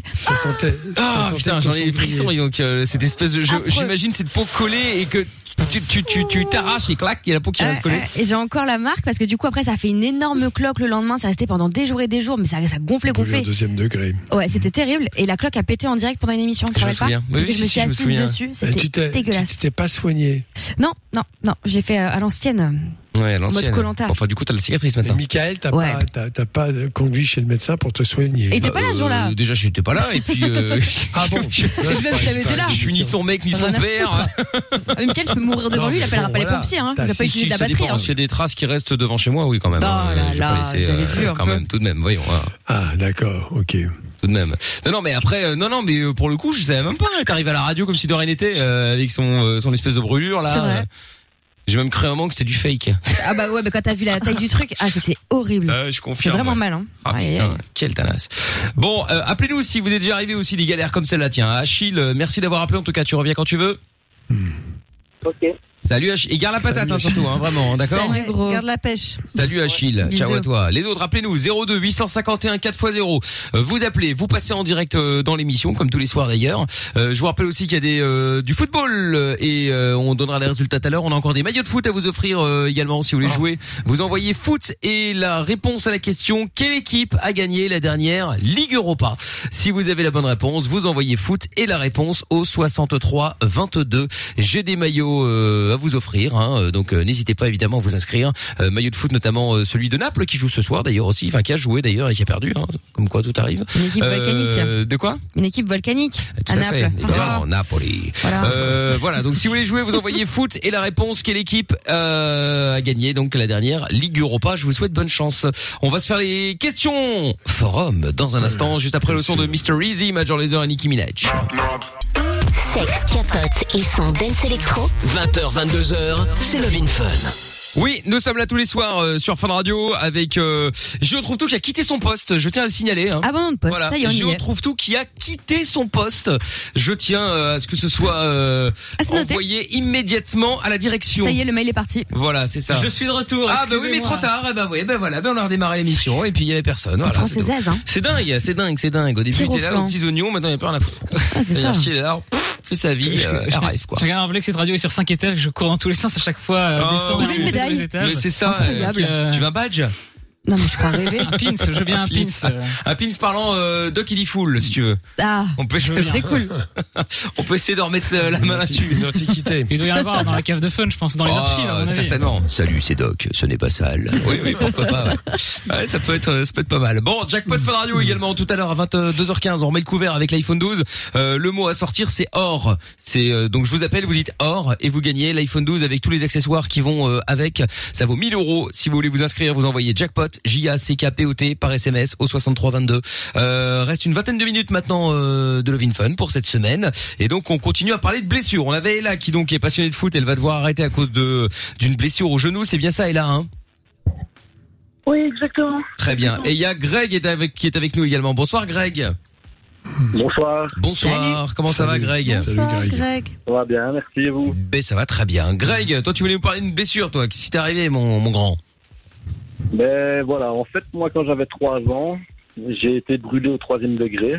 Speaker 2: Ah putain, j'en ai les frissons et donc euh, cette espèce de je-
Speaker 6: Affreux.
Speaker 2: j'imagine cette peau collée et que tu tu tu tu t'arraches et clac, il y a la peau qui
Speaker 6: Ouais,
Speaker 2: reste collée.
Speaker 6: ouais, et j'ai encore la marque parce que du coup après ça a fait une énorme cloque le lendemain, c'est resté pendant des jours et des jours, mais ça, ça gonflait,
Speaker 3: Brûlure
Speaker 6: gonflait.
Speaker 3: deuxième degré.
Speaker 6: Ouais, c'était terrible. Et la cloque a pété en direct pendant une émission. tu te
Speaker 3: Je me
Speaker 6: rappelles
Speaker 3: souviens.
Speaker 6: Pas
Speaker 3: Oui,
Speaker 6: Parce
Speaker 3: oui,
Speaker 6: que je
Speaker 3: si,
Speaker 6: me
Speaker 3: si,
Speaker 6: suis
Speaker 3: je me
Speaker 6: assise
Speaker 3: souviens.
Speaker 6: dessus.
Speaker 2: Euh,
Speaker 3: Et tu
Speaker 6: C'était
Speaker 3: t'es-
Speaker 6: dégueulasse.
Speaker 3: tu t'es pas soigné.
Speaker 6: Non, non, non. Je l'ai fait euh, à l'ancienne.
Speaker 2: Ouais, à
Speaker 6: euh, Mode
Speaker 2: l'ancienne.
Speaker 6: Koh-Lanta.
Speaker 2: Enfin, du coup, t'as la cicatrice maintenant.
Speaker 3: Michael, t'as pas, t'as- t'as pas conduit chez le médecin pour te soigner.
Speaker 6: Et t'es pas là ce jour-là.
Speaker 2: Euh, Déjà, j'étais pas là et puis. Euh...
Speaker 3: ah bon
Speaker 6: même si t'avais été là.
Speaker 2: Je suis ni son mec ni
Speaker 6: Rien
Speaker 2: son
Speaker 6: à
Speaker 2: père.
Speaker 6: Ah, mais Michael, je peux mourir devant
Speaker 2: Non,
Speaker 6: lui, il
Speaker 2: mais
Speaker 6: appellera
Speaker 2: bon,
Speaker 6: pas les
Speaker 2: voilà.
Speaker 6: pompiers. Hein. Il
Speaker 2: T'as-
Speaker 6: va pas
Speaker 2: si,
Speaker 6: utiliser
Speaker 2: si,
Speaker 6: de la
Speaker 2: ça
Speaker 6: batterie.
Speaker 2: dépend.
Speaker 6: hein.
Speaker 2: S'il y a des traces qui restent devant chez moi, oui, quand même.
Speaker 6: Oh
Speaker 2: hein,
Speaker 6: là
Speaker 2: je vais pas
Speaker 6: là,
Speaker 2: laisser,
Speaker 6: vous avez
Speaker 2: euh,
Speaker 6: vu un
Speaker 2: quand
Speaker 6: peu.
Speaker 2: même, tout de même, voyons. hein.
Speaker 3: Ah, d'accord, ok.
Speaker 2: Tout de même. Non, non, mais après, euh, non, non, mais euh, pour le coup, je savais même pas. Elle arrivé à la radio comme si de rien n'était, euh, avec son euh, son espèce de brûlure là.
Speaker 6: C'est vrai.
Speaker 2: Euh, J'ai même cru un moment que c'était du fake.
Speaker 6: Ah bah ouais, mais quand t'as vu la taille du truc, ah c'était horrible.
Speaker 2: Euh, je
Speaker 6: J'ai
Speaker 2: confirme.
Speaker 6: vraiment
Speaker 2: ouais.
Speaker 6: mal. Hein.
Speaker 2: Ah
Speaker 6: Ouais,
Speaker 2: putain,
Speaker 6: ouais.
Speaker 2: quelle tanasse. Bon, euh, appelez-nous si vous êtes déjà arrivé aussi des galères comme celle-là. Tiens, Achille, euh, merci d'avoir appelé. En tout cas, tu reviens quand tu veux.
Speaker 10: Ok.
Speaker 2: Salut Achille. Et garde la patate hein, surtout, hein, vraiment, hein, d'accord
Speaker 5: Ouais, Garde la pêche.
Speaker 2: Salut Achille,
Speaker 5: Bisous.
Speaker 2: ciao à toi. Les autres, appelez-nous 02 851 4x0. Euh, Vous appelez, vous passez en direct euh, dans l'émission comme tous les soirs d'ailleurs. Euh, je vous rappelle aussi qu'il y a des euh, du football euh, et euh, on donnera les résultats tout à l'heure. On a encore des maillots de foot à vous offrir euh, également si vous voulez jouer. Vous envoyez foot et la réponse à la question quelle équipe a gagné la dernière Ligue Europa. Si vous avez la bonne réponse, vous envoyez foot et la réponse au 63 22. J'ai des maillots euh, à vous offrir, hein, euh, donc euh, n'hésitez pas évidemment à vous inscrire. Euh, maillot de foot notamment euh, celui de Naples qui joue ce soir d'ailleurs aussi, enfin qui a joué d'ailleurs et qui a perdu, hein, comme quoi tout arrive. Euh,
Speaker 6: Une équipe volcanique.
Speaker 2: De quoi
Speaker 6: Une équipe volcanique
Speaker 2: tout
Speaker 6: à
Speaker 2: à
Speaker 6: Naples.
Speaker 2: fait, évidemment,
Speaker 6: Ah.
Speaker 2: Napoli.
Speaker 6: Voilà.
Speaker 2: Euh, voilà, donc si vous voulez jouer, vous envoyez foot et la réponse quelle équipe euh, a gagné donc la dernière Ligue Europa. Je vous souhaite bonne chance. On va se faire les questions forum dans un instant, juste après le son de Mr Easy, Major Lazer et Nicki Minaj.
Speaker 9: Sexe, capote et son dance électro.
Speaker 4: 20h, 22h, c'est Love in Fun.
Speaker 2: Oui, nous sommes là tous les soirs euh, sur Fun Radio avec euh, Géo Trouve Tout qui a quitté son poste. Je tiens à le signaler. Hein.
Speaker 6: Ah, Abandon de poste,
Speaker 2: Voilà,
Speaker 6: ça y est, on y
Speaker 2: Géo
Speaker 6: est.
Speaker 2: Trouve Tout qui a quitté son poste. Je tiens euh, à ce que ce soit euh,
Speaker 6: Ah, c'est noté.
Speaker 2: envoyé immédiatement à la direction.
Speaker 6: Ça y est, le mail est parti.
Speaker 2: Voilà, c'est ça.
Speaker 7: Je suis de retour.
Speaker 2: Ah bah oui, mais trop tard. Eh bah oui, eh bah voilà, ben on a redémarré l'émission et puis il y avait personne. Voilà,
Speaker 6: prend
Speaker 2: c'est
Speaker 6: ses
Speaker 2: tout.
Speaker 6: aises, hein.
Speaker 2: C'est dingue, c'est dingue, c'est dingue. Au début,
Speaker 6: Tire au
Speaker 2: t'es là
Speaker 6: flanc.
Speaker 2: aux petits oignons, maintenant il n'y a plus rien à foutre.
Speaker 7: Ah,
Speaker 6: c'est
Speaker 2: C'est-à-dire
Speaker 6: ça.
Speaker 2: qu'il est là, pff, fait sa vie,
Speaker 7: Je,
Speaker 2: euh,
Speaker 7: je-
Speaker 2: elle rêve, quoi.
Speaker 7: je regarde un vlog, cette radio est sur 5 étages, je cours dans tous les sens à chaque fois. euh,
Speaker 2: Ah,
Speaker 7: descendre,
Speaker 2: oui.
Speaker 7: monter tous les étages.
Speaker 2: Mais c'est ça. euh,
Speaker 7: Incroyable.
Speaker 2: Tu veux un badge
Speaker 6: Non, mais je crois rêver.
Speaker 7: Un pins, je veux bien un pins.
Speaker 2: Un pins parlant euh, Doc il foule si tu veux.
Speaker 6: Ah,
Speaker 2: On peut
Speaker 7: veux bien. C'est cool.
Speaker 2: On peut essayer de remettre euh, la main là-dessus. Une antiquité.
Speaker 7: Il doit y en avoir dans la cave de fun, je pense, dans les archives. à mon avis.
Speaker 2: Ah, certainement. Salut, c'est Doc. Ce n'est pas sale. Oui, oui, pourquoi pas. Ouais. Ouais, ça peut être, euh, ça peut être pas mal. Bon, jackpot Fun Radio également tout à euh, l'heure à 22h15. On remet le couvert avec l'iPhone 12. Euh, le mot à sortir c'est or. C'est euh, donc je vous appelle, vous dites or et vous gagnez l'iPhone 12 avec tous les accessoires qui vont euh, avec. Ça vaut 1000 euros. Si vous voulez vous inscrire, vous envoyez jackpot J A C K P O T par SMS au 6322. Euh, reste une vingtaine de minutes maintenant euh, de Lovin Fun pour cette semaine et donc on continue à parler de blessures. On avait Ella qui donc est passionnée de foot, elle va devoir arrêter à cause de d'une blessure au genou. C'est bien ça Ella hein
Speaker 12: Oui, exactement.
Speaker 2: Très bien. Et il y a Greg qui est avec, qui est avec nous également. Bonsoir Greg.
Speaker 13: Bonsoir.
Speaker 2: Bonsoir. Comment ça va Greg
Speaker 13: Ça va bien, merci et vous.
Speaker 2: Ben, ça va très bien. Greg, toi tu voulais nous parler d'une blessure toi. Qu'est-ce qui t'est arrivé mon, mon grand
Speaker 13: Mais Ben, voilà, en fait, moi quand j'avais 3 ans, j'ai été brûlé au troisième degré.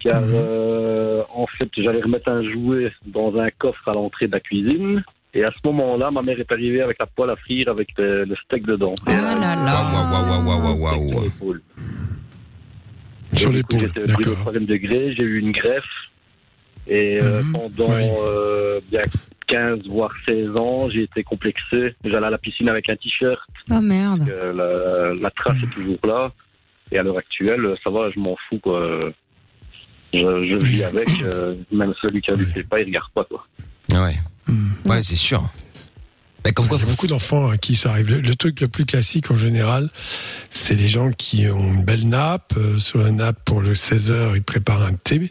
Speaker 13: Car
Speaker 3: Mhm.
Speaker 13: euh, en fait, j'allais remettre un jouet dans un coffre à l'entrée de la cuisine. Et à ce moment-là, ma mère est arrivée avec la poêle à frire avec le, le steak dedans.
Speaker 3: Ah
Speaker 13: Et elle a- Sur l'épaule.
Speaker 3: Sur
Speaker 13: Et du coup,
Speaker 3: l'épaule,
Speaker 13: J'étais brûlé au
Speaker 3: d'accord.
Speaker 13: troisième degré, j'ai eu une greffe. Et euh,
Speaker 3: Mhm.
Speaker 13: pendant euh, bien 15 voire 16 ans, j'ai été complexé. J'allais à la piscine avec un t-shirt.
Speaker 6: Oh merde.
Speaker 13: Euh, la, la trace est toujours là. Et à l'heure actuelle, euh, ça va, je m'en fous, quoi. Je, je vis avec, euh, même celui qui a vu pas, il regarde pas, quoi.
Speaker 2: Ah Ouais. Ouais, c'est sûr. comme quoi,
Speaker 3: il y a beaucoup d'enfants à qui ça arrive. Le, le truc le plus classique en général, c'est les gens qui ont une belle nappe. Euh, sur la nappe, pour le 16h, ils préparent un thé. Le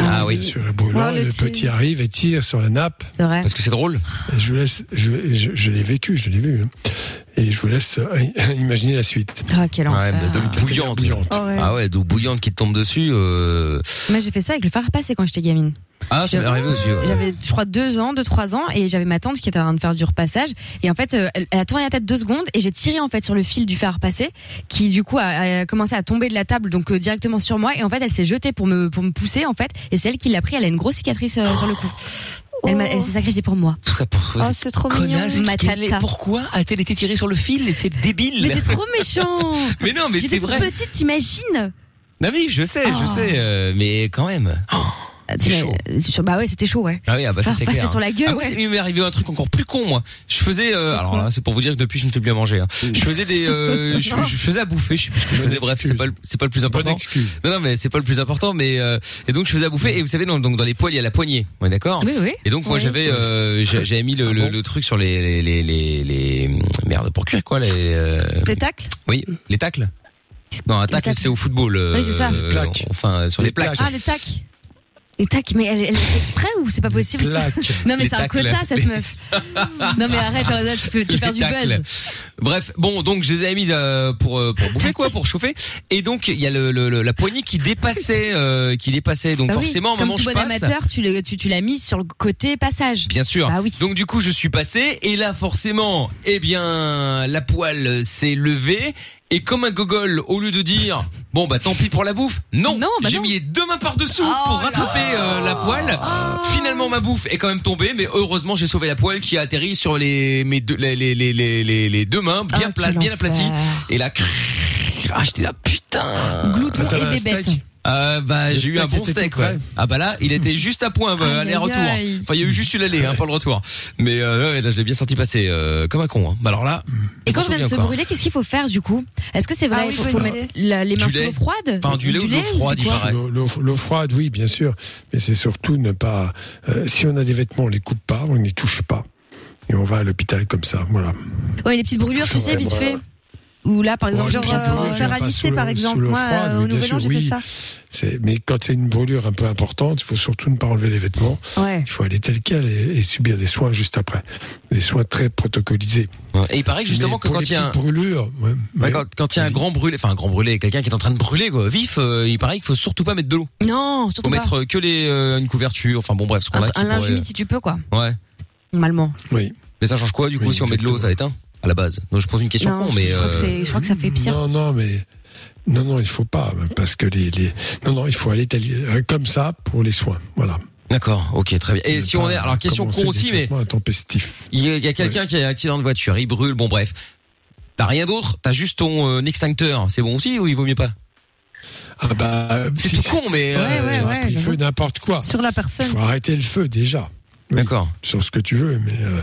Speaker 2: Ah
Speaker 3: thé,
Speaker 2: oui.
Speaker 3: Sur le brûlant,
Speaker 2: Oh, le
Speaker 3: et le
Speaker 2: thé.
Speaker 3: petit arrive et tire sur la nappe.
Speaker 6: C'est vrai.
Speaker 2: Parce que c'est drôle.
Speaker 3: Je vous laisse, je, je- je l'ai vécu, je l'ai vu. hein. Et je vous laisse euh, imaginer la suite.
Speaker 6: Ah, quel
Speaker 2: Ouais,
Speaker 6: enfer.
Speaker 2: bah, d'eau bouillante.
Speaker 6: Ah ouais.
Speaker 2: Ah ouais, d'eau bouillante qui te tombe dessus. Euh...
Speaker 6: Moi, j'ai fait ça avec le phare à passer quand j'étais gamine.
Speaker 2: Ah, ça m'est arrivé aussi. ouais.
Speaker 6: J'avais, je crois, deux ans, deux, trois ans, et j'avais ma tante qui était en train de faire du repassage. Et en fait, euh, elle, elle a tourné la tête deux secondes, et j'ai tiré en fait sur le fil du fer à repasser, qui du coup a, a commencé à tomber de la table, donc euh, directement sur moi. Et en fait, elle s'est jetée pour me pour me pousser en fait, et c'est elle qui l'a pris. Elle a une grosse cicatrice euh, sur le cou. Elle, m'a- elle s'est sacrifiée pour moi.
Speaker 2: Tout ça pour
Speaker 6: Oh, c'est trop mignon. Matata.
Speaker 2: Pourquoi a-t-elle été tirée sur le fil C'est débile.
Speaker 6: Mais t'es trop méchant.
Speaker 2: Mais non, mais
Speaker 6: J'étais
Speaker 2: c'est
Speaker 6: toute
Speaker 2: vrai.
Speaker 6: Petite, t'imagines
Speaker 2: Non oui, je sais, je
Speaker 6: Oh.
Speaker 2: sais, euh, mais quand même. Oh, c'est chaud.
Speaker 6: Euh, sur- Bah ouais, c'était chaud, ouais.
Speaker 2: Ah oui, ah bah ça
Speaker 6: Faire
Speaker 2: c'est
Speaker 6: passer
Speaker 2: clair. hein.
Speaker 6: sur la gueule,
Speaker 2: Ah, moi,
Speaker 6: ouais.
Speaker 2: c'est- il m'est arrivé un truc encore plus con moi. Je faisais euh, alors là, c'est pour vous dire que depuis je ne fais plus à manger hein. Je faisais des euh, je, je faisais à bouffer, je sais plus ce que je faisais bref, c'est pas le- c'est pas le plus important. Non non, mais c'est pas le plus important mais euh, et donc je faisais à bouffer et vous savez dans, donc dans les poils il y a la poignée. On est d'accord
Speaker 6: Oui, oui.
Speaker 2: Et donc moi
Speaker 6: Oui.
Speaker 2: j'avais euh, j'a- j'avais mis le, le- le truc sur les les les les, les- merde pour cuire quoi les euh,
Speaker 5: Des tacles
Speaker 2: Oui, les tacles. Non, un tacle
Speaker 6: tacles.
Speaker 2: c'est au football euh,
Speaker 6: Oui, c'est ça. Les plaques.
Speaker 2: enfin euh, sur les, plaques.
Speaker 6: Ah, les tacs. Les tacs, mais elle, elle fait exprès ou c'est pas possible Non, mais
Speaker 2: Les
Speaker 6: c'est un
Speaker 2: tacles.
Speaker 6: quota cette
Speaker 2: Les-
Speaker 6: meuf. Non, mais arrête, Rosa, tu peux, tu
Speaker 2: Les
Speaker 6: perds du
Speaker 2: tacles.
Speaker 6: buzz.
Speaker 2: Bref, bon, donc je les avais mis euh, pour euh, pour bouffer quoi, pour chauffer. Et donc il y a le, le- le- la poignée qui dépassait, euh, qui dépassait. Donc
Speaker 6: Bah oui,
Speaker 2: forcément, au
Speaker 6: comme
Speaker 2: moment où
Speaker 6: tout
Speaker 2: je
Speaker 6: bon
Speaker 2: passe.
Speaker 6: amateur, tu l'as tu, tu l'as mis sur le côté passage.
Speaker 2: Bien sûr. Donc du coup, je suis passé et là forcément, eh bien, la poêle euh, s'est levée et comme un gogol, au lieu de dire bon bah tant pis pour la bouffe, non, j'ai mis les deux mains par dessous pour rattraper euh, la poêle. Finalement, ma bouffe est quand même tombée, mais heureusement, j'ai sauvé la poêle qui a atterri sur les mes deux les les les les, les- les deux mains bien plates, bien aplaties et là. crrr, Ah, j'étais là, putain!
Speaker 6: Glouton et des bêtes.
Speaker 2: Euh, bah, j'ai eu un bon steak, ouais. Ah, bah là, il était juste à point, bah,
Speaker 6: Aïe,
Speaker 2: aller-retour.
Speaker 6: aïe, aïe.
Speaker 2: Enfin, il y a eu juste eu l'aller, hein, pas le retour. Mais euh, ouais, là, je l'ai bien senti passer, euh, comme un con. Hein. Bah, alors là.
Speaker 6: Et
Speaker 2: je
Speaker 6: quand
Speaker 2: m'en
Speaker 6: je viens de
Speaker 2: souviens
Speaker 6: se
Speaker 2: encore.
Speaker 6: brûler, qu'est-ce qu'il faut faire du coup Est-ce que c'est vrai
Speaker 5: Ah oui,
Speaker 6: faut,
Speaker 5: bonne
Speaker 6: faut
Speaker 5: idée.
Speaker 6: mettre la- les mains
Speaker 3: Du
Speaker 6: sous
Speaker 3: lait.
Speaker 6: l'eau
Speaker 5: Euh,
Speaker 6: froide
Speaker 2: Enfin, du lait ou de l'eau
Speaker 6: c'est
Speaker 2: froide, il
Speaker 6: quoi
Speaker 2: paraît.
Speaker 3: L'eau- L'eau l'eau froide, oui, bien sûr. Mais c'est surtout ne pas. euh, si on a des vêtements, on les coupe pas, on ne les touche pas. Et on va à l'hôpital comme ça. Voilà.
Speaker 6: Ouais, les petites brûlures, tu sais, vite
Speaker 3: Ouais.
Speaker 6: fait. Ou là, par exemple,
Speaker 5: Genre,
Speaker 6: je viens
Speaker 5: euh,
Speaker 6: de-
Speaker 5: faire à lycée, par exemple. Moi, euh, au Nouvel An, j'ai fait ça.
Speaker 3: C'est- Mais quand c'est une brûlure un peu importante, il faut surtout ne pas enlever les vêtements.
Speaker 6: Ouais.
Speaker 3: Il faut aller tel quel et, et subir des soins juste après. Des soins très protocolisés.
Speaker 2: Et il paraît que
Speaker 3: Mais
Speaker 2: justement que
Speaker 3: pour
Speaker 2: quand
Speaker 3: les
Speaker 2: il y a un,
Speaker 3: petites brûlures, ouais,
Speaker 2: Ouais, quand, quand il y a un grand brûlé, enfin un grand brûlé, quelqu'un qui est en train de brûler quoi, vif, euh, il paraît qu'il faut surtout pas mettre de l'eau.
Speaker 6: Non,
Speaker 2: Faut
Speaker 6: surtout pas.
Speaker 2: mettre euh, que les euh, une couverture, enfin bon bref, ce qu'on
Speaker 6: Un,
Speaker 2: a.
Speaker 6: un
Speaker 2: qui
Speaker 6: linge
Speaker 2: pourrait- euh,
Speaker 6: humide si tu peux, quoi.
Speaker 2: Ouais.
Speaker 6: Normalement.
Speaker 3: Oui.
Speaker 2: Mais ça change quoi du coup si on met de l'eau, ça éteint à la base. Donc je pose une question
Speaker 6: Non,
Speaker 2: con, mais
Speaker 6: je crois que
Speaker 2: euh,
Speaker 6: c'est- je crois que ça fait pire.
Speaker 3: Non, non, mais non, non, il faut pas parce que les, les... non, non, il faut aller tel- euh, comme ça pour les soins. Voilà.
Speaker 2: D'accord, ok, très bien. Et
Speaker 3: Ne
Speaker 2: si on
Speaker 3: pas
Speaker 2: est, alors question
Speaker 3: commencer
Speaker 2: con aussi,
Speaker 3: des
Speaker 2: mais
Speaker 3: traitements intempestifs.
Speaker 2: il y a, il y a quelqu'un qui a un accident de voiture, il brûle, bon bref. T'as rien d'autre T'as juste ton euh, extincteur. C'est bon aussi ou il vaut mieux pas
Speaker 3: Ah bah,
Speaker 2: c'est tout con,
Speaker 3: Ouais,
Speaker 2: mais euh,
Speaker 3: ouais, ouais, le feu n'importe quoi.
Speaker 5: Sur la personne.
Speaker 3: faut arrêter le feu déjà.
Speaker 2: D'accord.
Speaker 3: Sur ce que tu veux, mais euh,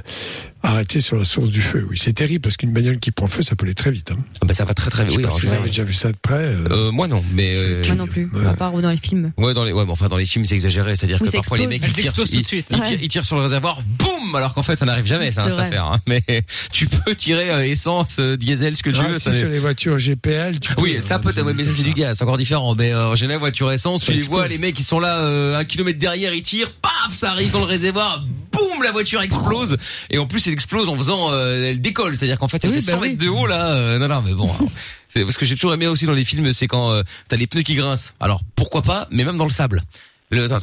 Speaker 3: arrêter sur la source du feu. Oui, c'est terrible parce qu'une bagnole qui prend feu, ça peut aller très vite. hein.
Speaker 2: Ah bah, ça va très très
Speaker 3: Je
Speaker 2: vite.
Speaker 3: sais
Speaker 2: Oui,
Speaker 3: pas
Speaker 2: alors,
Speaker 3: si
Speaker 2: je-
Speaker 3: vous avez déjà vu ça de près. euh,
Speaker 2: Euh, moi non, mais euh,
Speaker 6: Moi non plus, à part dans les films.
Speaker 2: Ouais, dans les, ouais, mais enfin, dans les films, c'est exagéré. C'est-à-dire
Speaker 6: Oui,
Speaker 2: que
Speaker 6: ça
Speaker 2: parfois, les
Speaker 6: explose.
Speaker 2: mecs,
Speaker 6: Elles
Speaker 2: ils tirent,
Speaker 6: explosent tout de
Speaker 2: ils-
Speaker 6: suite.
Speaker 2: ils
Speaker 6: Ouais.
Speaker 2: tirent, ils tirent sur le réservoir, boum! Alors qu'en fait, ça n'arrive jamais, ça,
Speaker 6: C'est
Speaker 2: cette
Speaker 6: vrai.
Speaker 2: affaire, hein. Mais tu peux tirer euh, essence, euh, diesel, ce que tu
Speaker 3: ah,
Speaker 2: veux.
Speaker 3: si,
Speaker 2: ça
Speaker 3: sur
Speaker 2: n'est-
Speaker 3: les voitures GPL, tu
Speaker 2: oui, ça peut, ouais, mais ça, c'est du gaz, c'est encore différent. Mais, euh, en général, voiture essence, tu les vois, les mecs, ils sont là, euh, un kilomètre derrière, ils tirent, paf, ça arrive dans le réservoir, boum, la voiture explose. Et en plus, elle explose en faisant, euh, elle décolle. C'est-à-dire qu'en fait, elle
Speaker 15: Oui,
Speaker 2: fait
Speaker 15: bah
Speaker 2: 100
Speaker 15: oui.
Speaker 2: mètres de haut, là, euh, non, non, mais bon. alors, c'est, parce que j'ai toujours aimé aussi dans les films, c'est quand, euh, t'as les pneus qui grincent. Alors, pourquoi pas, mais même dans le sable. Le,
Speaker 6: Ouais,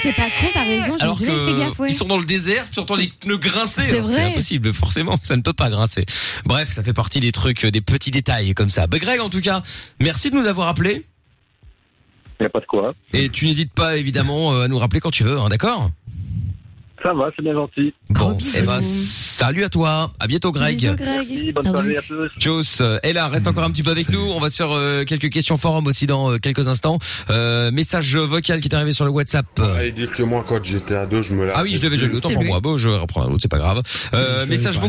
Speaker 6: c'est pas con, t'as raison, j'ai
Speaker 2: alors
Speaker 6: jamais fait gaffe,
Speaker 2: que
Speaker 6: ouais.
Speaker 2: ils sont dans le désert, tu entends les pneus grincer.
Speaker 6: C'est
Speaker 2: Alors,
Speaker 6: vrai.
Speaker 2: impossible, forcément, ça ne peut pas grincer. Bref, ça fait partie des trucs, euh, des petits détails comme ça. Bah Greg, en tout cas, merci de nous avoir appelés.
Speaker 13: Il n'y a pas de quoi.
Speaker 2: Et tu n'hésites pas évidemment euh, à nous rappeler quand tu veux, hein, d'accord
Speaker 13: Ça va, c'est bien gentil.
Speaker 2: Bon, eh
Speaker 6: Mmh.
Speaker 2: ben, salut à toi, à bientôt Greg.
Speaker 6: Ah,
Speaker 13: Merci, bonne soirée à tous.
Speaker 2: Jos euh, est là, reste encore un petit peu avec nous. On va se faire euh, quelques questions forum aussi dans euh, quelques instants. Euh, message vocal qui est arrivé sur le WhatsApp.
Speaker 14: Allez dire que moi, quand j'étais ado, je me la.
Speaker 2: Ah oui, je l'avais déjà eu, autant pour moi. Bon, je vais reprendre un autre, c'est pas grave. Euh, message vo-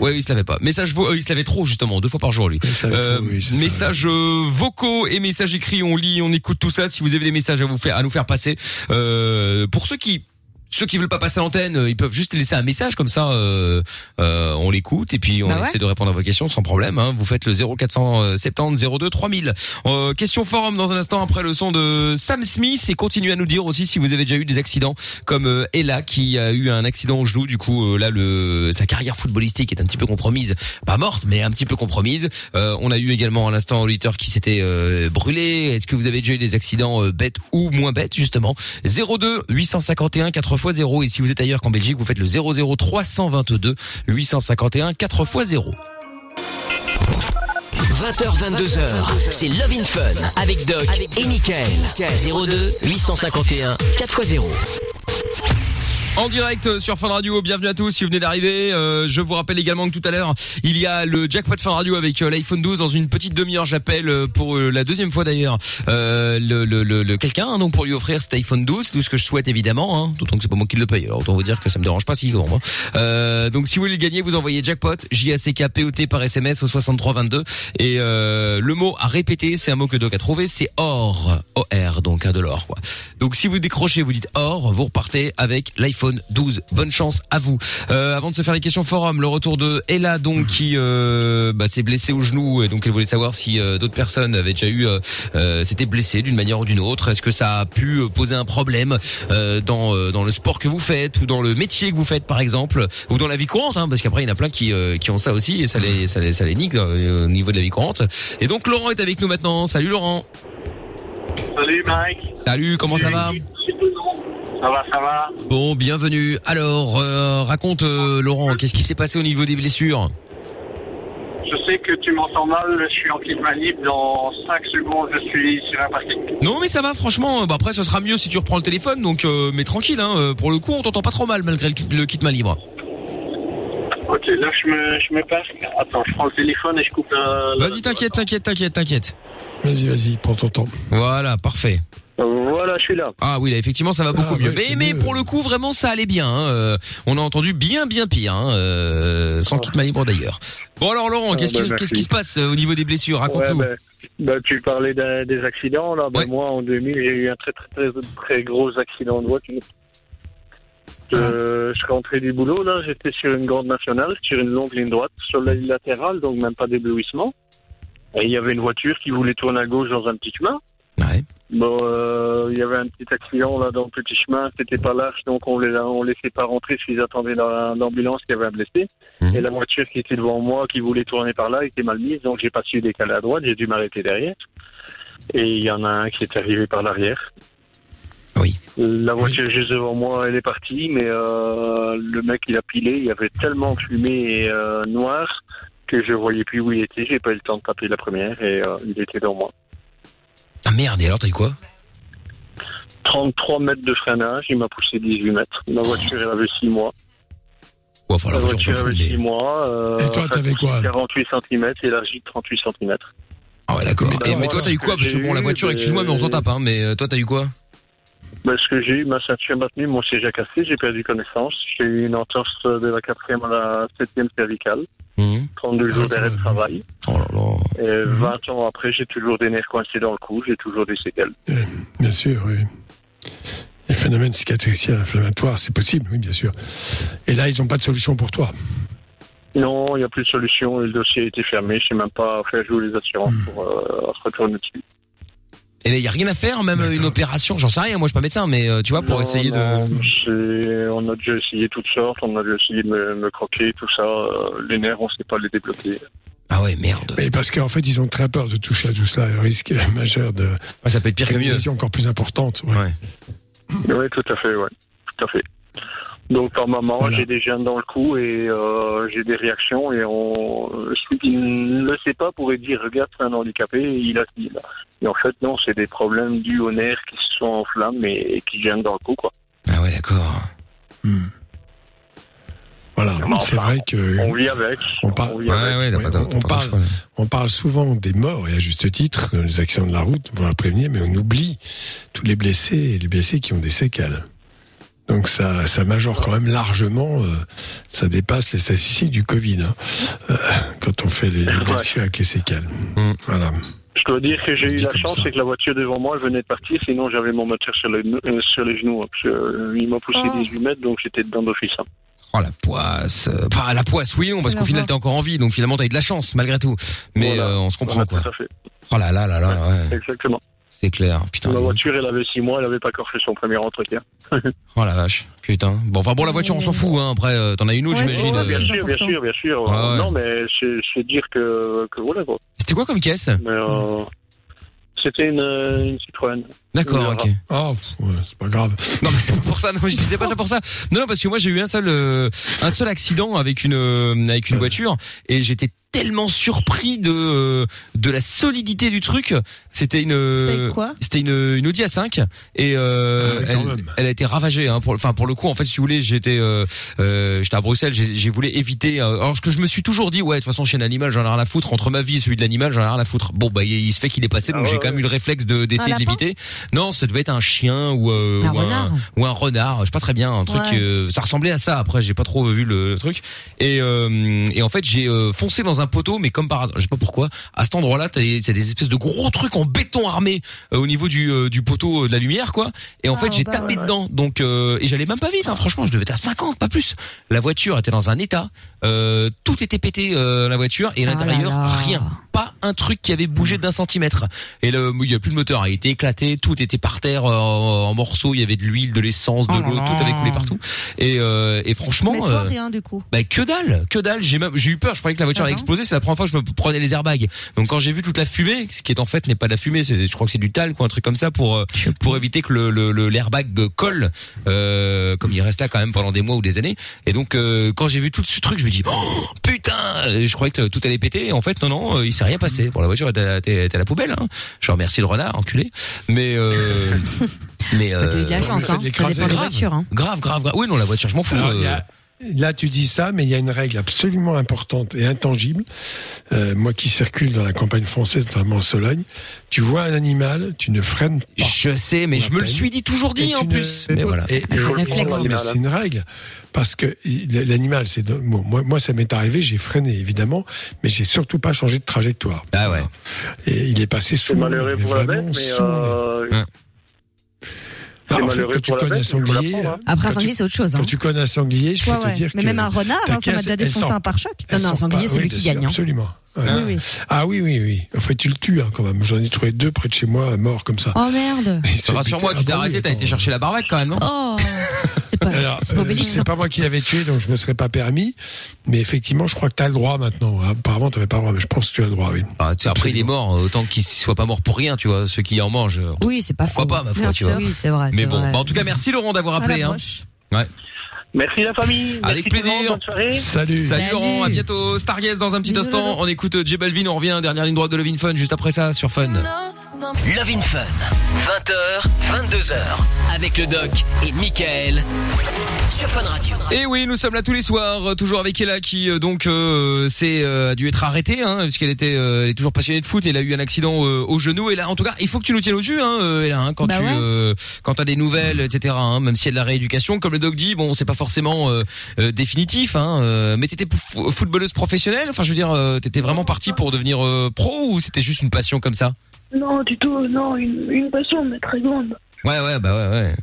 Speaker 2: Ouais, il se l'avait pas. Message vo- euh, il se l'avait trop justement, deux fois par jour lui. Euh, messages euh, vocaux et messages écrits, on lit, on écoute tout ça. Si vous avez des messages à vous faire à nous faire passer euh, pour ceux qui ceux qui veulent pas passer à l'antenne, euh, ils peuvent juste laisser un message comme ça. euh, euh, on l'écoute et puis on
Speaker 15: Bah ouais.
Speaker 2: essaie de répondre à vos questions sans problème. hein. Vous faites le euh, 0470 02 3000. Euh, question forum dans un instant après le son de Sam Smith et continuez à nous dire aussi si vous avez déjà eu des accidents comme euh, Ella qui a eu un accident au genou. Du coup euh, là le sa carrière footballistique est un petit peu compromise, pas morte mais un petit peu compromise. Euh, on a eu également à l'instant un auditeur qui s'était euh, brûlé. Est-ce que vous avez déjà eu des accidents euh, bêtes ou moins bêtes justement 02 851 4 x 0 et si vous êtes ailleurs qu'en Belgique vous faites le 00 322 851 4 x 0.
Speaker 4: 20h, 22h, c'est Love in Fun avec Doc et Michael. 02 851 4x0.
Speaker 2: En direct euh, sur Fun Radio, bienvenue à tous si vous venez d'arriver. Euh, je vous rappelle également que tout à l'heure, il y a le jackpot Fun Radio avec euh, l'iPhone 12 dans une petite demi-heure. J'appelle euh, pour euh, la deuxième fois d'ailleurs euh, le, le, le, le- quelqu'un hein, donc pour lui offrir cet iPhone 12, c'est tout ce que je souhaite évidemment. Hein, d'autant que c'est pas moi qui le paye. Alors autant vous dire que ça me dérange pas si grand. hein. Euh, donc si vous voulez le gagner, vous envoyez jackpot J A C K P O T par SMS au 6322 et euh, le mot à répéter, c'est un mot que Doc a trouvé, c'est or, O R donc hein, de l'or quoi. Donc si vous décrochez, vous dites or, vous repartez avec l'iPhone 12. Bonne chance à vous. Euh, avant de se faire les questions forum, le retour de Ella donc qui euh, bah, s'est blessée au genou et donc elle voulait savoir si euh, d'autres personnes avaient déjà eu, euh, euh, s'étaient blessées d'une manière ou d'une autre. Est-ce que ça a pu euh, poser un problème euh, dans euh, dans le sport que vous faites ou dans le métier que vous faites par exemple ou dans la vie courante hein, parce qu'après il y en a plein qui euh, qui ont ça aussi et ça les ça les ça les nique euh, au niveau de la vie courante. Et donc Laurent est avec nous maintenant. Salut Laurent.
Speaker 16: Salut Mike.
Speaker 2: Salut, comment ça va
Speaker 16: Ça va, ça va.
Speaker 2: Bon, bienvenue. Alors, euh, raconte euh, Laurent, qu'est-ce qui s'est passé au niveau des blessures
Speaker 16: Je sais que tu m'entends mal, je suis en clip manip. Dans 5 secondes, je suis sur un parking.
Speaker 2: Non, mais ça va, franchement. Bah, après, ce sera mieux si tu reprends le téléphone. Donc, euh, mais tranquille. Hein, euh, pour le coup, on t'entend pas trop mal malgré le, kit- le kit main libre.
Speaker 16: Ok, là je me, je me passe. Attends, je prends le téléphone et je coupe
Speaker 13: euh,
Speaker 16: la. la-
Speaker 2: Vas-y, t'inquiète, t'inquiète, t'inquiète, t'inquiète.
Speaker 3: Vas-y, vas-y, prends ton temps.
Speaker 2: Voilà, parfait.
Speaker 16: Voilà, je suis là.
Speaker 2: Ah oui, là, effectivement, ça va beaucoup mieux. Mais, mais pour le coup, vraiment, ça allait bien. hein, euh, on a entendu bien, bien pire, hein, euh, sans kit main libre d'ailleurs. Bon alors, Laurent,
Speaker 16: Ah,
Speaker 2: qu'est-ce
Speaker 16: bah,
Speaker 2: qui,
Speaker 16: merci.
Speaker 2: qu'est-ce qui se passe euh, au niveau des blessures
Speaker 16: Ouais,
Speaker 2: Raconte-nous.
Speaker 16: ben, ben, tu parlais d'un- des accidents là. Ben, Moi, en 2000, j'ai eu un très très très très gros accident de voiture.
Speaker 2: Ah.
Speaker 16: Euh, je rentrais du boulot là, j'étais sur une grande nationale, sur une longue ligne droite, sur la ligne latérale, donc même pas d'éblouissement. Et il y avait une voiture qui voulait tourner à gauche dans un petit chemin. Bon, euh, il y avait un petit accident là dans le petit chemin, c'était pas large, donc on les a- on laissait pas rentrer parce qu'ils attendaient la- l'ambulance qui avait un blessé. Et la voiture qui était devant moi, qui voulait tourner par là, était mal mise, donc j'ai pas su décaler à droite, j'ai dû m'arrêter derrière. Et il y en a un qui est arrivé par l'arrière. Oui. La voiture juste devant moi, elle est partie, mais euh, le mec il a pilé, il y avait tellement de fumée et, euh, noire que je voyais plus où il était, j'ai pas eu le temps de taper la première et euh, il était dans moi.
Speaker 2: Ah merde, et alors t'as eu quoi
Speaker 16: 33 mètres de freinage, il m'a poussé 18 mètres. Ma voiture, elle avait 6 mois.
Speaker 2: Oh. Ouais, enfin, la voiture, on s'en fout, mais-
Speaker 16: 6 mois. euh,
Speaker 2: Et toi,
Speaker 16: en fait,
Speaker 2: t'avais quoi
Speaker 16: 48 cm, élargi de 38 cm.
Speaker 2: Ah ouais, d'accord. Et- mais toi, t'as eu quoi Parce que bon, la voiture, excuse-moi, mais on s'en tape, hein. Mais euh, toi, t'as eu quoi
Speaker 16: Parce Bah, que j'ai eu ma ceinture maintenue, mon siège a cassé, j'ai perdu connaissance. J'ai eu une entorse de la quatrième à la septième cervicale.
Speaker 5: Mmh.
Speaker 16: 32 jours
Speaker 2: Ah,
Speaker 16: d'arrêt de travail.
Speaker 2: Oh Mhm.
Speaker 16: Et 20 ans après, j'ai toujours des nerfs coincés dans le cou, j'ai toujours des séquelles.
Speaker 3: Euh, Bien sûr, oui. Les phénomènes cicatriciels inflammatoires, c'est possible, oui, bien sûr. Et là, ils n'ont pas de solution pour toi.
Speaker 16: Non, il n'y a plus de solution, le dossier a été fermé, je sais même pas faire jouer les assurances
Speaker 2: Mhm.
Speaker 16: pour euh, se retourner dessus.
Speaker 2: Et là, y a rien à faire, même euh, une opération, j'en sais rien. Moi, je suis pas médecin, mais euh, tu vois, pour
Speaker 16: Non,
Speaker 2: essayer
Speaker 16: non,
Speaker 2: de.
Speaker 16: c'est- On a déjà essayé toutes sortes, on a déjà essayé de me, me croquer, tout ça. euh, Les nerfs, on sait pas les débloquer.
Speaker 2: Ah ouais, merde.
Speaker 3: Mais parce qu'en fait, ils ont très peur de toucher à tout cela, un risque majeur de.
Speaker 2: ça peut être pire que mieux.
Speaker 3: encore plus importante. Ouais.
Speaker 16: Oui, tout à fait, ouais. Tout à fait. Donc par moment, j'ai des gènes dans le cou et euh, j'ai des réactions et on celui qui ne le sait pas pourrait dire regarde c'est un handicapé et il a il a. Et en fait non, c'est des problèmes dus aux nerfs qui se sont en flammes et, et qui gênent dans le cou quoi.
Speaker 2: Ah ouais, d'accord.
Speaker 3: Hmm. Voilà, c'est vrai
Speaker 2: Mmh.
Speaker 3: que.
Speaker 16: On vit avec. On
Speaker 3: parle.
Speaker 16: vit avec.
Speaker 3: Ouais, on, parle, on parle souvent des morts, et à juste titre, dans les accidents de la route, on va prévenir, mais on oublie tous les blessés et les blessés qui ont des séquelles. Donc ça, ça majore quand même largement, euh, ça dépasse les statistiques du Covid, hein, euh, quand on fait les, les blessures avec les séquelles. Voilà.
Speaker 16: Je dois dire que j'ai eu la chance, c'est que la voiture devant moi elle venait de partir, sinon j'avais mon moteur sur les, euh, sur les genoux. hein, parce que, euh, il m'a poussé 18 mètres, donc j'étais dedans d'office. hein.
Speaker 2: Oh la poisse, euh, pas la poisse, oui non, parce qu'au final t'es encore en vie, donc finalement t'as eu de la chance malgré tout. Mais euh, on se comprend quoi. Oh là là là là, ouais.
Speaker 16: Exactement.
Speaker 2: C'est clair, putain.
Speaker 16: Ma voiture, elle avait 6 mois, elle avait pas encore fait son premier entretien.
Speaker 2: Oh la vache, putain. Bon, enfin bon, la voiture on s'en fout, hein. Après, euh, t'en as une autre, j'imagine.
Speaker 16: bien
Speaker 2: euh,
Speaker 16: sûr, bien sûr, bien sûr.
Speaker 2: Ouais, ouais.
Speaker 16: Non, mais c'est c'est dire que, que voilà quoi.
Speaker 2: C'était quoi comme caisse
Speaker 16: Mais,
Speaker 2: Hmm.
Speaker 16: euh, C'était une, euh, une Citroën.
Speaker 2: D'accord,
Speaker 16: Une
Speaker 2: ok.
Speaker 3: Oh, c'est pas grave.
Speaker 2: Non, mais c'est pas pour ça. Non, je disais pas ça pour ça. Non, non, parce que moi j'ai eu un seul, euh, un seul accident avec une, euh, avec une voiture et j'étais tellement surpris de, euh, de la solidité du truc. C'était une, euh, c'était une, une Audi A5 et euh, elle, elle a été ravagée. Hein, pour, enfin pour le coup, en fait, si vous voulez, j'étais, euh, euh, j'étais à Bruxelles, j'ai j'ai voulu éviter. euh, alors que je me suis toujours dit, ouais, de toute façon, chez un animal, j'en ai rien à foutre. Entre ma vie et celui de l'animal, j'en ai rien à foutre. Bon, bah il, il se fait qu'il est passé, donc j'ai quand même eu le réflexe de d'essayer
Speaker 15: Un
Speaker 2: de
Speaker 15: lapin
Speaker 2: l'éviter. Non, ça devait être un chien ou, euh,
Speaker 15: Un
Speaker 2: ou, un,
Speaker 15: renard.
Speaker 2: ou un renard, je sais pas très bien, un truc.
Speaker 15: Ouais.
Speaker 2: euh, ça ressemblait à ça. Après, j'ai pas trop vu le, le truc. Et, euh, et en fait, j'ai euh, foncé dans un poteau, mais comme par hasard, je sais pas pourquoi. À cet endroit-là, t'as des- c'est des espèces de gros trucs en béton armé euh, au niveau du, euh, du poteau euh, de la lumière, quoi. Et en fait,
Speaker 15: Ah,
Speaker 2: j'ai
Speaker 15: bah
Speaker 2: tapé dedans. Donc, euh, et j'allais même pas vite. hein. Franchement, je devais être à 50, pas plus. La voiture était dans un état. euh, tout était pété, euh, la voiture, et à
Speaker 15: Oh là
Speaker 2: l'intérieur,
Speaker 15: là.
Speaker 2: rien pas un truc qui avait bougé d'un centimètre. Et le, il y a plus de moteur, il était éclaté, tout était par terre euh, en morceaux, il y avait de l'huile, de l'essence, de l'eau, tout avait coulé partout. Et, euh, et franchement,
Speaker 5: Oh Mais toi,
Speaker 2: euh,
Speaker 5: rien du coup.
Speaker 2: bah, que dalle, que dalle. J'ai même, j'ai eu peur. Je croyais que la voiture
Speaker 6: Ah
Speaker 2: allait exploser. C'est la première fois que je me prenais les airbags. Donc quand j'ai vu toute la fumée, ce qui est en fait n'est pas de la fumée, c'est, je crois que c'est du talc ou un truc comme ça pour euh, pour éviter que le, le- le- l'airbag colle, euh, comme il reste là quand même pendant des mois ou des années. Et donc euh, quand j'ai vu tout ce truc, je me dis oh, putain, Et je croyais que tout allait péter. Et en fait non non, euh, il s'est rien passé. Bon la voiture était, à- était- était à la poubelle. Hein. Je remercie le renard enculé, mais euh, mais
Speaker 6: T'as eu de la
Speaker 2: euh,
Speaker 6: chance, hein. Ça dépend des
Speaker 2: grave,
Speaker 6: voitures, hein.
Speaker 2: grave grave grave. Ah Oui non la voiture, je m'en fous.
Speaker 3: Alors,
Speaker 2: euh.
Speaker 3: il y a- Là, tu dis ça, mais il y a une règle absolument importante et intangible. Euh, moi qui circule dans la campagne française, notamment en Sologne, tu vois un animal, tu ne freines pas.
Speaker 2: Je sais, Eh, mais je me le suis dit, toujours dit,
Speaker 3: Et
Speaker 2: en
Speaker 3: tu
Speaker 2: plus.
Speaker 3: ne-
Speaker 2: Mais voilà.
Speaker 3: Et, et-
Speaker 2: Il faut le
Speaker 3: et-
Speaker 2: prendre,
Speaker 3: mais
Speaker 2: l'animal.
Speaker 3: c'est une règle. Parce que il- l'animal, c'est de- bon, moi, moi, ça m'est arrivé, j'ai freiné évidemment, mais j'ai surtout pas changé de trajectoire.
Speaker 2: Ah ouais.
Speaker 3: Et il est passé sous
Speaker 16: C'est
Speaker 3: mon
Speaker 16: malheureux
Speaker 3: nez, mais
Speaker 16: pour la
Speaker 3: vraiment
Speaker 16: bête, mais.
Speaker 3: sous mon nez.
Speaker 16: Euh...
Speaker 3: Bah,
Speaker 16: C'est
Speaker 3: en fait,
Speaker 16: malheureux
Speaker 3: quand tu
Speaker 16: pour la
Speaker 3: connais un
Speaker 16: bête, mais il faut
Speaker 3: sanglier,
Speaker 16: l'apprendre, hein.
Speaker 6: Après, un
Speaker 3: quand tu-
Speaker 6: sanglier, c'est autre chose. hein.
Speaker 3: quand tu connais un sanglier, je peux
Speaker 6: Ouais,
Speaker 3: te
Speaker 6: ouais.
Speaker 3: dire
Speaker 6: Mais
Speaker 3: que
Speaker 6: même un renard,
Speaker 3: ta
Speaker 6: hein, ça
Speaker 3: caisse,
Speaker 6: m'a déjà
Speaker 3: elle
Speaker 6: défoncé
Speaker 3: sort-
Speaker 6: un pare-choc.
Speaker 3: elle
Speaker 6: Non, non, un
Speaker 3: sort
Speaker 6: sanglier,
Speaker 3: pas.
Speaker 6: c'est
Speaker 3: Oui,
Speaker 6: lui
Speaker 3: bien
Speaker 6: qui
Speaker 3: sûr,
Speaker 6: gagne, hein.
Speaker 3: Absolument. Ouais.
Speaker 6: Ah oui.
Speaker 3: Ah oui, oui, oui. En fait, tu le tues hein, quand même. J'en ai trouvé deux près de chez moi, euh, morts comme ça.
Speaker 6: Oh merde.
Speaker 2: Rassure-moi, tu t'es arrêté, t'as été chercher la barbaque quand même, non
Speaker 6: Oh.
Speaker 3: Alors, euh, c'est pas moi qui l'avais tué, donc je me serais pas permis. Mais effectivement, je crois que t'as le droit maintenant. hein. Apparemment, t'avais pas le droit, mais je pense que tu as le droit, oui.
Speaker 2: Ah, tu sais, après, il est mort. Autant qu'il soit pas mort pour rien, tu vois. Ceux qui en mangent. euh,
Speaker 6: Oui, c'est pas faux.
Speaker 2: Pourquoi pas, ma foi,
Speaker 6: Bien
Speaker 2: tu
Speaker 6: sûr.
Speaker 2: vois.
Speaker 6: Oui, c'est vrai.
Speaker 2: Mais
Speaker 6: c'est
Speaker 2: bon,
Speaker 6: vrai.
Speaker 2: bah, en tout cas, merci Laurent d'avoir appelé. Hein. Ouais.
Speaker 16: Merci la famille.
Speaker 2: Avec plaisir.
Speaker 16: Salut.
Speaker 2: Salut Laurent, à
Speaker 16: Salut.
Speaker 2: bientôt. Stargaze dans un petit instant. On écoute euh, J Balvin, on revient. Dernière ligne droite de Levin Fun juste après ça sur Fun.
Speaker 1: Lost
Speaker 4: Love in Fun, 20h, 22h, avec le doc et Michael sur Fun Radio.
Speaker 2: Et oui, nous sommes là tous les soirs, euh, toujours avec Ella qui euh, donc euh, s'est euh, a dû être arrêtée, hein, puisqu'elle était, euh, elle est toujours passionnée de foot. Et elle a eu un accident euh, au genou. Et là, en tout cas, il faut que tu nous tiennes au jus, hein, euh, Ella, hein, quand
Speaker 6: Bah
Speaker 2: tu,
Speaker 6: ouais.
Speaker 2: euh, quand t'as des nouvelles, etc. hein, même si y a de la rééducation, comme le doc dit, bon, c'est pas forcément euh, euh, définitif. Hein, euh, mais t'étais fo- footballeuse professionnelle. Enfin, je veux dire, euh, t'étais vraiment partie pour devenir euh, pro ou c'était juste une passion comme ça
Speaker 12: Non, du tout, non, une, une passion, mais très grande.
Speaker 2: Ouais, ouais, bah ouais, ouais.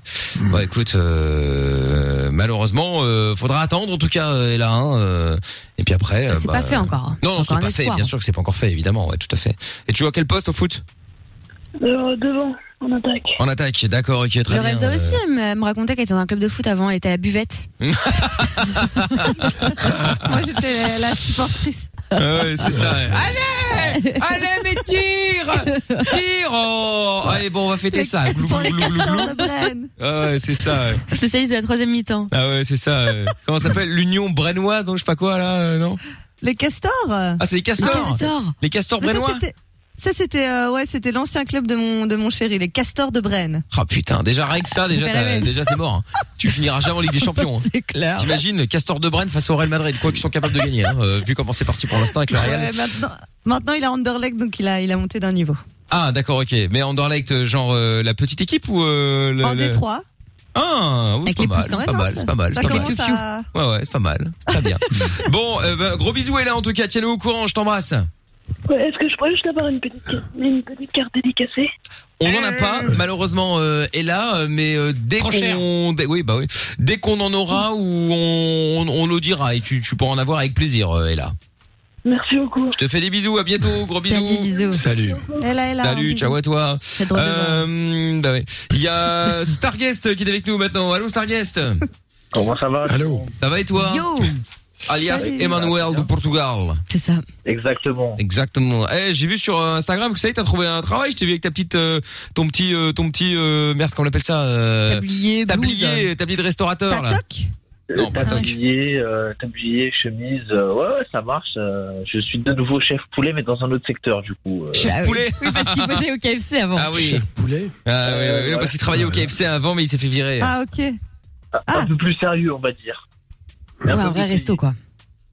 Speaker 2: Bah écoute, euh, malheureusement, euh, faudra attendre en tout cas, euh, là, hein, euh, et puis après. euh,
Speaker 6: C'est
Speaker 2: bah,
Speaker 6: pas fait encore.
Speaker 2: Non, non,
Speaker 6: C'est
Speaker 2: c'est
Speaker 6: encore
Speaker 2: pas
Speaker 6: un
Speaker 2: fait.
Speaker 6: espoir.
Speaker 2: Bien sûr que c'est pas encore fait, évidemment, ouais, tout à fait. Et tu joues à quel poste au foot
Speaker 12: Euh, devant, en attaque.
Speaker 2: En attaque, d'accord, ok, très bien.
Speaker 6: Lorenza
Speaker 2: euh.
Speaker 6: aussi elle me me racontait qu'elle était dans un club de foot avant, elle était à la buvette.
Speaker 5: Moi, j'étais la supportrice.
Speaker 2: Ah ouais, c'est ça. ouais. Eh,
Speaker 10: Allez Allez, mais tire
Speaker 2: Tire oh Allez, bon, on va fêter ça. Glou, glou, glou, glou, glou. Ah ouais, c'est ça. ouais.
Speaker 6: Spécialiste de la troisième mi-temps.
Speaker 2: Ah ouais, c'est ça. ouais. Comment ça s'appelle L'Union Brennoise, donc je sais pas quoi là, euh, non
Speaker 5: Les castors Ah,
Speaker 2: c'est les castors. Les castors brennois.
Speaker 5: Ça, c'était euh, ouais, c'était l'ancien club de mon, de mon chéri, les castors de Brenne.
Speaker 2: Ah putain, déjà rien que ça,
Speaker 5: fait
Speaker 2: déjà,
Speaker 5: la
Speaker 2: t'as-
Speaker 5: même.
Speaker 2: déjà c'est mort. hein. Tu finiras jamais en Ligue des Champions. hein.
Speaker 6: C'est clair.
Speaker 2: T'imagines Castor de Brenne face au Real Madrid, quoi qu'ils sont capables de gagner, hein, euh, vu comment c'est parti pour l'instant avec le Real.
Speaker 5: Ouais, bah- maintenant, maintenant, il a Anderlecht, donc il a, il a monté d'un niveau.
Speaker 2: Ah d'accord, ok. Mais Anderlecht, euh, genre euh, la petite équipe ou euh, le,
Speaker 5: en
Speaker 2: le-
Speaker 5: Détroit.
Speaker 2: Ah, oui,
Speaker 5: Avec
Speaker 2: c'est
Speaker 5: les
Speaker 2: pas mal,
Speaker 5: poussins,
Speaker 2: c'est pas
Speaker 5: ouais, non,
Speaker 2: mal,
Speaker 5: ça-
Speaker 2: c'est pas mal,
Speaker 5: ça
Speaker 2: c'est pas
Speaker 5: commence
Speaker 2: mal.
Speaker 5: à-
Speaker 2: Ouais, ouais, c'est pas mal. Très bien. bon, euh, ben, gros bisous, là en tout cas, tiens-nous au courant, je t'embrasse.
Speaker 12: Ouais, Est-ce que je pourrais juste avoir une petite, une petite carte dédicacée
Speaker 2: On n'en a pas, malheureusement, euh, est là, euh, mais euh, dès
Speaker 12: Trop cher.
Speaker 2: qu'on, dès- oui, bah oui, dès qu'on en aura ou on, on, on nous dira et tu, tu pourras en avoir avec plaisir, euh, Ella.
Speaker 12: Merci beaucoup.
Speaker 2: Je te fais des bisous, à bientôt, gros bisous. Salut.
Speaker 5: Elle a, elle a un
Speaker 2: Salut,
Speaker 5: bisou.
Speaker 2: ciao à toi.
Speaker 5: C'est drôle de voir.
Speaker 2: Euh, bah ouais. Il y a Starguest qui est avec nous maintenant. Allô Starguest.
Speaker 15: Comment ça va
Speaker 2: Allô. Ça va et toi
Speaker 6: Yo
Speaker 2: Alias
Speaker 6: Salut.
Speaker 2: Emmanuel du Portugal.
Speaker 6: C'est ça.
Speaker 15: Exactement.
Speaker 2: Exactement. Eh, j'ai vu sur euh, Instagram que ça y est, t'as trouvé un travail. Je t'ai vu avec ta petite, euh, ton petit, euh, ton petit euh, merde, comment on appelle ça euh,
Speaker 6: Tablier,
Speaker 2: tablier, tablier de restaurateur. Là.
Speaker 15: Non, pas tablier, euh, tablier, chemise. euh, ouais, ouais, ça marche. euh, je suis de nouveau chef poulet, mais dans un autre secteur, du coup. euh.
Speaker 6: Ah oui. Oui, parce qu'il bossait au KFC avant.
Speaker 2: Ah oui.
Speaker 3: Poulet.
Speaker 2: Ah oui, oui, oui,
Speaker 15: Euh,
Speaker 2: parce qu'il travaillait au KFC avant, mais il s'est fait virer.
Speaker 5: Ah, ok.
Speaker 15: Un-
Speaker 6: Ah.
Speaker 15: Un peu plus sérieux, on va dire.
Speaker 6: Ouais, un vrai resto, quoi.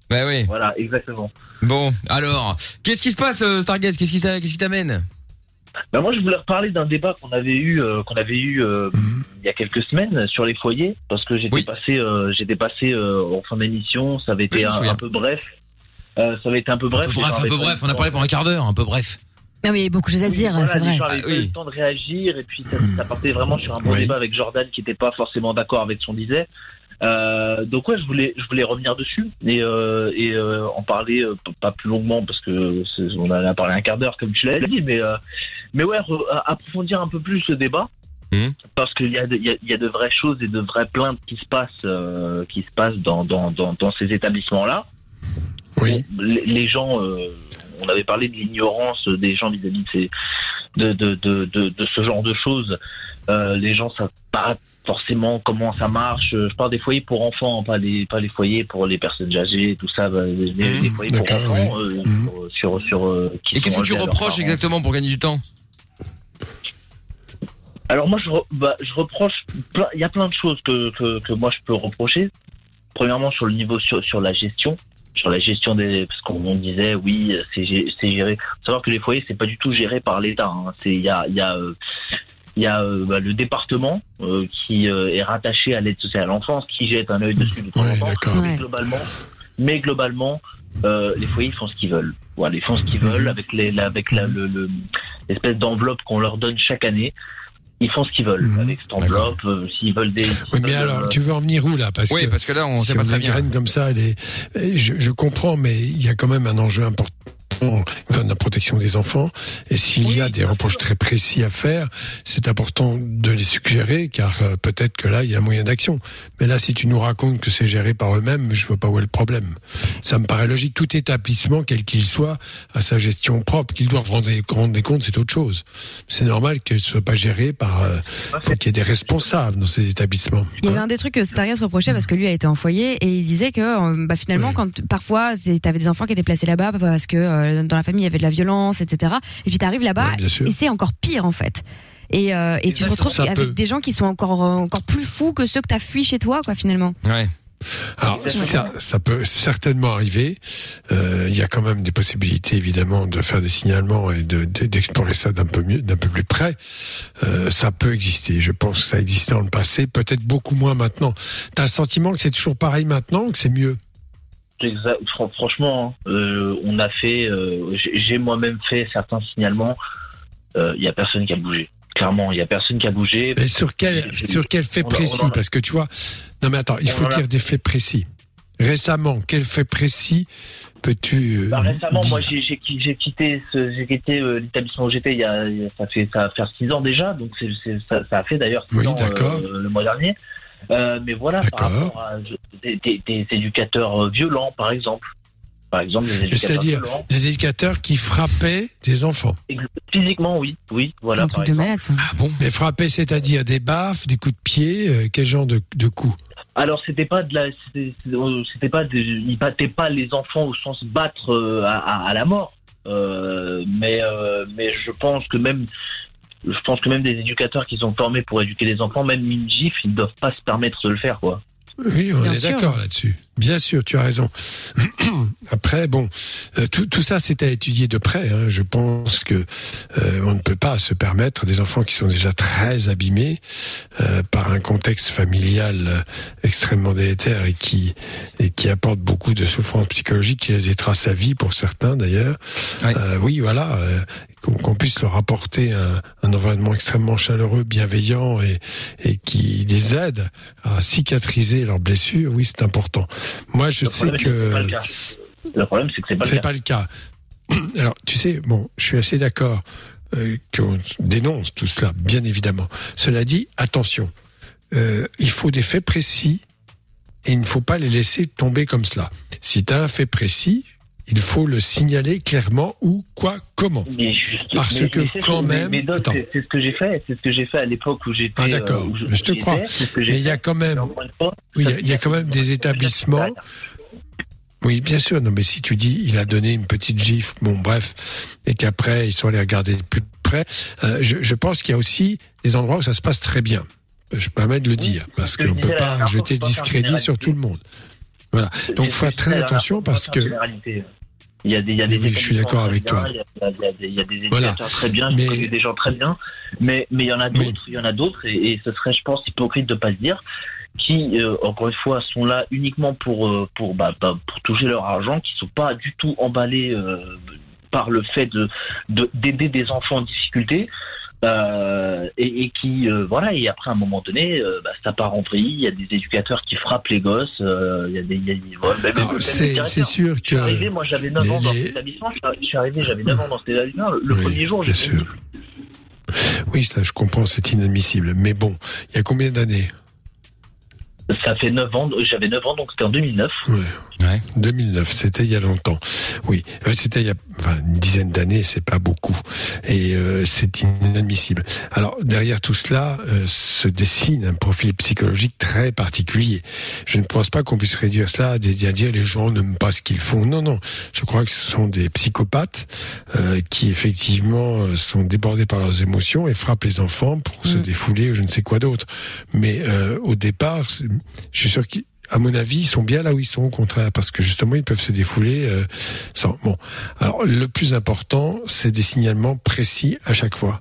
Speaker 2: Bah oui.
Speaker 15: Voilà, exactement.
Speaker 2: Bon, alors, qu'est-ce qui se passe, euh, Starguest Qu'est-ce qui t'a- qu'est-ce qui t'amène
Speaker 15: Bah, moi, je voulais reparler d'un débat qu'on avait eu, euh, qu'on avait eu euh, il y a quelques semaines sur les foyers, parce que j'étais passé, euh, j'étais passé euh, en fin d'émission. Ça avait été
Speaker 2: Oui, je me
Speaker 15: un,
Speaker 2: souviens.
Speaker 15: un peu bref. Euh, ça avait été un peu bref.
Speaker 2: Un peu bref, un peu bref. On a parlé pendant un quart d'heure, un peu bref.
Speaker 6: Non, mais il y a beaucoup de choses à dire,
Speaker 15: Voilà,
Speaker 6: c'est vrai.
Speaker 15: les gens
Speaker 2: Ah
Speaker 15: avaient pas eu le temps de réagir et puis ça, ça partait vraiment sur un bon débat avec Jordan qui n'était pas forcément d'accord avec ce qu'on disait. Euh, donc ouais, je voulais, je voulais revenir dessus et, euh, et euh, en parler euh, p- pas plus longuement parce que c'est- on en a parlé un quart d'heure comme tu l'as dit, mais euh, mais ouais, re- euh, approfondir un peu plus le débat
Speaker 8: Hmm
Speaker 15: parce qu'il y, a de- il y, a- il y a de vraies choses et de vraies plaintes qui se passent, euh, qui se passent dans, dans, dans, dans ces établissements-là.
Speaker 3: Oui.
Speaker 15: Les, les gens, euh, on avait parlé de l'ignorance des gens vis-à-vis de, ces- de, de, de, de, de ce genre de choses. Euh, les gens savent pas forcément comment ça marche. Je parle des foyers pour enfants, pas les, pas les foyers pour les personnes âgées, tout ça. bah, Les, les foyers pour enfants euh, sur, sur, sur, euh, qui
Speaker 2: Mmh. Et qu'est-ce
Speaker 15: sont
Speaker 2: que tu
Speaker 15: enlevés à leurs
Speaker 2: reproches
Speaker 15: parents.
Speaker 2: exactement pour gagner du temps
Speaker 15: Alors moi, je, re- bah, je reproche. plein- Il y a plein de choses que, que, que moi je peux reprocher. Premièrement, sur le niveau sur, sur la gestion, sur la gestion des, parce qu'on on disait oui, euh, c'est gé- c'est géré. Faut savoir que les foyers, c'est pas du tout géré par l'État. hein. C'est il y a il y a euh, il y a euh, bah, le département euh, qui euh, est rattaché à l'aide sociale à l'enfance, qui jette un œil dessus de temps en temps. Mais globalement, mais globalement, euh, les foyers font ce qu'ils veulent. Voilà, ils font ce qu'ils
Speaker 3: Mhm.
Speaker 15: veulent avec les, la- avec la, le, le- l'espèce d'enveloppe qu'on leur donne chaque année. Ils font ce qu'ils veulent avec cette enveloppe. euh, s'ils veulent des.
Speaker 3: Mhm.
Speaker 15: euh,
Speaker 3: Oui, mais alors, tu veux en venir où là parce
Speaker 2: Oui,
Speaker 3: que,
Speaker 2: parce que là, on
Speaker 3: si
Speaker 2: sait pas
Speaker 3: a
Speaker 2: très
Speaker 3: une
Speaker 2: bien.
Speaker 3: graine comme ça, elle est- eh, je, je comprends, mais il y a quand même un enjeu important dans la protection des enfants. Et s'il y a des reproches très précis à faire, c'est important de les suggérer, car euh, peut-être que là, il y a moyen d'action. Mais là, si tu nous racontes que c'est géré par eux-mêmes, je vois pas où est le problème. Ça me paraît logique. Tout établissement, quel qu'il soit, a sa gestion propre. Qu'ils doivent rendre des- rendre des comptes, c'est autre chose. C'est normal que ce soit pas géré par... euh, faut qu'il y ait des responsables dans ces établissements.
Speaker 6: Il y avait un des trucs que Starias reprochait parce que lui a été en foyer et il disait que euh, bah, finalement, quand parfois t'avais des enfants qui étaient placés là-bas parce que euh, euh, dans la famille, il y avait de la violence, etc. Et puis t'arrives là-bas
Speaker 5: Ouais, bien sûr.
Speaker 6: et c'est encore pire en fait. Et, euh, et tu te retrouves
Speaker 3: Ça
Speaker 6: avec
Speaker 3: peut.
Speaker 6: des gens qui sont encore euh, encore plus fous que ceux que t'as fui chez toi, quoi, finalement.
Speaker 2: Ouais.
Speaker 3: Alors ça, ça peut certainement arriver. Euh, Il y a quand même des possibilités évidemment de faire des signalements et de- de- d'explorer ça d'un peu mieux, d'un peu plus près. Euh, ça peut exister. Je pense que ça existait dans le passé, peut-être beaucoup moins maintenant. T'as le sentiment que c'est toujours pareil maintenant, que c'est mieux.
Speaker 15: Exa- fran- Franchement, hein, euh, on a fait, euh, j'ai- j'ai moi-même fait certains signalements. Il y a personne qui a bougé. Clairement, il y a personne qui a bougé.
Speaker 3: Mais sur quel
Speaker 15: J'ai-
Speaker 3: sur quel fait
Speaker 15: on a-
Speaker 3: précis
Speaker 15: on a-
Speaker 3: Parce que tu vois, non mais attends, il faut dire des faits précis. Récemment, quel fait précis peux-tu euh,
Speaker 15: Bah, récemment,
Speaker 3: dire
Speaker 15: moi, j'ai j'ai qui- j'ai quitté, ce- j'ai quitté euh, l'établissement où j'étais. Il y a, il y a- ça fait, ça va faire six ans déjà. Donc c'est- c'est- ça, ça a fait d'ailleurs six ans euh, le mois dernier. Euh, mais voilà, par rapport à je- des, des- des éducateurs euh, violents, par exemple. Par exemple, des éducateurs
Speaker 3: C'est-à-dire
Speaker 15: violents.
Speaker 3: des éducateurs qui frappaient des enfants. Ah
Speaker 15: Physiquement, oui, oui, voilà. par exemple.
Speaker 3: bon Mais frapper, c'est-à-dire des baffes, des coups de pied, euh, quel genre de, de coups
Speaker 15: Alors c'était pas de la, c'était c'était pas, de, ils battaient pas les enfants au sens battre euh, à, à- à la mort, Euh, mais euh, mais je pense que même, je pense que même des éducateurs qui sont formés pour éduquer les enfants, même une gifle, ils ne doivent pas se permettre de le faire quoi.
Speaker 3: Oui, on
Speaker 15: Bien
Speaker 3: est
Speaker 15: sûr.
Speaker 3: d'accord là-dessus. Bien sûr, tu as raison. Après, bon, euh, tout, tout ça, c'est à étudier de près. hein. Je pense que euh, on ne peut pas se permettre des enfants qui sont déjà très abîmés euh, par un contexte familial euh, extrêmement délétère et qui et qui apporte beaucoup de souffrances psychologiques qui les traces à vie pour certains d'ailleurs. Euh, oui, voilà, euh, qu'on qu'on puisse leur apporter un, un environnement extrêmement chaleureux, bienveillant et, et qui les aide à cicatriser leurs blessures. Oui, c'est important. Moi, je
Speaker 15: Le
Speaker 3: sais
Speaker 15: problème, c'est
Speaker 3: que
Speaker 15: c'est pas le cas. Le problème, c'est que c'est pas le
Speaker 3: c'est
Speaker 15: cas.
Speaker 3: pas le cas. Alors, tu sais, bon, je suis assez d'accord euh, qu'on dénonce tout cela, bien évidemment. Cela dit, attention, euh, il faut des faits précis et il ne faut pas les laisser tomber comme cela. Si tu as un fait précis, il faut le signaler clairement où, quoi, comment. Parce
Speaker 15: Mais-
Speaker 3: que
Speaker 15: mais c'est-
Speaker 3: quand
Speaker 15: mais-
Speaker 3: même...
Speaker 15: mais Doc,
Speaker 3: Attends.
Speaker 15: c'est c'est ce que j'ai fait, c'est ce que j'ai fait à l'époque où j'étais.
Speaker 3: Ah d'accord,
Speaker 15: euh, où
Speaker 3: je te
Speaker 15: où j'étais,
Speaker 3: crois.
Speaker 15: c'est ce que j'ai
Speaker 3: Mais il y a
Speaker 15: fait.
Speaker 3: quand même,
Speaker 15: Encore une fois,
Speaker 3: oui, il y
Speaker 15: ça
Speaker 3: a- il y a quand même des établissements. Oui, bien sûr. Non, mais si tu dis, il a donné une petite gifle, bon, bref, et qu'après ils sont allés regarder de plus près, euh, je, je pense qu'il y a aussi des endroits où ça se passe très bien. Je me permets de le dire parce
Speaker 15: ce que
Speaker 3: qu'on
Speaker 15: je
Speaker 3: peut
Speaker 15: disais la
Speaker 3: pas
Speaker 15: dernière fois,
Speaker 3: jeter
Speaker 15: faut
Speaker 3: le
Speaker 15: pas faire
Speaker 3: discrédit sur tout le monde. Voilà. Donc, faut faire
Speaker 15: la
Speaker 3: très
Speaker 15: dernière
Speaker 3: attention
Speaker 15: fois,
Speaker 3: parce
Speaker 15: faut pas
Speaker 3: que.
Speaker 15: faire de généralité. Il y a des, il y a des
Speaker 3: Oui, oui, je suis d'accord
Speaker 15: établissements très
Speaker 3: avec
Speaker 15: bien,
Speaker 3: toi.
Speaker 15: Il y a, il y a des, il y a des
Speaker 3: Voilà.
Speaker 15: éducateurs très bien, je connais des gens très bien, mais mais il y en a d'autres, il y en a d'autres, et, et ce serait, je pense, hypocrite de pas le dire, qui euh, encore une fois sont là uniquement pour euh, pour bah, bah, pour toucher leur argent, qui sont pas du tout emballés euh, par le fait de de- d'aider des enfants en difficulté. euh, et, et qui euh, voilà et après à un moment donné euh, bah, ça part en vrille il y a des éducateurs qui frappent les gosses euh, il y a des, il y a des- voilà, même-
Speaker 3: Alors,
Speaker 15: même le
Speaker 3: Ah, c'est-
Speaker 15: directeur.
Speaker 3: c'est sûr
Speaker 15: Je
Speaker 3: que
Speaker 15: suis arrivé, moi j'avais 9
Speaker 3: les-
Speaker 15: ans dans
Speaker 3: les-
Speaker 15: cet établissement. je suis- Je suis arrivé, j'avais 9 ans dans cet établissement. Le le premier jour, j'ai fait une gifle.
Speaker 3: Oui, ça, je comprends, c'est inadmissible. Mais bon, il y a combien d'années
Speaker 15: Ça fait 9 ans, j'avais 9 ans, donc c'était en 2009.
Speaker 3: Ouais. 2009, c'était il y a longtemps. Oui, Euh, c'était il y a enfin, une dizaine d'années, c'est pas beaucoup. Et euh, c'est inadmissible. Alors, derrière tout cela, euh, se dessine un profil psychologique très particulier. Je ne pense pas qu'on puisse réduire cela à des- à dire les gens n'aiment pas ce qu'ils font. Non, non. Je crois que ce sont des psychopathes euh, qui, effectivement, euh, sont débordés par leurs émotions et frappent les enfants pour se défouler ou je ne sais quoi d'autre. Mais euh, au départ, c'est- je suis sûr qu'ils à mon avis, ils sont bien là où ils sont, au contraire, parce que justement, ils peuvent se défouler euh, sans. Bon, alors le plus important, c'est des signalements précis à chaque fois.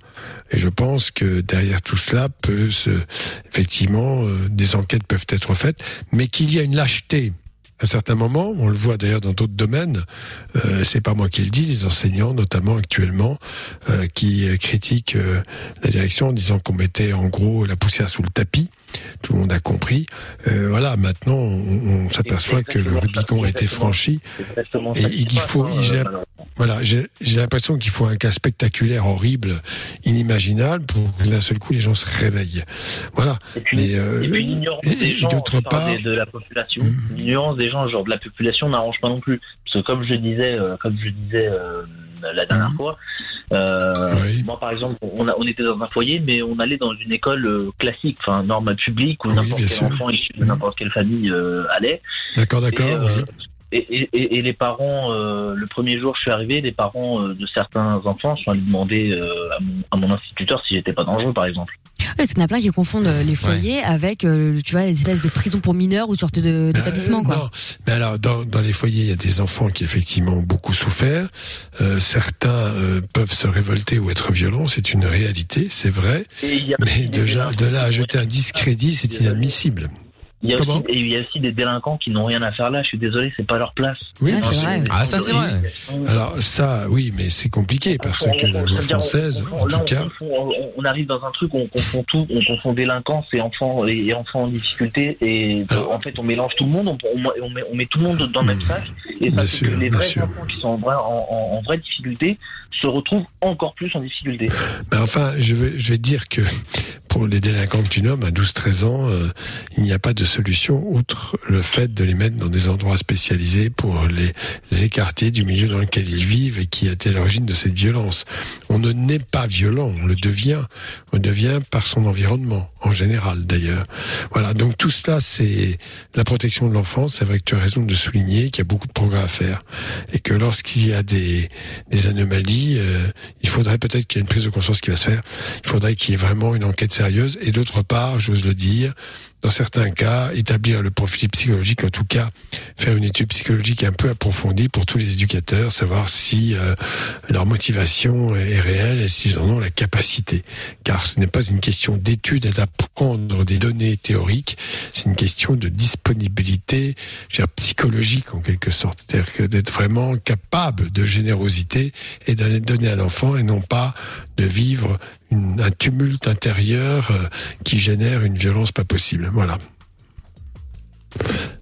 Speaker 3: Et je pense que derrière tout cela peut se, effectivement, euh, des enquêtes peuvent être faites, mais qu'il y a une lâcheté. À certains moments, on le voit d'ailleurs dans d'autres domaines. euh, c'est pas moi qui le dis, les enseignants, notamment actuellement, euh, qui euh, critiquent euh, la direction en disant qu'on mettait en gros la poussière sous le tapis. Tout le monde a compris. Euh, voilà, maintenant, on, on s'aperçoit que le Rubicon a été franchi.
Speaker 15: Exactement.
Speaker 3: Et, et qu'il faut, j'ai- voilà, j'ai j'ai l'impression qu'il faut un cas spectaculaire, horrible, inimaginable, pour que d'un seul coup les gens se réveillent. Voilà. Mais euh,
Speaker 15: Et puis l'ignorance
Speaker 3: et- et-
Speaker 15: des
Speaker 3: et
Speaker 15: gens
Speaker 3: d'autre
Speaker 15: enfin,
Speaker 3: part,
Speaker 15: des- euh, de la population,
Speaker 3: Mm.
Speaker 15: l'ignorance des gens genre de la population n'arrange pas non plus. Parce que comme je disais, euh, comme je disais euh, la dernière
Speaker 3: Mm.
Speaker 15: fois, euh, moi par exemple, on, a- on était dans un foyer, mais on allait dans une école euh, classique, enfin norme publique où n'importe quel enfant issu de n'importe quelle famille euh, allait.
Speaker 3: Mm. d'accord, d'accord.
Speaker 15: Et, euh,
Speaker 3: oui.
Speaker 15: et, et- et les parents, euh, le premier jour, je suis arrivé, les parents euh, de certains enfants sont allés demander euh, à, mon, à mon instituteur si j'étais pas dangereux, par exemple.
Speaker 6: Oui, Parce qu'il y en a plein qui confondent euh, les foyers avec, euh, tu vois, une espèce de prison pour mineurs ou sorte de- d'établissement, quoi.
Speaker 3: Euh, Non, mais alors dans, dans les foyers, il y a des enfants qui effectivement ont beaucoup souffert. Euh, certains euh, peuvent se révolter ou être violents, c'est une réalité, c'est vrai. Mais déjà, de là à jeter un discrédit, c'est inadmissible.
Speaker 15: Il y a
Speaker 3: Comment
Speaker 15: aussi, et il y a aussi des délinquants qui n'ont rien à faire là. Je suis désolé, c'est pas leur place.
Speaker 3: Oui, bien sûr. Ah,
Speaker 15: Ah,
Speaker 3: Alors ça, oui, mais c'est compliqué parce que la loi
Speaker 15: C'est-à-dire, on-
Speaker 3: française,
Speaker 15: on-
Speaker 3: en
Speaker 15: là,
Speaker 3: tout
Speaker 15: on
Speaker 3: cas,
Speaker 15: confond- on, on arrive dans un truc où on confond tout, on confond délinquance et enfants et, et enfants en difficulté et euh, en fait on mélange tout le monde, on, on- on met, on met tout le monde dans le même sac
Speaker 3: Hmm.
Speaker 15: et ça
Speaker 3: Bien
Speaker 15: fait que
Speaker 3: sûr,
Speaker 15: les
Speaker 3: bien
Speaker 15: vrais
Speaker 3: sûr.
Speaker 15: enfants qui sont en, vrai- en- en- en vraie difficulté se retrouvent encore plus en difficulté.
Speaker 3: Ben enfin, je vais, je vais dire que pour les délinquants que tu nommes, à 12-13 ans, euh, il n'y a pas de solution outre le fait de les mettre dans des endroits spécialisés pour les écarter du milieu dans lequel ils vivent et qui a été à l'origine de cette violence. On ne naît pas violent, on le devient. On le devient par son environnement, en général d'ailleurs. Voilà, donc tout cela, c'est la protection de l'enfance. C'est vrai que tu as raison de souligner qu'il y a beaucoup de progrès à faire et que lorsqu'il y a des, des anomalies, euh, il faudrait peut-être qu'il y ait une prise de conscience qui va se faire. Il faudrait qu'il y ait vraiment une enquête sérieuse. Et d'autre part, j'ose le dire, dans certains cas, établir le profil psychologique, en tout cas, faire une étude psychologique un peu approfondie pour tous les éducateurs, savoir si euh, leur motivation est réelle et s'ils en ont la capacité. Car ce n'est pas une question d'étude et d'apprendre des données théoriques, c'est une question de disponibilité je veux dire, psychologique en quelque sorte. C'est-à-dire que d'être vraiment capable de générosité et de donner à l'enfant et non pas de vivre une- un tumulte intérieur euh, qui génère une violence pas possible. Voilà.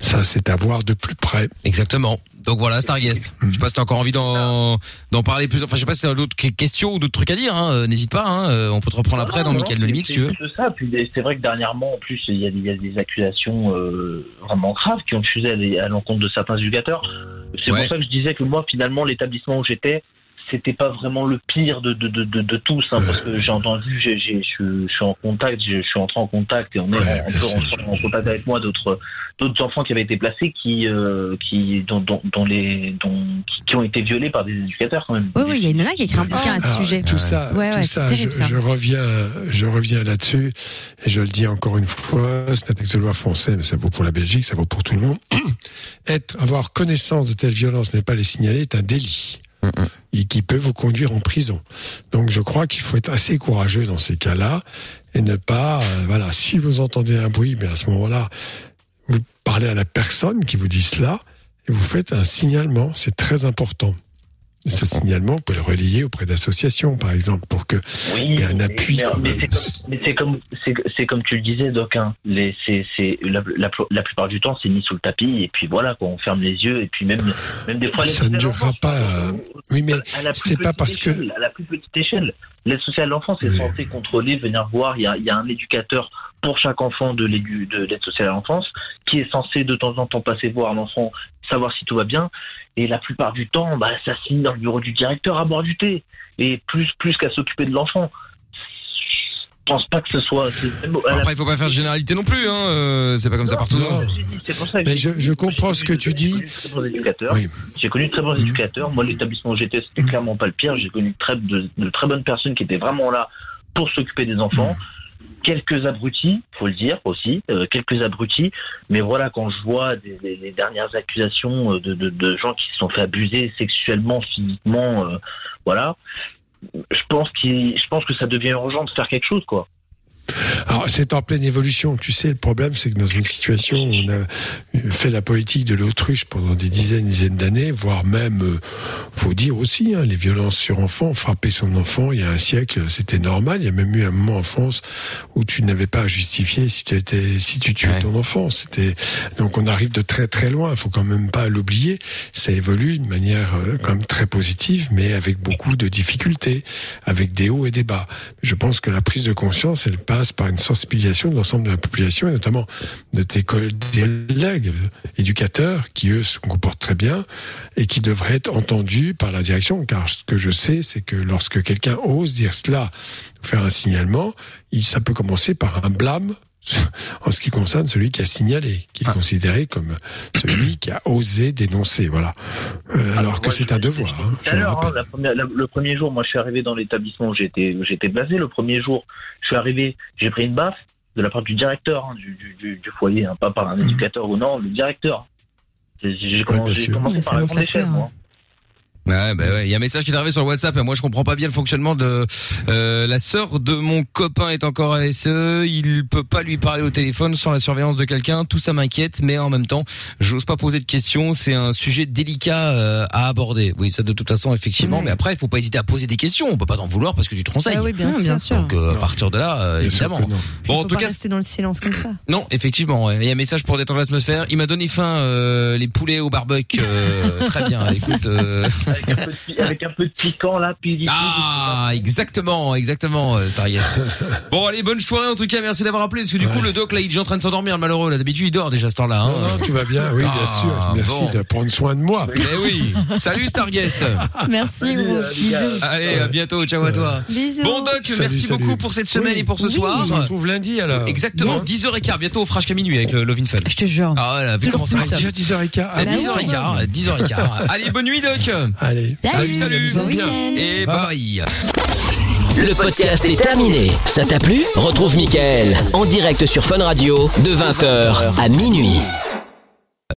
Speaker 3: Ça, c'est à voir de plus près.
Speaker 2: Exactement. Donc voilà, Starguest. Je sais pas si t'as encore envie d'en d'en parler plus. Enfin, je sais pas si t'as d'autres que- questions ou d'autres trucs à dire. hein. Euh, N'hésite pas. hein. Euh, On peut te reprendre après dans
Speaker 15: Non,
Speaker 2: Michael
Speaker 15: non,
Speaker 2: Le Limix,
Speaker 15: c'est-
Speaker 2: si tu veux.
Speaker 15: C'est juste ça. Puis des- c'est vrai que dernièrement, en plus, il y a, des- il y a des accusations euh, vraiment graves qui ont fusé à les- à l'encontre de certains éducateurs. C'est
Speaker 2: Ouais.
Speaker 15: pour ça que je disais que moi, finalement, l'établissement où j'étais, c'était pas vraiment le pire de, de, de, de, de tous, hein, parce que j'ai entendu, j'ai- j'ai- je je suis en contact, je je suis entré en contact et on est en- en, en- en contact avec moi d'autres d'autres enfants qui avaient été placés, qui euh, qui dont, dont, dont les dont, qui, qui ont été violés par des éducateurs quand même.
Speaker 6: Oui, oui, il y a une nana qui a écrit un bouquin à ce
Speaker 3: Alors,
Speaker 6: sujet.
Speaker 3: Ah, Tout ça,
Speaker 6: ouais,
Speaker 3: tout
Speaker 6: ouais, c'est
Speaker 3: ça, je,
Speaker 6: terrible, ça.
Speaker 3: je reviens, je reviens là-dessus et je le dis encore une fois, c'est un texte de loi français, mais ça vaut pour la Belgique, ça vaut pour tout le monde. Être, avoir connaissance de telles violences, n'est pas les signaler, est un délit. Et qui peut vous conduire en prison. Donc, je crois qu'il faut être assez courageux dans ces cas-là et ne pas, euh, voilà, si vous entendez un bruit, mais à ce moment-là, vous parlez à la personne qui vous dit cela et vous faites un signalement. C'est très important. Et ce signalement, vous pouvez le relayer auprès d'associations, par exemple, pour que il y ait un appui.
Speaker 15: Mais,
Speaker 3: quand
Speaker 15: mais
Speaker 3: même.
Speaker 15: c'est comme, mais c'est comme, c'est, c'est comme tu le disais, Doc. hein. Les, c'est, c'est, la, la, la plupart du temps, c'est mis sous le tapis et puis voilà, quoi, on ferme les yeux et puis même, même des fois,
Speaker 3: Ça ne durera pas. euh, Oui, mais c'est pas parce que.
Speaker 15: à la plus petite échelle. L'aide sociale à l'enfance est censée contrôler, venir voir. Il y a, il y a un éducateur pour chaque enfant de l'édu- de l'aide sociale à l'enfance qui est censé de temps en temps passer voir l'enfant, savoir si tout va bien. Et la plupart du temps, bah, ça se finit dans le bureau du directeur à boire du thé. Et plus, plus qu'à s'occuper de l'enfant. Je pense pas que ce soit. c'est- à la-
Speaker 2: Après, il faut pas faire de généralité non plus. Hein. Euh, C'est pas comme ça partout.
Speaker 15: C'est pour ça que
Speaker 2: Mais
Speaker 15: j'ai-
Speaker 2: je-
Speaker 3: Je comprends ce que tu dis. Mmh.
Speaker 15: très bons éducateurs. J'ai connu de très bons éducateurs. Moi, l'établissement où j'étais, c'était clairement pas le pire. J'ai connu de très, de, de très bonnes personnes qui étaient vraiment là pour s'occuper des enfants.
Speaker 3: Mmh.
Speaker 15: Quelques abrutis, faut le dire aussi, euh, quelques abrutis. Mais voilà, quand je vois des- des- les dernières accusations euh, de, de- de gens qui se sont fait abuser sexuellement, physiquement, euh, voilà, je pense, qu'il- je pense que ça devient urgent de faire quelque chose, quoi.
Speaker 3: Alors, c'est en pleine évolution. Tu sais, le problème, c'est que dans une situation où on a fait la politique de l'autruche pendant des dizaines, dizaines d'années, voire même, euh, faut dire aussi, hein, les violences sur enfants, frapper son enfant, il y a un siècle, c'était normal. Il y a même eu un moment en France où tu n'avais pas à justifier si tu étais, si tu tuais ton enfant. C'était, donc on arrive de très, très loin. Il faut quand même pas l'oublier. Ça évolue de manière, euh, quand même très positive, mais avec beaucoup de difficultés, avec des hauts et des bas. Je pense que la prise de conscience, elle passe par une sensibilisation de l'ensemble de la population, et notamment de tes collègues euh, éducateurs, qui eux se comportent très bien, et qui devraient être entendus par la direction, car ce que je sais, c'est que lorsque quelqu'un ose dire cela, ou faire un signalement, il, ça peut commencer par un blâme en ce qui concerne celui qui a signalé,
Speaker 15: Ah.
Speaker 3: qui est considéré comme celui qui a osé dénoncer. Voilà. Euh, alors, que c'est un devoir. hein,
Speaker 15: Tout
Speaker 3: je
Speaker 15: à
Speaker 3: le
Speaker 15: l'heure,
Speaker 3: rappelle.
Speaker 15: hein, la première- la- le premier jour, moi, je suis arrivé dans l'établissement où j'étais, où j'étais blasé. Le premier jour, je suis arrivé, j'ai pris une baffe de la part du directeur hein, du, du- du- du foyer, hein, pas par un éducateur ou non, le directeur. J'ai- J'ai commencé, j'ai commencé par la grande échelle, moi.
Speaker 2: Ouais, bah ouais. Il y a un message qui est arrivé sur le WhatsApp. Et moi, je comprends pas bien le fonctionnement de euh, la sœur de mon copain est encore à SE. Il peut pas lui parler au téléphone sans la surveillance de quelqu'un. Tout ça m'inquiète, mais en même temps, j'ose pas poser de questions. C'est un sujet délicat euh, à aborder. Oui, ça de toute façon, effectivement. Mais après, il faut pas hésiter à poser des questions. On peut pas t'en vouloir parce que tu te renseignes.
Speaker 5: Ah oui, bien sûr.
Speaker 2: Donc euh, à partir de là, euh, évidemment. Bon, en
Speaker 5: Faut
Speaker 2: tout
Speaker 5: pas
Speaker 2: cas,
Speaker 5: rester dans le silence comme ça.
Speaker 2: non, effectivement. ouais. Il y a un message pour détendre l'atmosphère. Il m'a donné faim euh, les poulets au barbecue. euh, très bien. Écoute. euh,
Speaker 15: Avec un peu de piquant, là, puis...
Speaker 2: Ah, exactement, exactement, euh, Star Yes. Bon, allez, bonne soirée en tout cas, merci d'avoir appelé, parce que du coup, le doc, là, il est déjà en train de s'endormir, le malheureux, là, d'habitude, il dort déjà ce temps-là. hein.
Speaker 3: Non, non, tu vas bien, Ah oui, bien
Speaker 2: Ah,
Speaker 3: sûr. Merci de prendre soin de moi.
Speaker 2: Mais Eh oui. Salut, Star Guest.
Speaker 6: Merci, gros. Bisous.
Speaker 2: Allez, à bientôt, ciao à toi.
Speaker 6: Bisous.
Speaker 2: Bon, doc,
Speaker 3: Salut,
Speaker 2: merci
Speaker 3: salut.
Speaker 2: beaucoup pour cette semaine
Speaker 3: Oui.
Speaker 2: et pour ce
Speaker 3: Oui.
Speaker 2: soir.
Speaker 3: On se retrouve lundi, alors. Hein
Speaker 2: Exactement,
Speaker 3: Non
Speaker 2: 10h15, bientôt au Frash qu'à minuit avec le Lovin Fun. Je
Speaker 6: te jure.
Speaker 2: Ah, ouais, là, vu
Speaker 3: Toujours
Speaker 2: comment ça
Speaker 3: plus.
Speaker 2: va.
Speaker 3: Déjà 10h15.
Speaker 2: Ah, 10h15, 10h15. Allez, bonne nuit, doc.
Speaker 3: Allez.
Speaker 2: Salut, salut.
Speaker 4: Salut, bon week-end.
Speaker 2: Et bye.
Speaker 4: Le podcast est terminé. Ça t'a plu Retrouve Mickaël en direct sur Fun Radio de 20h à minuit.